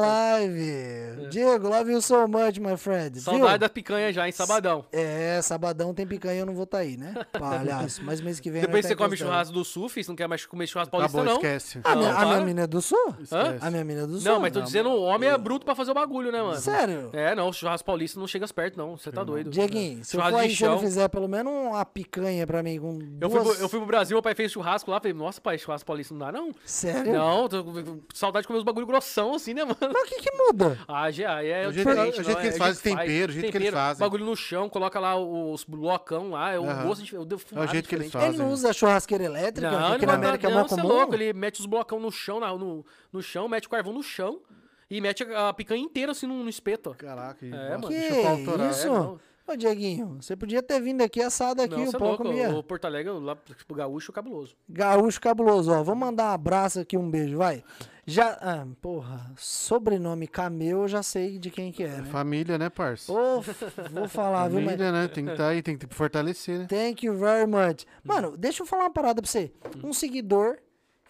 live. Diego, love you so much, my friend. Saudade Viu? da picanha já, hein? Sabadão. É, sabadão tem picanha, eu não vou tá aí, né? Palhaço. Mas mês que vem. nós Depois tá você em come Costa Rica. churrasco do Sul, filho, você não quer mais comer churrasco paulista, Acabou, não. Ah, esquece. A, minha, Não, a minha para. mina é do sul? Esquece. A minha mina é do sul? Não, mas tô dizendo, o homem é bruto pra fazer o bagulho, né, mano? Sério? É, não, o churrasco paulista não chega perto, não. Você tá Uhum. doido. Dieguinho, se eu Churrasco for né? de aí, se eu não chão. fizer pelo menos uma picanha pra mim com Eu fui, duas... pro- eu fui pro Brasil, meu pai fez churrasco lá, falei, nossa, pai, churrasco paulista não dá, não. Sério? Não, tô com saudade de comer os bagulho grossão, assim, né, mano? Mas o que que muda? Ah, já, é, O é jeito- diferente, o jeito não, que é- eles é fazem, que faz, tempero, o jeito que eles fazem. Bagulho no chão, coloca lá os blocão lá, é o Aham. gosto de, de É o fumado jeito que eles diferente. fazem. Ele não usa churrasqueira elétrica, Não, que ele aqui na América é não, mó você é comum. louco, ele mete os blocão no chão, na- no, no chão, mete o carvão no chão e mete a, a picanha inteira assim num, no espeto. ó. Caraca, É, mano. Deixa eu Que autorar. isso? é, não. Ô, Dieguinho, você podia ter vindo aqui assado aqui, um Não, o você é pau louco. comia. O Porto Alegre, lá, tipo, gaúcho, cabuloso. Gaúcho cabuloso, ó. Vou mandar um abraço aqui, um beijo, vai. Já. Ah, porra, sobrenome Cameu, eu já sei de quem que é. Né? Família, né, parça? Ô, f- vou falar, viu, mas. Família, né? Tem que estar aí, tem que fortalecer, né? Thank you very much. Mano, deixa eu falar uma parada pra você. Um seguidor,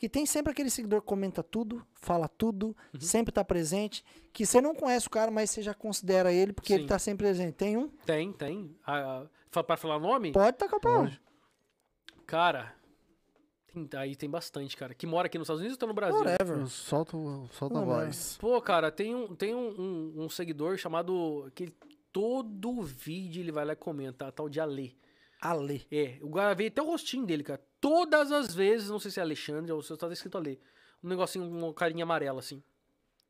que tem sempre aquele seguidor que comenta tudo, fala tudo, sempre tá presente, que você não conhece o cara, mas você já considera ele, porque ele Sim. tá sempre presente. Tem um? Tem, tem. Ah, fa- pra falar nome? Pode tacar pra onde? Cara, tem- aí tem bastante, cara. Que mora aqui nos Estados Unidos ou tá no Brasil? Whatever. Solta, o- solta a Não, voz. Pô, cara, tem um, tem um, um- um seguidor chamado. que ele- todo vídeo ele vai lá e comenta, tal de Ale. Ale. É, eu gravei até o rostinho dele, cara. Todas as vezes, não sei se é Alexandre ou se eu tava escrito Ale. Um negocinho, uma carinha amarela, assim.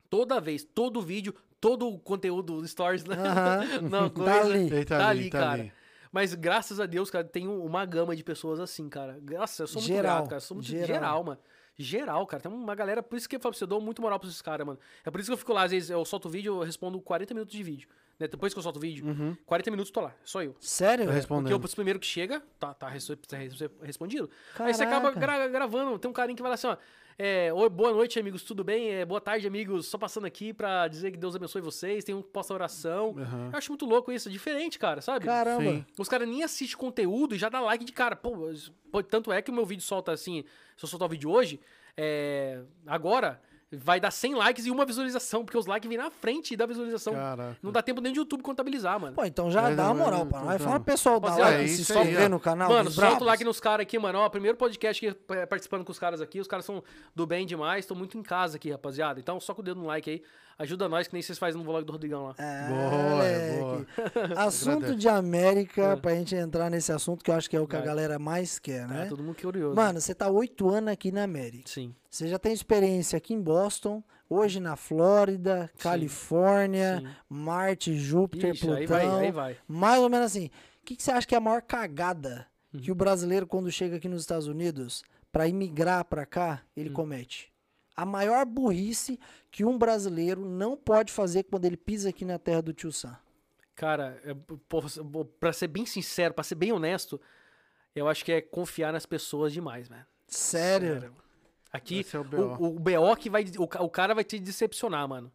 Toda vez, todo vídeo, todo o conteúdo, stories, né? Aham. Não, Tá coisa. ali. Ele tá Tá ali, ali, tá cara. ali. Mas graças a Deus, cara, tem um- uma gama de pessoas assim, cara. Graças, eu sou muito Geral, grato, cara. Eu sou muito geral. geral. mano. Geral, cara. Tem uma galera. Por isso que eu falo pra você, eu dou muito moral pra esses caras, mano. É por isso que eu fico lá, às vezes eu solto o vídeo, eu respondo 40 minutos de vídeo. né? Depois que eu solto o vídeo, Uhum. 40 minutos eu tô lá. Só eu. Sério? Tá velho? Porque respondendo. o primeiro que chega, tá, tá res- res- respondido. Aí você acaba Caraca. gra- gravando. Tem um carinho que vai lá assim, ó. É, Oi, boa noite, amigos, tudo bem? É, boa tarde, amigos. Só passando aqui pra dizer que Deus abençoe vocês. Tem um que posta oração. Aham. Eu acho muito louco isso, é diferente, cara, sabe? Caramba. Sim. Os caras nem assistem conteúdo e já dá like de cara. Pô, mas- pô, tanto é que o meu vídeo solta assim. Se eu soltar o vídeo hoje, é, agora vai dar 100 likes e uma visualização, porque os likes vêm na frente da visualização. Caraca. Não dá tempo nem de YouTube contabilizar, mano. Pô, então já Mas dá não, uma moral não, pra não, nós. não. Fala pro pessoal da Rapaziada, hora é que se isso só aí, ó. vê no canal. Mano, dos solta o bravos. like nos caras aqui, mano. Ó, primeiro podcast que é participando com os caras aqui. Os caras são do bem demais. Tô muito em casa aqui, rapaziada. Então, só com o dedo no like aí. Ajuda nós, que nem vocês fazem no vlog do Rodrigão lá. É, Boa, é moleque. Assunto de América, pra gente entrar nesse assunto que eu acho que é o que a galera mais quer, É, né? todo mundo curioso. Mano, você tá oito anos aqui na América. Sim, Você já tem experiência aqui em Boston, hoje na Flórida, Califórnia, sim. Marte, Júpiter, Ixi, Plutão. aí vai, aí vai. Mais ou menos assim. O que, que você acha que é a maior cagada Uhum. que o brasileiro, quando chega aqui nos Estados Unidos, pra imigrar pra cá, Hum. ele comete? A maior burrice que um brasileiro não pode fazer quando ele pisa aqui na terra do tio Sam. Cara, é, pô, pô, pra ser bem sincero, pra ser bem honesto, eu acho que é confiar nas pessoas demais, velho. Sério? Aqui, Esse é o BO. o, o BO que vai. O, ca- o cara vai te decepcionar, mano.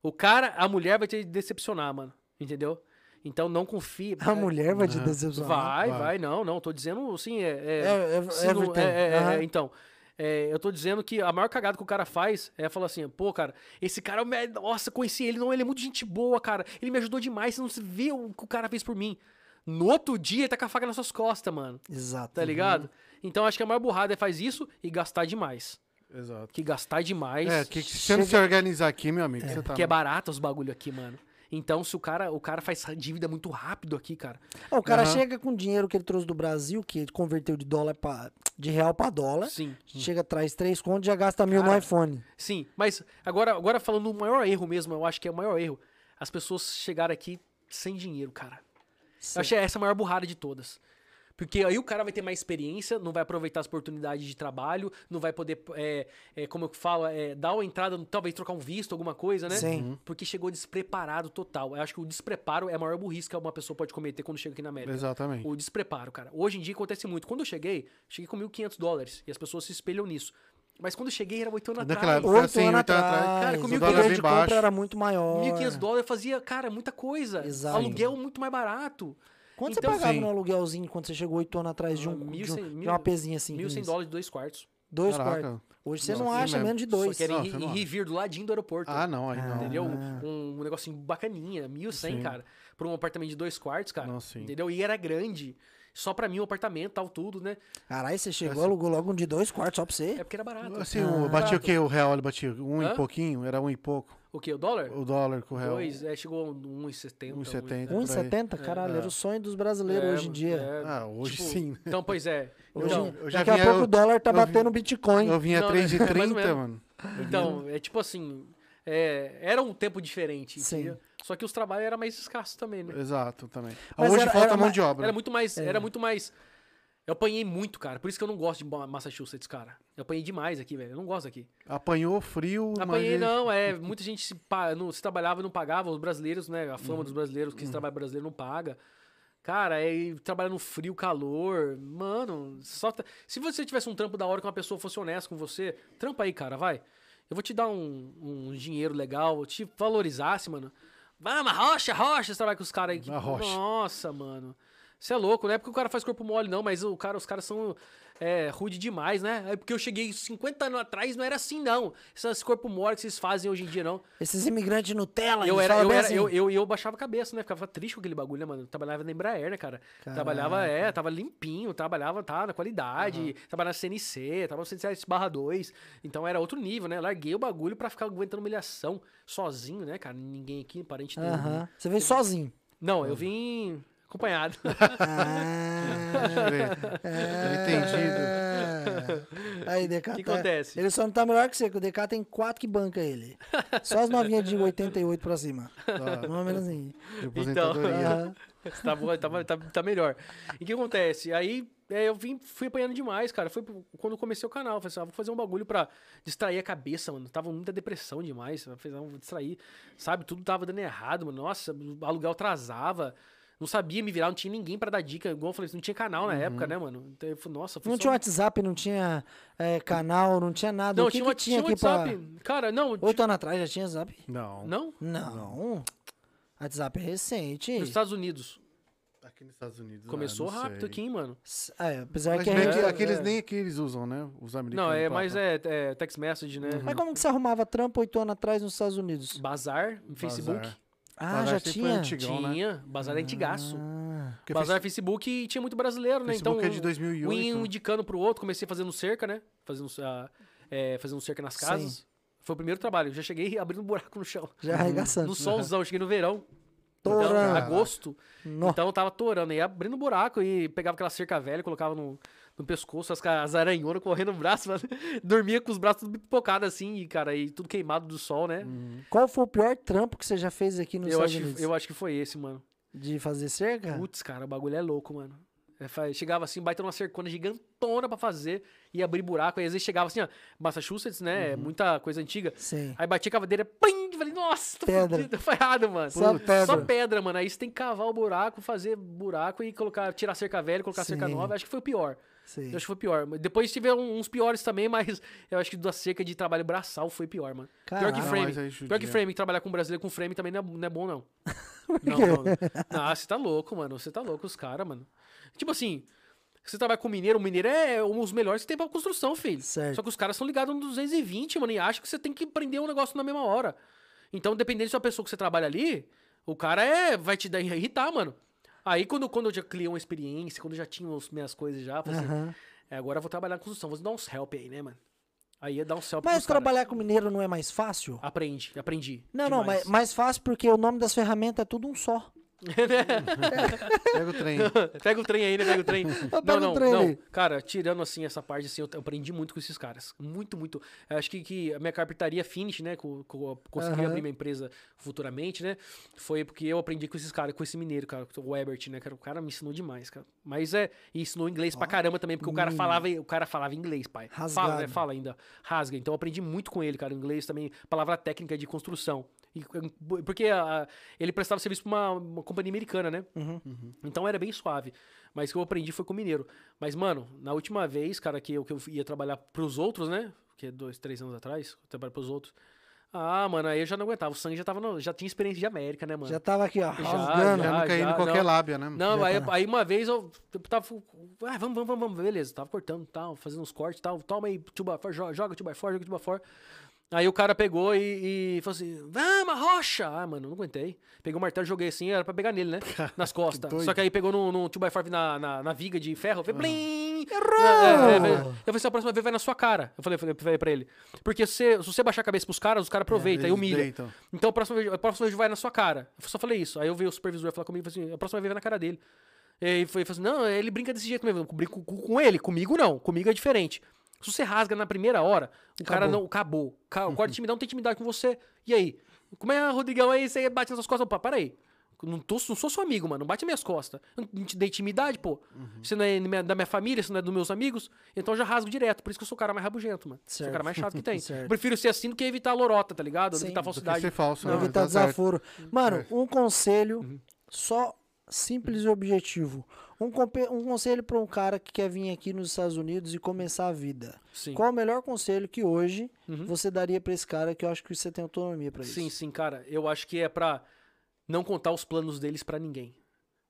O cara, a mulher vai te decepcionar, mano. Entendeu? Então não confie. A mulher vai te Aham. decepcionar. Vai, Vai. vai, não, não. Tô dizendo, assim, é. É, é- é, se não- everything. é, é, Aham. é, então. é, eu tô dizendo que a maior cagada que o cara faz é falar assim, pô, cara, esse cara, é o me- nossa, conheci ele, não, ele é muito gente boa, cara, ele me ajudou demais, você não se vê o que o cara fez por mim. No outro dia, ele tá com a faca nas suas costas, mano, Exato. tá ligado? Então acho que a maior burrada é faz isso e gastar demais. Exato. Que gastar demais, É, que, que se você não se chega- organizar aqui, meu amigo, você tá. que é barato os bagulho aqui, mano. Então se o cara, o cara faz dívida muito rápido aqui, cara, Ah, O cara Aham. chega com o dinheiro que ele trouxe do Brasil, que ele converteu de dólar para de real pra dólar. sim. Chega atrás três contos e já gasta mil no Cara, iPhone. Sim, mas agora, agora falando o maior erro mesmo, eu acho que é o maior erro. As pessoas chegaram aqui sem dinheiro, cara. Cê- Eu achei essa é a maior burrada de todas. Porque aí o cara vai ter mais experiência, não vai aproveitar as oportunidades de trabalho, não vai poder, é, é, como eu falo, é, dar uma entrada, talvez trocar um visto, alguma coisa, né? Sim. Porque chegou despreparado total. Eu acho que o despreparo é a maior burrice que uma pessoa pode cometer quando chega aqui na América. Exatamente. O despreparo, cara. Hoje em dia acontece muito. Quando eu cheguei, cheguei com 1.500 dólares e as pessoas se espelham nisso. Mas quando eu cheguei era 8 anos Naquela atrás. época, Oito assim, oito anos anos tá atrás, atrás. Cara, o com mil poder dólar de bem compra baixo. era muito maior. 1.500 dólares fazia, cara, muita coisa. Exato. Aluguel muito mais barato. Quanto Então, você pagava sim. no aluguelzinho quando você chegou oito anos atrás de, um, Ah, mil de, um- cem- de uma mil- pezinha assim? 1.100 isso? dólares, dois quartos. Dois Caraca. quartos. Hoje você Nossa, não sim acha mesmo. menos de Só dois. que era Não, em, você Ri- não em acha. Rivier, do ladinho do aeroporto. Ah, não, aí não. Entendeu? Um, um negocinho bacaninha, 1.100, Sim. cara. Pra um apartamento de dois quartos, cara. Não, sim. Entendeu? E era grande. Só pra mim o apartamento, tal, tudo, né? Caralho, você chegou, alugou logo um de dois quartos só pra você. É porque era Ah. barato. Assim, o- batia o Barato. quê? O real ele batia? Um e Hã? pouquinho? Era um e pouco. O quê? O dólar? O dólar com o real. Dois, é, chegou a um 1,70. 1,70. um- por aí. 1,70? Caralho, era o sonho dos brasileiros É, hoje em dia. é, Ah, hoje tipo, sim. né? Então, pois é. Hoje, Então, eu já daqui a vi- pouco eu- o dólar tá eu vi- batendo Bitcoin. Eu vinha Não, né? Mais ou 3,30, menos. mano. Então, é tipo assim, é, era um tempo diferente, Sim. entendeu? Só que os trabalhos eram mais escassos também, né? Exato, também. Mas Hoje era- falta era mão ma- de É, obra. Era muito mais, era muito mais eu apanhei muito, cara. Por isso que eu não gosto de Ma- Massachusetts, cara. Eu apanhei demais aqui, velho. Eu não gosto daqui. Apanhou frio, Apanhei, mas... não, é. Muita gente se, pa- não, se trabalhava e não pagava. Os brasileiros, né? A fama dos brasileiros, que se trabalha brasileiro não paga. Cara, é trabalhar no frio, calor. Mano, só. tra- Se você tivesse um trampo da hora que uma pessoa fosse honesta com você, trampa aí, cara, vai. Eu vou te dar um, um dinheiro legal, eu te valorizasse, mano. Vamos, rocha, rocha, você trabalha com os caras aí. Que... Uma rocha. Nossa, mano. Você é louco, não é porque o cara faz corpo mole, não, mas o cara, os caras são é, rude demais, né? É porque eu cheguei 50 anos atrás, não era assim, não. Esses corpo mole que vocês fazem hoje em dia, não. Esses imigrantes Nutella, Eu eles era, falam eu, bem era, assim. eu, eu, eu baixava a cabeça, né? Ficava triste com aquele bagulho, né, mano? Eu trabalhava na Embraer, né, cara? Trabalhava, é, tava limpinho, trabalhava, tá, na qualidade, trabalhava na CNC, tava no CNC barra 2. Então era outro nível, né? Larguei o bagulho pra ficar aguentando humilhação sozinho, né, cara? Ninguém aqui, parente dele. Uhum. Aham. Você veio sozinho. Não, eu vim acompanhado. É, Ah, Entendido. é. Aí, DK. Que tá- acontece? Ele só não tá melhor que você, que o DK tem quatro que banca ele. Só as novinhas de 88 pra cima. Não menos assim. De Então, aposentadoria. Aham. tá, bom, tá, tá, tá melhor. E o que acontece? Aí é, eu vim, fui apanhando demais, cara. Foi pro- quando eu comecei o canal. eu Falei assim, ah, vou fazer um bagulho pra distrair a cabeça, mano. Tava muita depressão demais. eu Falei, ah, vou distrair. Sabe, tudo tava dando errado, mano. Nossa, o aluguel atrasava. Não sabia me virar, não tinha ninguém pra dar dica. Igual eu falei, não tinha canal na época, né, mano? Então eu falei, nossa, foi Uhum. Não só- tinha WhatsApp, não tinha é, canal, não tinha nada. Não, o que tinha, que um- tinha, tinha aqui WhatsApp. pra... Cara, não. Oito anos atrás já tinha WhatsApp? Não. Não? Não. WhatsApp é recente. Nos Estados Unidos. Aqui nos Estados Unidos. ah, Começou não rápido sei. aqui, hein, mano. S- É, apesar Mas que é bem que recente. aqueles é. nem aqui eles usam, né? Os americanos. Não, é, pá, mas pá. é, é text message, né? Mas como que você arrumava trampo oito anos atrás nos Estados Unidos? Bazar, Facebook. Bazar. Ah, Bazar já sempre foi tinha? antigão, né? Tinha, Bazar é antigaço. Ah, Porque Bazar Facebook e tinha muito brasileiro, né? Facebook então, é de 2008, é um né? indicando pro outro, comecei fazendo cerca, né? Fazendo, ah, é, fazendo cerca nas casas. Foi o primeiro trabalho, eu já cheguei abrindo um buraco no chão. já Uhum. é arregaçando. No né? solzão, eu cheguei no verão. Então, Torando. agosto. Nó. Então eu tava torando, e abrindo um buraco e pegava aquela cerca velha, colocava no, no pescoço, as, ca- as aranhonas correndo no braço, mano. dormia com os braços tudo pipocados assim, e, cara, e tudo queimado do sol, né? Hum. então, Qual foi o pior trampo que você já fez aqui nos Eu Estados acho, que- Unidos? eu acho que foi esse, mano. De fazer cerca? Putz, cara, o bagulho é louco, mano. É, fa- Chegava assim, baita numa cercona gigantona pra fazer e abrir buraco. Aí às vezes chegava assim, ó, Massachusetts, né? Uhum. é Muita coisa antiga. Sim. Aí batia a cavadeira, pim! Falei, nossa, tô Pedra. fudido, foi errado, mano. Só pedra. Só pedra, mano. Aí você tem que cavar o buraco, fazer buraco e colocar, tirar a cerca velha, colocar a cerca Sim. nova. Acho que foi o pior. Sim. Eu acho que foi o pior. Mas Depois tiveram uns piores também, mas eu acho que da cerca de trabalho braçal foi pior, mano. Caraca. pior que Não, frame. Ah, mas aí pior que é. judia. frame, trabalhar com brasileiro com frame também não é, não é bom, não. não, não, não. Ah, você tá louco, mano. Você tá louco, os caras, mano. Tipo assim, você trabalha com mineiro, o mineiro é um dos melhores que tem pra construção, filho. Certo. Só que os caras são ligados no 220, mano, e acham que você tem que prender um negócio na mesma hora. Então, dependendo se é a pessoa que você trabalha ali, o cara é, vai te dar- irritar, mano. Aí, quando, quando eu já criei uma experiência, quando eu já tinha as minhas coisas já, eu falei assim, Aham. é, agora eu vou trabalhar na construção, vou dar uns help aí, né, mano? Aí ia dar uns help Mas pros cara. trabalhar com mineiro não é mais fácil? Aprendi, aprendi. Não, não, mas demais. mais fácil porque o nome das ferramentas é tudo um só. Pega o trem. pega o trem aí, né? Pega o trem. Ah, pega não, o não, trem não. aí. Cara, tirando assim essa parte, assim, eu eu aprendi muito com esses caras. Muito, muito. Eu acho que, que a minha carpintaria finish, né? Que eu que eu consegui Aham. abrir minha empresa futuramente, né? Foi porque eu aprendi com esses caras, com esse mineiro, cara, o Ebert, né? Cara, o cara me ensinou demais, cara. Mas é. E ensinou inglês pra caramba também, porque o cara falava, o cara falava inglês, pai. Fala, né? Rasgado. Fala ainda. Rasga. Então eu aprendi muito com ele, cara. Inglês também, palavra técnica de construção. E- um, Porque a- ele prestava serviço pra uma, uma companhia americana, né? Então era bem suave. Mas o que eu aprendi foi com o mineiro. Mas, mano, na última vez, cara, que eu, que eu ia trabalhar pros outros, né? Que é dois, três anos atrás, eu trabalho pros outros. Ah, mano, aí eu já não aguentava. O sangue já tava. no- já tinha experiência de América, né, mano? Já tava aqui, ó. Já, rasgando. Já Ah, já, não caí já, em qualquer não. lábia, né? Não, Já aí, tá. aí uma vez eu, eu tava. Ah, vamos, vamos, vamos, vamos, beleza. Tava cortando tal, fazendo uns cortes tal. Toma aí, tuba, joga, joga tuba fora, joga tuba fora. Aí o cara pegou e, e falou assim: Vamos, rocha! Ah, mano, não aguentei. Peguei o martelo, joguei assim, era pra pegar nele, né? Nas costas. doido. Só que aí pegou no, no 2x4 na, na, na viga de ferro. Eu falei: Blim! Errou! É, é, é, eu falei assim: a próxima vez vai na sua cara. Eu falei, eu falei- eu falei pra ele: Porque se, se você baixar a cabeça pros caras, os caras aproveitam e É, eles humilham. deitam. Então a próxima, vez, a próxima vez vai na sua cara. Eu só falei isso. Aí eu vi o supervisor falar comigo e falei assim: a próxima vez vai na cara dele. E aí foi, falou assim: não, ele brinca desse jeito mesmo. Eu Brinco com, com ele, comigo não. Comigo é diferente. Se você rasga na primeira hora, o cara não. Acabou. Ca- O guarda de timidão não tem intimidade com você. E aí? Como é, Rodrigão? Aí você bate nas suas costas. Opa, para aí. Não, tô- não sou seu amigo, mano. Não bate nas minhas costas. Eu não te dei intimidade, pô. Você não é minha- da minha família, você não é dos meus amigos. Então eu já rasgo direto. Por isso que eu sou o cara mais rabugento, mano. Sou o Certo. cara mais chato que tem. Certo. Eu Prefiro ser assim do que evitar a lorota, tá ligado? Do que Sim. evitar a Tem que tá falsidade. ser falso, Não, né? evitar Tá certo. Uhum. desaforo. Mano, um conselho, só simples e objetivo. Um, compe- um conselho para um cara que quer vir aqui nos Estados Unidos e começar a vida. Sim. Qual é o melhor conselho que hoje Uhum. você daria para esse cara que eu acho que você tem autonomia para é isso? Sim, sim, cara. Eu acho que é pra não contar os planos deles pra ninguém.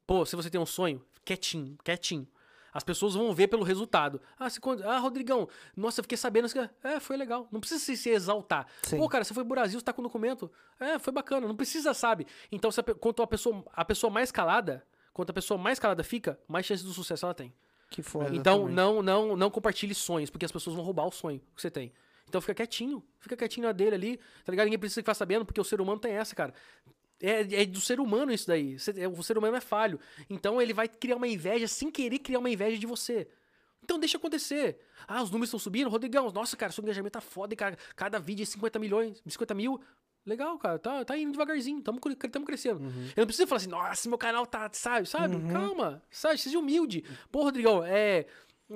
Pô, se você tem um sonho, quietinho, quietinho. As pessoas vão ver pelo resultado. Ah, se quando... ah Rodrigão, nossa, eu fiquei sabendo. isso que- É, foi legal. Não precisa se, se exaltar. Sim. Pô, cara, você foi pro Brasil, você tá com documento. É, foi bacana. Não precisa, sabe? Então, se a pe- quanto a pessoa, a pessoa mais calada, quanto a pessoa mais calada fica, mais chance do sucesso ela tem. Que foda. Então, não, não, não compartilhe sonhos, porque as pessoas vão roubar o sonho que você tem. Então fica quietinho, fica quietinho na dele ali, tá ligado? Ninguém precisa ficar sabendo, porque o ser humano tem essa, cara. É, é do ser humano isso daí. Cê- é- O ser humano é falho. Então ele vai criar uma inveja, sem querer criar uma inveja de você. Então deixa acontecer. Ah, os números estão subindo, Rodrigão. Nossa, cara, seu engajamento tá foda, e, cara. Cada vídeo é 50 milhões, 50 mil. Legal, cara, tá, tá indo devagarzinho, estamos crescendo. Eu não preciso falar assim, nossa, meu canal tá, sabe, sabe? Calma, sabe, seja humilde. Pô, Rodrigão, é.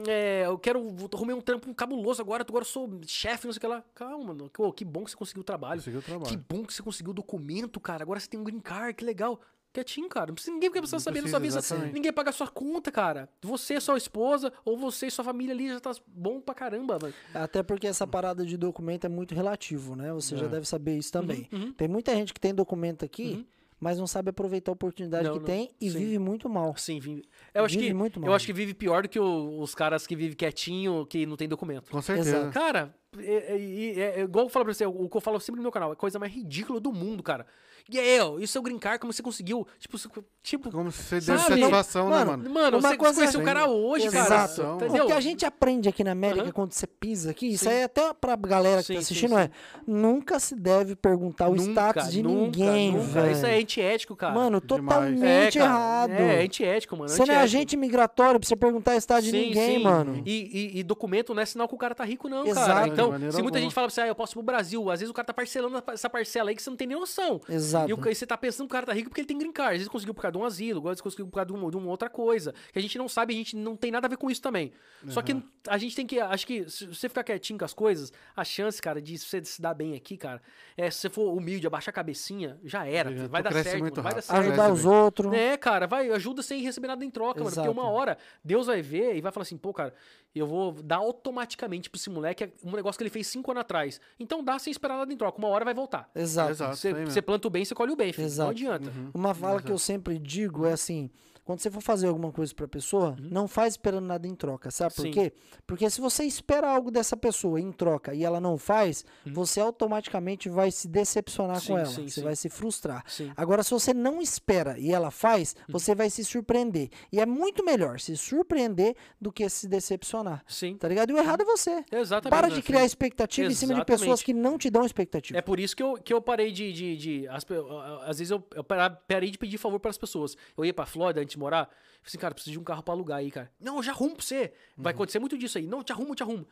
é, eu quero. vou- Arrumei um trampo cabuloso agora, agora eu sou chefe, não sei o que lá. Calma, mano. Pô, que bom que você conseguiu o trabalho. Conseguiu o trabalho. Que bom que você conseguiu o documento, cara. Agora você tem um green card, que legal. Quietinho, cara. Não precisa, ninguém precisa saber da sua precisa, vida. exatamente. Ninguém paga a sua conta, cara. Você, sua esposa, ou você e sua família ali já tá bom pra caramba, mano. Até porque essa parada de documento é muito relativo, né? Você É. já deve saber isso também. Uhum, Tem muita gente que tem documento aqui, mas não sabe aproveitar a oportunidade Não, que não. tem e Sim. vive muito mal. Sim, vive. Assim, Eu acho Vive que muito mal. eu acho que vive pior do que o- os caras que vivem quietinho, que não tem documento. Com certeza. Exato. Cara, é, é- é- é igual eu falo pra você, o que eu falo sempre no meu canal, é a coisa mais ridícula do mundo, cara. E aí, ó, isso é o grincar, como você conseguiu? Tipo, você- tipo É Como se você desse Sabe? satisfação, né, Mano, mano? mano, uma você coisa- conheceu o cara hoje, Exato. cara. O Entendeu? que a gente aprende aqui na América Aham. quando você pisa aqui, isso aí é até pra galera que Sim, tá sim, assistindo, sim. é nunca se deve perguntar é o Nunca, status de nunca, ninguém, nunca. velho. Isso é antiético, cara. Mano, demais. totalmente é, cara, errado. É, é antiético, mano. você não é antiético. agente migratório pra você perguntar o status de Sim, ninguém, sim. mano. E, e- e documento não é sinal que o cara tá rico, não, cara. Exato. Então, De se maneira muita alguma. gente fala pra você, ah, eu posso ir pro Brasil, às vezes o cara tá parcelando essa parcela aí que você não tem nem noção. Exato. E, o- e você tá pensando que o cara tá rico porque ele tem green card. Às vezes conseguiu por causa de um asilo, às vezes conseguiu por causa de uma, de uma outra coisa. Que a gente não sabe, a gente não tem nada a ver com isso também. Só que a gente tem que. Acho que se você ficar quietinho com as coisas, a chance, cara, de você se dar bem aqui, cara, é se você for humilde, abaixar a cabecinha, já era. Já vai tô- dar cresce certo, muito mano, vai dar rápido. certo. Ajudar os outros. É, cara, vai, ajuda sem receber nada em troca, mano. Exato. Porque uma hora, Deus vai ver e vai falar assim, pô, cara, eu vou dar automaticamente pra esse moleque um negócio que ele fez cinco anos atrás. Então dá sem esperar nada em troca. Uma hora vai voltar. Exato. Exato, isso aí mesmo. Uhum. Você planta o bem, você colhe o bem, filho. Exato. Não adianta. Uma fala que eu sempre digo é assim: quando você for fazer alguma coisa pra pessoa, não faz esperando nada em troca, sabe por Uhum. Sim. quê? Porque se você espera algo dessa pessoa em troca e ela não faz, você automaticamente vai se decepcionar com Uhum. Sim, ela, sim, você sim. vai se frustrar. Sim. Uhum. Agora, se você não espera e ela faz, você vai se surpreender. E é muito melhor se surpreender do que se decepcionar. Sim. Tá ligado? E o errado é você. Exatamente. assim, Para de criar tipo. expectativa em cima de pessoas Exatamente. que não te dão expectativa. É por isso que eu, que eu parei de. de, de- as pe- às vezes eu, eu para- parei de pedir favor para as pessoas. Eu ia pra Flórida antes de morar, falei assim, cara, preciso de um carro pra alugar aí, cara. Não, eu já arrumo pra você. Uhum. Vai acontecer muito disso aí. Não, eu te arrumo, eu te arrumo.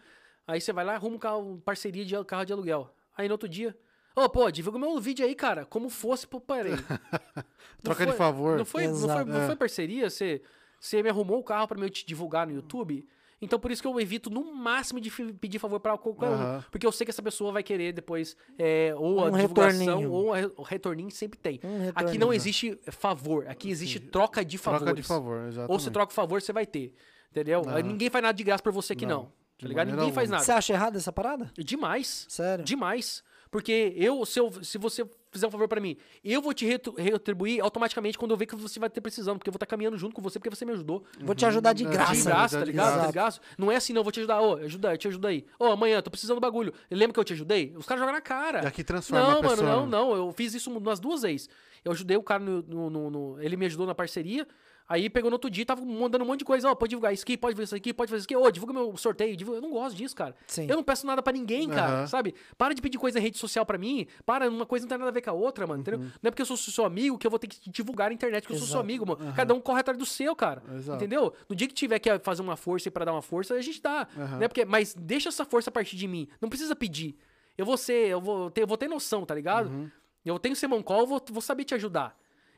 Aí você vai lá, arruma um carro, parceria de al- carro de aluguel. Aí no outro dia. Ô, pô, divulga meu vídeo aí, cara. Como fosse, pô, parei. Não Troca de foi- favor. Não foi, não foi, Exato. não É. foi parceria? Você, você me arrumou o carro pra eu te divulgar no YouTube? Então, por isso que eu evito no máximo de fi- pedir favor pra qualquer um. Aham. Porque eu sei que essa pessoa vai querer depois é, ou a Um divulgação retorninho. ou a re- o retorninho sempre tem. Um aqui retorninho. não existe favor, aqui existe troca de favor. Troca de favor, exatamente. Ou você troca o favor, você vai ter. Entendeu? Aham. Ninguém faz nada de graça por você aqui, Não, não. de Tá ligado? maneira Ninguém faz alguma. nada. Você acha errado essa parada? Demais. Sério? Demais. Porque eu, se, eu- se você fizer um favor pra mim, eu vou te retu- retribuir automaticamente quando eu ver que você vai ter precisando, porque eu vou estar caminhando junto com você, porque você me ajudou. Vou te ajudar de É, graça. De né? graça, tá De ligado? graça. Tá ligado? Não é assim, não, eu vou te ajudar. Ô, ajuda, eu te ajudo aí. Ô, amanhã, tô precisando do bagulho. Lembra que eu te ajudei? Os caras jogam na cara. E aqui transforma Não, a mano, pessoa, não, né? não. Eu fiz isso umas duas vezes. Eu ajudei o cara no. no- no- no- ele me ajudou na parceria. Aí pegou no outro dia, tava mandando um monte de coisa. Ó, pode divulgar isso aqui, pode fazer isso aqui, pode fazer isso aqui. Ô, divulga meu sorteio. divulga- Eu não gosto disso, cara. Sim. Eu não peço nada pra ninguém, cara, Aham. sabe? Para de pedir coisa em rede social pra mim. Para, uma coisa não tem nada a ver com a outra, mano, Uhum. entendeu? Não é porque eu sou seu amigo que eu vou ter que te divulgar na internet que eu sou seu Exato. amigo, mano. Cada um corre atrás do seu, cara. Exato. Entendeu? No dia que tiver que fazer uma força e pra dar uma força, a gente dá. Aham. Né? Porque, mas deixa essa força a partir de mim. Não precisa pedir. Eu vou ser, eu vou ter, eu vou ter noção, tá ligado? Uhum. Eu tenho que ser mancol, eu vou, vou saber te ajudar.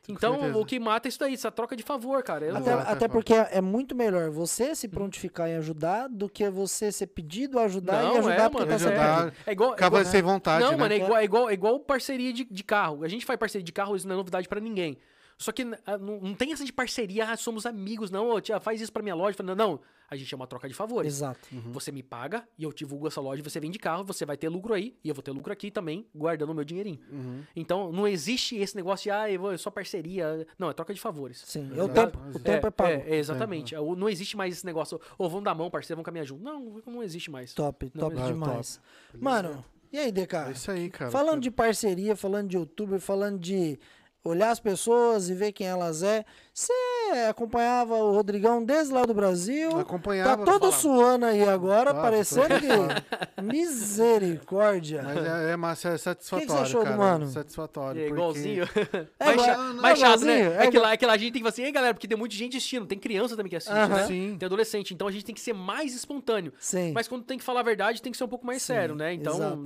Então, certeza. o que mata é isso daí, essa troca de favor, cara. Eu não- Até, Exato, até é claro. porque é é muito melhor você se prontificar em ajudar do que você ser pedido a ajudar e Não, ajudar é, porque mano, tá é sendo ajudar. pedido. É igual, Acaba igual- sem vontade, Não, né? mano, é igual, é igual, é igual parceria de, de carro. A gente faz parceria de carro, isso não é novidade pra ninguém. Só que ah, não, não tem essa de parceria, ah, somos amigos, não, ô, tia, faz isso pra minha loja. Não, não, a gente é uma troca de favores. Exato. Uhum. Você me paga e eu divulgo essa loja, você vende carro, você vai ter lucro aí e eu vou ter lucro aqui também, guardando o meu dinheirinho. Uhum. Então, não existe esse negócio de, ah, eu vou- é só parceria. Não, é troca de favores. Sim, é o Exato. tempo. O É, tempo é pago. é, exatamente. O- Não existe mais esse negócio, ou vão dar mão, parceiro, vão caminhar junto. Não, não existe mais. Top, Não, top mas- é Ah, demais. Mano, e aí, DK? É isso aí, cara. falando de parceria, falando de youtuber, falando de olhar as pessoas e ver quem elas é. Você acompanhava o Rodrigão desde lá do Brasil. Acompanhava, Tá todo falava. suando aí agora, Tava, parecendo tô- que. Misericórdia. Mas é, é, massa, é satisfatório, Que que você achou do cara. mano? Satisfatório. É porque- igualzinho. É mais igual- cha- não, não, mais é chato, né? igualzinho, é É que, lá, é que lá a gente tem que falar assim, ei, galera, porque tem muito gente assistindo, tem criança também que assiste, Aham. né? Sim. Tem adolescente, então a gente tem que ser mais espontâneo. Sim. Mas quando tem que falar a verdade, tem que ser um pouco mais Sim, sério, né? Então, exato. né?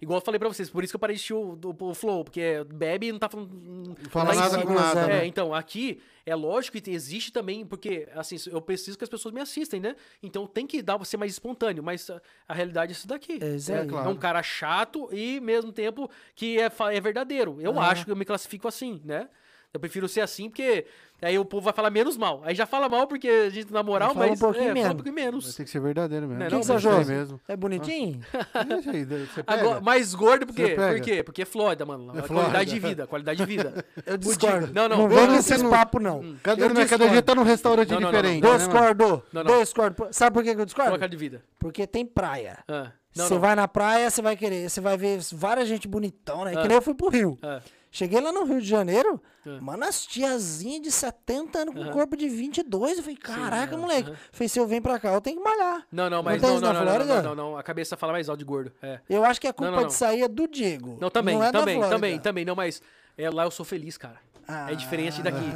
Igual eu falei pra vocês, por isso que eu parei de assistir o, do- o Flow, porque bebe e não tá falando. Não fala tá em nada cima. com nada, É, né? então, aqui é lógico que existe também, porque, assim, eu preciso que as pessoas me assistem, né? Então tem que dar ser mais espontâneo, mas a, a realidade é isso daqui. É isso né? aí. Claro. É um cara chato e, mesmo tempo, que é, fa- é verdadeiro. Eu Ah. acho que eu me classifico assim, né? Eu prefiro ser assim, porque aí o povo vai falar menos mal. Aí já fala mal, porque a gente, na moral, Fala um mas pouquinho é, fala menos. um pouquinho Mas menos. tem que ser verdadeiro mesmo. Não é Tem não? que Você ser achou? mesmo. Hum. É bonitinho? Mas aí, você pega? Agora, mais gordo por Você quê? pega. Por quê? Porque é Flórida, mano. É a Flórida. Qualidade de vida, qualidade de vida. Eu discordo. Não, Hum. não, Não eu vem com não esses sei, não- papos, não. Cada, Eu né, cada dia discordo. tá num restaurante Não, não, não, não. diferente. né, mano? Discordo. Não, não. Discordo. Sabe por que que eu discordo? Qualidade de vida. Porque tem praia. Ah, não, Você não. vai na praia, você vai querer, você vai ver várias gente bonitão, né? Ah. Que nem eu fui pro Rio. Ah, Cheguei lá no Rio de Janeiro, Ah. mano, as tiazinhas de 70 anos com Aham. corpo de 22. Eu falei, caraca, aham, moleque. aham. Falei, se eu venho pra cá, eu tenho que malhar. Não, não, Não mas tem não, isso não, na não, não, Flórida? não, não, não. A cabeça fala mais alto de gordo. É. Eu acho que a culpa não, de não. sair é do Diego. Não, também, não é da também, Flórida. também, também. Não, mas é, lá eu sou feliz, cara. Ah. É diferente daqui.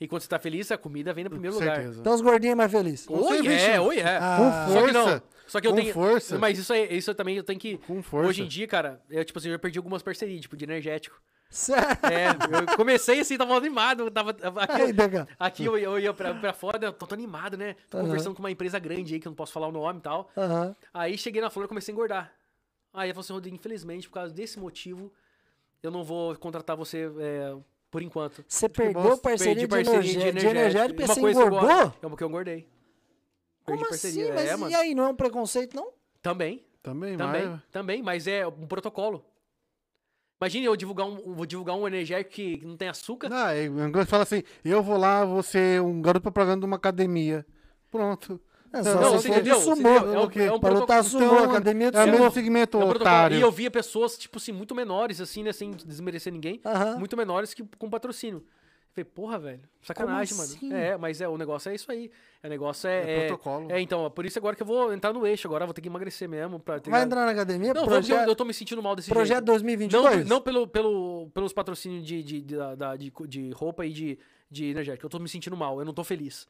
E quando você tá feliz, a comida vem no primeiro Com lugar. certeza. Então os gordinhos é mais felizes. Com Oi, certeza, é, bicho. oi, é. Ah. Com Só que força. não. Só que eu Com tenho. força. Mas isso aí, isso eu também eu tenho que. Com força. Hoje em dia, cara, eu, tipo assim, eu já perdi algumas parcerias, tipo, de energético. Sério? É, eu comecei assim, tava animado. Tava, aqui, Aí, Deca. Aqui eu, eu ia pra, pra fora, eu tô, tô animado, né? Tô Aham. conversando com uma empresa grande aí, que eu não posso falar o nome e tal. Aham. Aí cheguei na Flor e comecei a engordar. Aí eu falei assim, Rodrigo, infelizmente, por causa desse motivo, eu não vou contratar você é, por enquanto. Você perdeu bosta. parceria, Tipo, Perdi de, parceria de energético, de energético energético. porque Uma você coisa que eu engordou? gosto. É porque eu engordei. Como Perdi assim? parceria. Mas É, e mano. aí, não é um preconceito, não? Também, Também, também, mas... também, mas é um protocolo. Imagina eu divulgar um, vou divulgar um energético que não tem açúcar. Não, é, o inglês fala assim, eu vou lá, vou ser um garoto propaganda de uma academia. Pronto. É Não, se você for de entendeu? Você Sumô. entendeu? É um- Pra é um lutar protocolo. sumô, academia de é o sumô. mesmo segmento, É um protocolo. otário. E eu via pessoas, tipo assim, muito menores, assim, né? Sem desmerecer ninguém. Aham. Muito menores que com patrocínio. Eu falei, porra, velho. Sacanagem, Como assim? mano. É, mas é, o negócio é isso aí. É, o negócio é. É protocolo. É, então, ó, por isso agora que eu vou entrar no eixo agora, vou ter que emagrecer mesmo. Pra, tá Vai ligado? entrar na academia? Não, vou, porque eu, projeto, eu tô me sentindo mal desse projeto jeito. Não, 2022? não pelo, pelo, pelos patrocínios de, de, de, da- da- de, co- de roupa e de, de energético. Eu tô me sentindo mal, eu não tô feliz.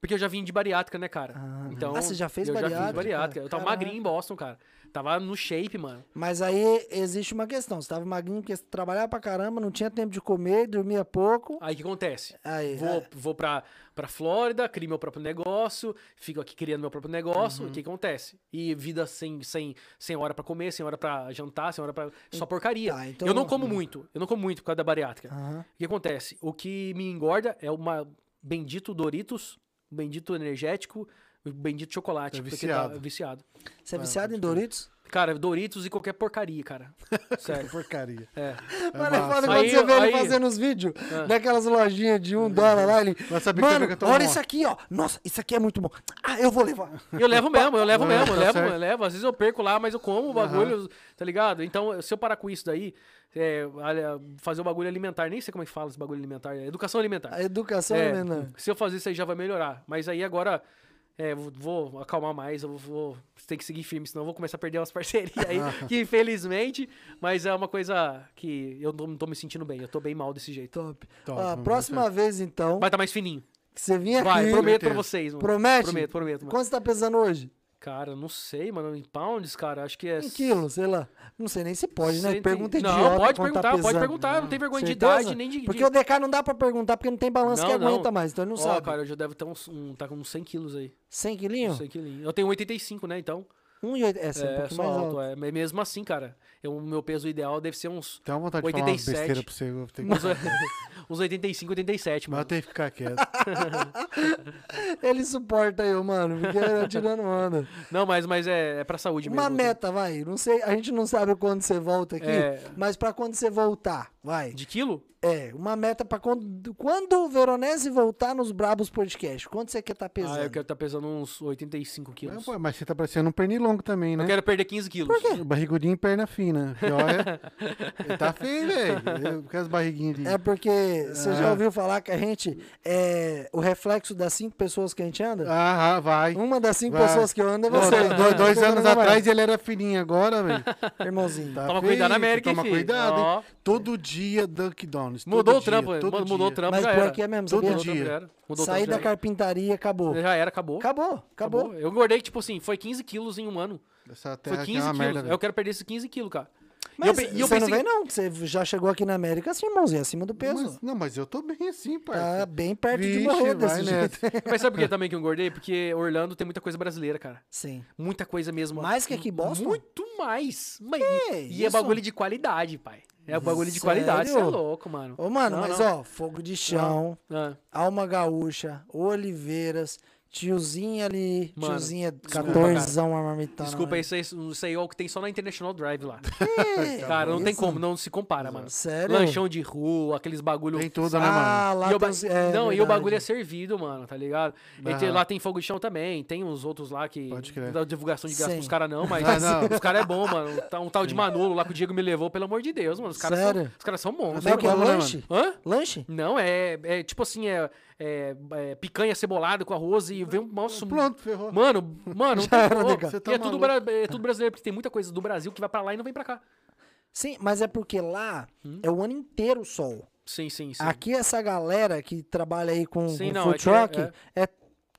Porque eu já vim de bariátrica, né, cara? Ah. então, Ah, você já fez eu Já bariátrica, fiz bariátrica. Eu tava caraca. magrinho em Boston, cara. Tava no shape, mano. Mas aí existe uma questão. Você tava magrinho porque você trabalhava pra caramba, não tinha tempo de comer, dormia pouco. Aí o que acontece? Aí, Ah, Vou, é. vou pra, pra Flórida, crio meu próprio negócio, fico aqui criando meu próprio negócio. O que acontece? E vida sem, sem, sem hora pra comer, sem hora pra jantar, sem hora pra. Só porcaria. Tá, então- Ah. Eu não como muito. Eu não como muito por causa da bariátrica. Aham. O que acontece? O que me engorda é uma bendito Doritos, bendito energético, bendito chocolate. É porque viciado. Tá viciado. Você é viciado em Doritos? Cara, Doritos e qualquer porcaria, cara. Sério. Porcaria. É. Mano, é foda massa. quando Aí, você vê ele aí- Ah. Uhum. fazendo os vídeos daquelas lojinhas de um dólar lá, ele. Mas sabe que Mano, eu nunca tomo olha uma." isso aqui, ó. Nossa, isso aqui é muito bom. Ah, eu vou levar. E Eu levo mesmo, eu levo É, mesmo, eu tá levo, certo. eu levo. Às vezes eu perco lá, mas eu como o bagulho, tá ligado? Então, se eu parar com isso daí, é, olha, fazer o bagulho alimentar, nem sei como é que fala esse bagulho alimentar, é educação alimentar. A educação, É, né, Renan? se eu fazer isso aí já vai melhorar. Mas aí agora é, vou- vou acalmar mais, eu vou ter que seguir firme, senão eu vou começar a perder umas parcerias aí, que infelizmente, mas é uma coisa que eu não tô me sentindo bem, eu tô bem mal desse jeito. Top. Top, a mano, próxima vez, então, Vai tá mais fininho. que você vir aqui. Vai, prometo certeza. pra vocês, mano. É, Promete? Prometo, prometo, mano. Quanto você tá pesando hoje? Cara, não sei, mano, em pounds, cara, acho que é Em quilos, sei lá. Não sei nem se pode, né? Cento e- Pergunta Não, idiota. pode quanto tá perguntar, pode pesando. perguntar, não tem vergonha de Certeza? idade, nem de- de- Porque o DK não dá pra perguntar, porque não tem balanço que Não, não. aguenta mais, então ele não Ó, sabe. cara, eu um já devo ter uns, um, tá com uns 100 quilos aí. 100 quilinhos? 100 quilinhos. Eu tenho 85, né, então. 1,80. Essa é um É, pouquinho só mais alto, alta. é. Mas mesmo assim, cara, eu- o meu peso ideal deve ser uns, Tem Então- uma vontade de falar uma 87. besteira pra você. eu vou ter que- uns, uns 85, Mas 87, mano. eu tenho que ficar quieto. é. Ele suporta eu, mano. Porque eu tirando onda. Não, mas, mas é, é pra saúde mesmo. Uma meta, vai. Não sei, a gente não sabe quando você volta aqui, É. mas pra quando você voltar, vai. assim. De quilo? É, uma meta pra quando, quando o Veronese voltar nos Brabos Podcast. Quanto você quer estar pesando? Ah, eu quero estar pesando uns 85 Mas, quilos. pô, mas você tá parecendo um pernilongo também, né? Eu quero perder 15 quilos. Barrigudinho e perna fina. Pior é. Ele tá feio, velho. Eu- Com as barriguinhas de. É porque você já É. Ah. ouviu falar que a gente é o reflexo das cinco pessoas que a gente anda? Ah, ah, vai. Uma das cinco Vai. pessoas que eu ando é Pô, você. do- dois, dois Não, anos não, não, atrás ele era fininho, agora, velho. não, Irmãozinho. Tá Toma feio, cuidado na América, hein, Toma filho? cuidado, hein? Ó. Todo dia Dunkin' Donuts. todo Mudou o dia, trampo, todo mudou, dia. mudou o trampo, Mas já pior era. que é mesmo, Todo sabia? Mudou o trampo, já era. Mudou o Saí trampo, da já era. carpintaria, acabou. Já era, acabou. Acabou, acabou. Eu engordei, tipo assim, foi 15 quilos em um ano. Essa terra Foi aqui é 15 uma merda, quilos. velho. Eu quero perder esses 15 quilos, cara. Mas eu pe- e eu você não pensei- vem não, que você já chegou aqui na América assim, irmãozinho, acima do peso. Mas- não, mas eu tô bem assim, Tá parça. bem perto de Vixe, morrer desse vai jeito. nessa. Mas sabe por que também que eu engordei? Porque Orlando tem muita coisa brasileira, cara. Sim. Muita coisa mesmo. Mais que aqui em Boston? Muito mais. Mas- Que e e é isso? bagulho de qualidade, pai. É bagulho de qualidade. Você é Sério? louco, mano. Ô, mano, Não, mas não. ó, fogo de chão, Ah, alma gaúcha, oliveiras, tiozinha ali, Mano, tiozinha desculpa, 14 a marmitana. desculpa, mano. isso aí, isso aí é o que tem só na International Drive lá. Que Cara, não tem isso? como, não se compara, mano. Sério? Lanchão de rua, aqueles bagulho. Tem tudo, né, mano? Ah, lá E tem o ba- uns- é, não, e o verdade. bagulho é servido, mano, tá ligado? E tem- Aham. lá tem fogo de chão também, tem uns outros lá que Pode crer. não dá divulgação de graça Sim. pros caras não, mas Ah, não. os caras é bom, mano. Tá Um tal de Manolo lá que o Diego me levou, pelo amor de Deus, mano. Os caras são, Sério? os caras são bons. Mas Mas o é que? como, né, Lanche? Hã? Lanche? Não, é, é tipo assim, é, é- é picanha cebolada com arroz e vem um mal Pronto, ferrou. Mano, mano, não Já tem era, como. negão. Você E tá é, tudo maluco. bra- é tudo brasileiro, porque tem muita coisa do Brasil que vai pra lá e não vem pra cá. Sim, mas é porque lá é o ano inteiro o sol. Sim, Hum? sim, sim. Aqui essa galera que trabalha aí com, Sim, com não, food é que truck é- é...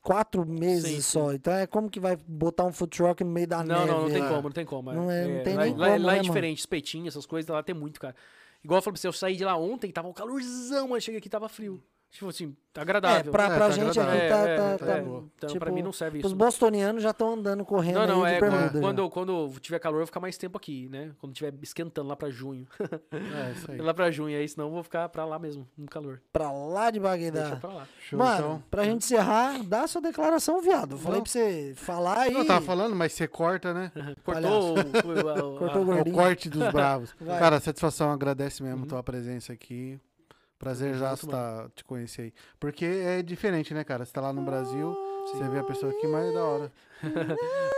quatro meses Sim, sim. só. Então é como que vai botar um food truck no meio da neve? Não, né? não, não tem lá? como, não tem como. Não é- não tem lá, nem lá- como, lá né, é mano? diferente, espetinho, essas coisas, lá tem muito, cara. Igual eu falei pra você, eu saí de lá ontem, tava um calorzão, mas cheguei aqui tava frio. Tipo assim, tá É, agradável. pra, É, pra tá gente aqui agradável. tá. É, tá- é, tá- é. Então, pra mim não serve Os isso. bostonianos já estão andando correndo Não, não, aí é de quando, bermuda. quando, quando tiver calor eu vou ficar mais tempo aqui, né? Quando tiver esquentando lá pra junho. É, isso aí. lá pra junho, aí senão eu vou ficar pra lá mesmo, no calor. já. Pra lá de Deixa Bagdá. pra lá. Show, Mano, então. pra gente encerrar, dá a sua declaração, viado. Eu falei Não. pra você falar aí. Não, tá eu tava falando, mas você corta, né? Cortou o, o- a- a- Cortou o É o gordinho. corte dos bravos. Vai. Cara, satisfação, agradece mesmo tua presença aqui. Prazer já estar te conhecer aí. Porque é diferente, né, cara? Você tá lá no Brasil, você vê a pessoa aqui, mas é da hora.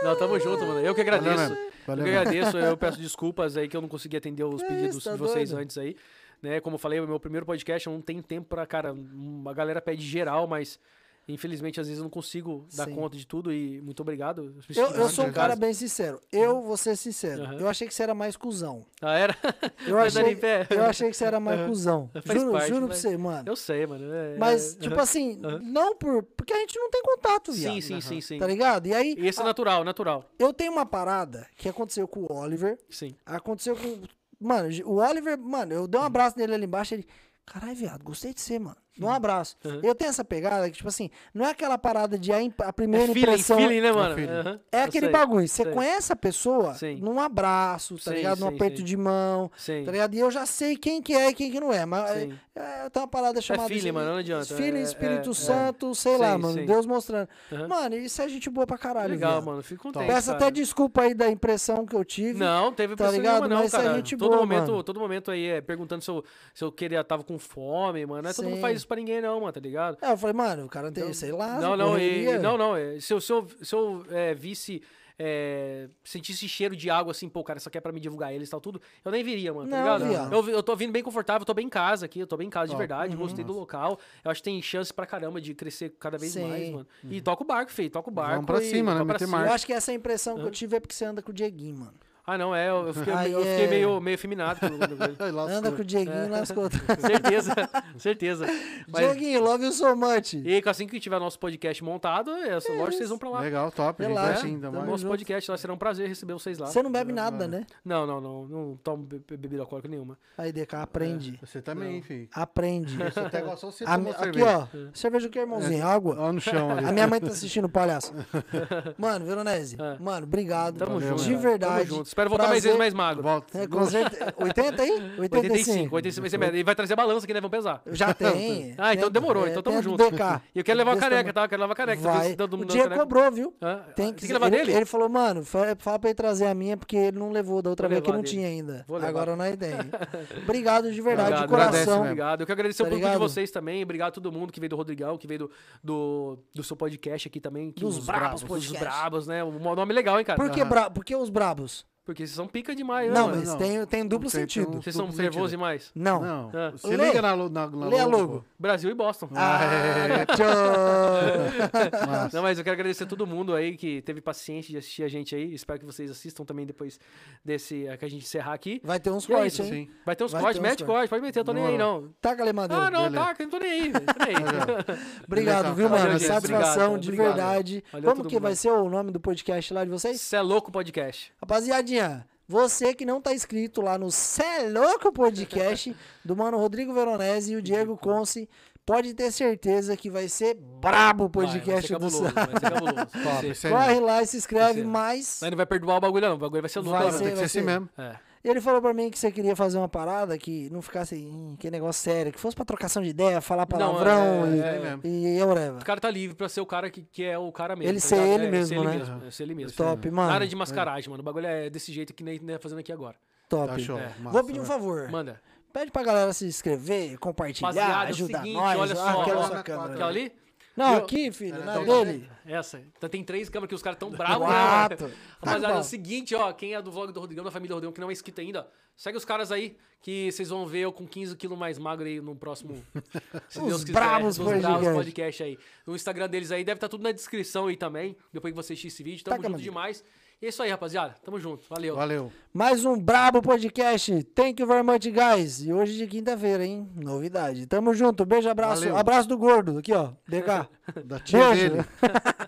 Não, tamo junto, mano. Eu que Valeu agradeço. mesmo. Eu Valeu que mesmo. agradeço, eu peço desculpas aí que eu não consegui atender os Que pedidos isso, tá de vocês doido? antes aí. Né, como eu falei, o meu primeiro podcast eu não tenho tempo pra, cara, uma galera pede geral, mas infelizmente às vezes eu não consigo dar Sim. conta de tudo e muito obrigado. me Eu, sinto eu sou um em cara casa. bem sincero. Eu vou ser sincero. Aham. Eu achei que você era mais cuzão. Ah, era? Eu Mas era achei, em pé. eu achei que você era mais cuzão. Faz Juro, parte, juro pra mas- você, mano. Eu sei, mano. é- Mas, é- tipo assim, não por. Porque a gente não tem contato, viado. Sim, sim, sim, sim. Tá ligado? E aí, E esse é a- natural, natural. eu tenho uma parada que aconteceu com o Oliver. Sim. Aconteceu com. Mano, o Oliver, mano, eu dei um abraço nele ali embaixo. Ele. Caralho, viado, gostei de você, mano. Dá um Uhum. abraço. Eu tenho essa pegada que, tipo assim, não é aquela parada de a, imp- a É primeira feeling, impressão. feeling, né, mano? feeling. Aham, É eu aquele sei, bagulho. Você sei. conhece a pessoa Sim. num abraço, tá Sim, ligado? Num sim, aperto sim. de mão. Sim. Tá ligado? E eu já sei quem que é e quem que não é. Mas Sim. é, tem uma parada chamada. feeling, mano, não adianta. Filho, É- Espírito é- é. Santo, sei Sim, lá, mano. sim. Deus mostrando. Aham. Mano, isso é gente boa pra caralho. Legal, viado. mano. Fico contente. Peço até cara. desculpa aí da impressão que eu tive. Não, teve tá pressão ligado? nenhuma, não, Mas isso é cara. gente todo boa, momento, mano. todo momento aí é perguntando se eu, se eu queria tava com fome, mano. Não é todo Sim. mundo faz isso pra ninguém não, mano, tá ligado? É, eu falei, mano, o cara tem, sei lá, Então, não, não, e- correria. não, não, é, se eu, se eu, se eu é, visse é, sentisse cheiro de água assim, pô, cara, isso aqui é pra me divulgar eles e tal, tudo, eu nem viria, mano, tá Não, ligado? viado. Uhum. Eu, vi- eu tô vindo bem confortável, tô bem em casa aqui, eu tô bem em casa de Top. verdade, gostei do local. Eu acho que tem chance pra caramba de crescer cada vez Sim. Uhum. mais, mano. E toca o barco, feio, toca o barco. pra e cima, né, toca pra meter cima. Eu acho que essa impressão que eu tive é porque você anda com o Dieguinho, mano. Ah, não, é. Eu eu fiquei, Ah, meio- eu é. fiquei meio, meio efeminado. quando eu lembro dele. Ai, lascou. Anda com o Dieguinho e lascou. certeza, certeza. É. Mas, Dieguinho, love you so much. e aí, assim que tiver nosso podcast montado, é, lógico que vocês vão pra lá. Legal, top. A gente Relaxa, vai sim, ainda tamo mais. Nosso podcast lá será um prazer receber vocês lá. Você não bebe nada, né? Não, não, não. Não tomo be- be- bebida alcoólica nenhuma. Aí, DK, É. aprende. Você também, filho. Aprende. Você até igual só você A tomou mi- aqui, cerveja. ó. Cerveja o que, É. irmãozinho? Água? Ó, no chão ali. A minha mãe tá assistindo, palhaço. Mano, Veronese, mano, obrigado. É. Tamo junto. De cara. verdade. Tamo junto. Espero voltar mais Prazer- vezes mais magro. Volta. É, com certeza. 80 aí? 85, 85. 85 vai ser merda. Ele vai trazer a balança aqui, né? Vão pesar. Já tem. Ah, então Tem- demorou, é, então tamo tem junto. do DK. E eu quero levar a Desse caneca, tamanho. tá? Eu quero levar a caneca. Vai. Todo- todo O mundo Diego caneca. cobrou, viu? Hã? Tem que, Ah, que levar ele, dele? Ele falou, mano, fa- fala pra ele trazer a minha, porque ele não levou da outra Vou vez que levar não dele. tinha ainda. Vou levar. Agora nós tem. Obrigado Tá de verdade, Obrigado, de coração. mesmo. Obrigado. Eu quero agradecer Tá o público de ligado? vocês também. Obrigado a todo mundo que veio do Rodrigão, que veio do, do, do seu podcast aqui também. que- Dos Brabos Dos Podcast. Brabos, né? Um nome legal, hein, cara? Por que, bra... por que os brabos? Porque vocês são pica demais, né? não, mano? mas não. Tem, tem duplo Tem- tem um- sentido. Vocês são Duplo nervosos sentido. demais. Não. Não. Ah. Você Lê. liga na, lo- na, na Lê a logo, logo. pô. Brasil e Boston. Ah, tchau. Não, mas eu quero agradecer a todo mundo aí que teve paciência de assistir a gente aí. Espero que vocês assistam também depois desse eh, que a gente encerrar aqui. Vai ter uns E é cortes, isso, hein? Sim. Vai ter uns Vai cortes, ter um uns mete corte, pode meter, eu tô nem aí, não. Taca ali, madeira. Ah, não, Beleza. tá, que eu não tô nem aí, velho. Tô nem aí. Obrigado, Legal, viu, cara. mano? Valeu, gente. Satisfação, Obrigado, de obrigado. verdade. Valeu Como todo que vai mundo. ser o nome do podcast lá de vocês? Isso é louco podcast. Rapaziadinha, você que não tá inscrito lá no Cê é Louco Podcast do mano Rodrigo Veronese e o Diego Conce, pode ter certeza que vai ser brabo o Vai, vai podcast ser do cabuloso, Sa- vai ser cabuloso. Vai Top, ser. isso aí Corre mesmo. lá e se inscreve, Vai ser. mas Mas não vai perdoar o bagulho, não. O bagulho vai ser louco. Vai Tem né, ser, mano? que ser assim mesmo. É. ele falou pra mim que você queria fazer uma parada que não ficasse, "Ih, que negócio sério, que fosse pra trocação de ideia, falar palavrão é, e, é mesmo. e O Eureva. cara tá livre pra ser o cara que, que é o cara mesmo. Ele tá ser ligado? ele É, mesmo, né? é, ser ele mesmo. Top, mano. Nada de mascaragem, mano. O bagulho é desse jeito que nem nem fazendo aqui agora. Top. Tá show. É. Massa, Vou pedir um né? favor. Manda. Pede pra galera se inscrever, compartilhar, Rapaziada, é o ajudar seguinte, nós. olha Ah, só, aquela olha sua na câmera. quadra. Aquela ali? Não, Eu- É, aqui, filho, na tá dele. Essa. Então tem três câmeras que os caras tão bravos, né? Quatro. mano? Tá Rapaziada, é bom. o seguinte, ó. Quem é do vlog do Rodrigão, da família Rodrigão, que não é inscrito ainda, ó, segue os caras aí, que vocês vão ver eu com 15 quilos mais magro aí no próximo. Se Os Deus quiser. bravos né, dos podcast. bravos podcast aí. O Instagram deles aí deve estar tudo na descrição aí também, depois que você assistir esse vídeo. Tamo Taca, junto mano. demais. E é isso aí, rapaziada. Tamo junto. Valeu. Valeu. Mais um brabo podcast. Thank you very much, guys. E hoje de quinta-feira, hein? Novidade. Tamo junto. Beijo, abraço. Valeu. Abraço do gordo. Aqui, ó. DK. Da tia Beijo. dele.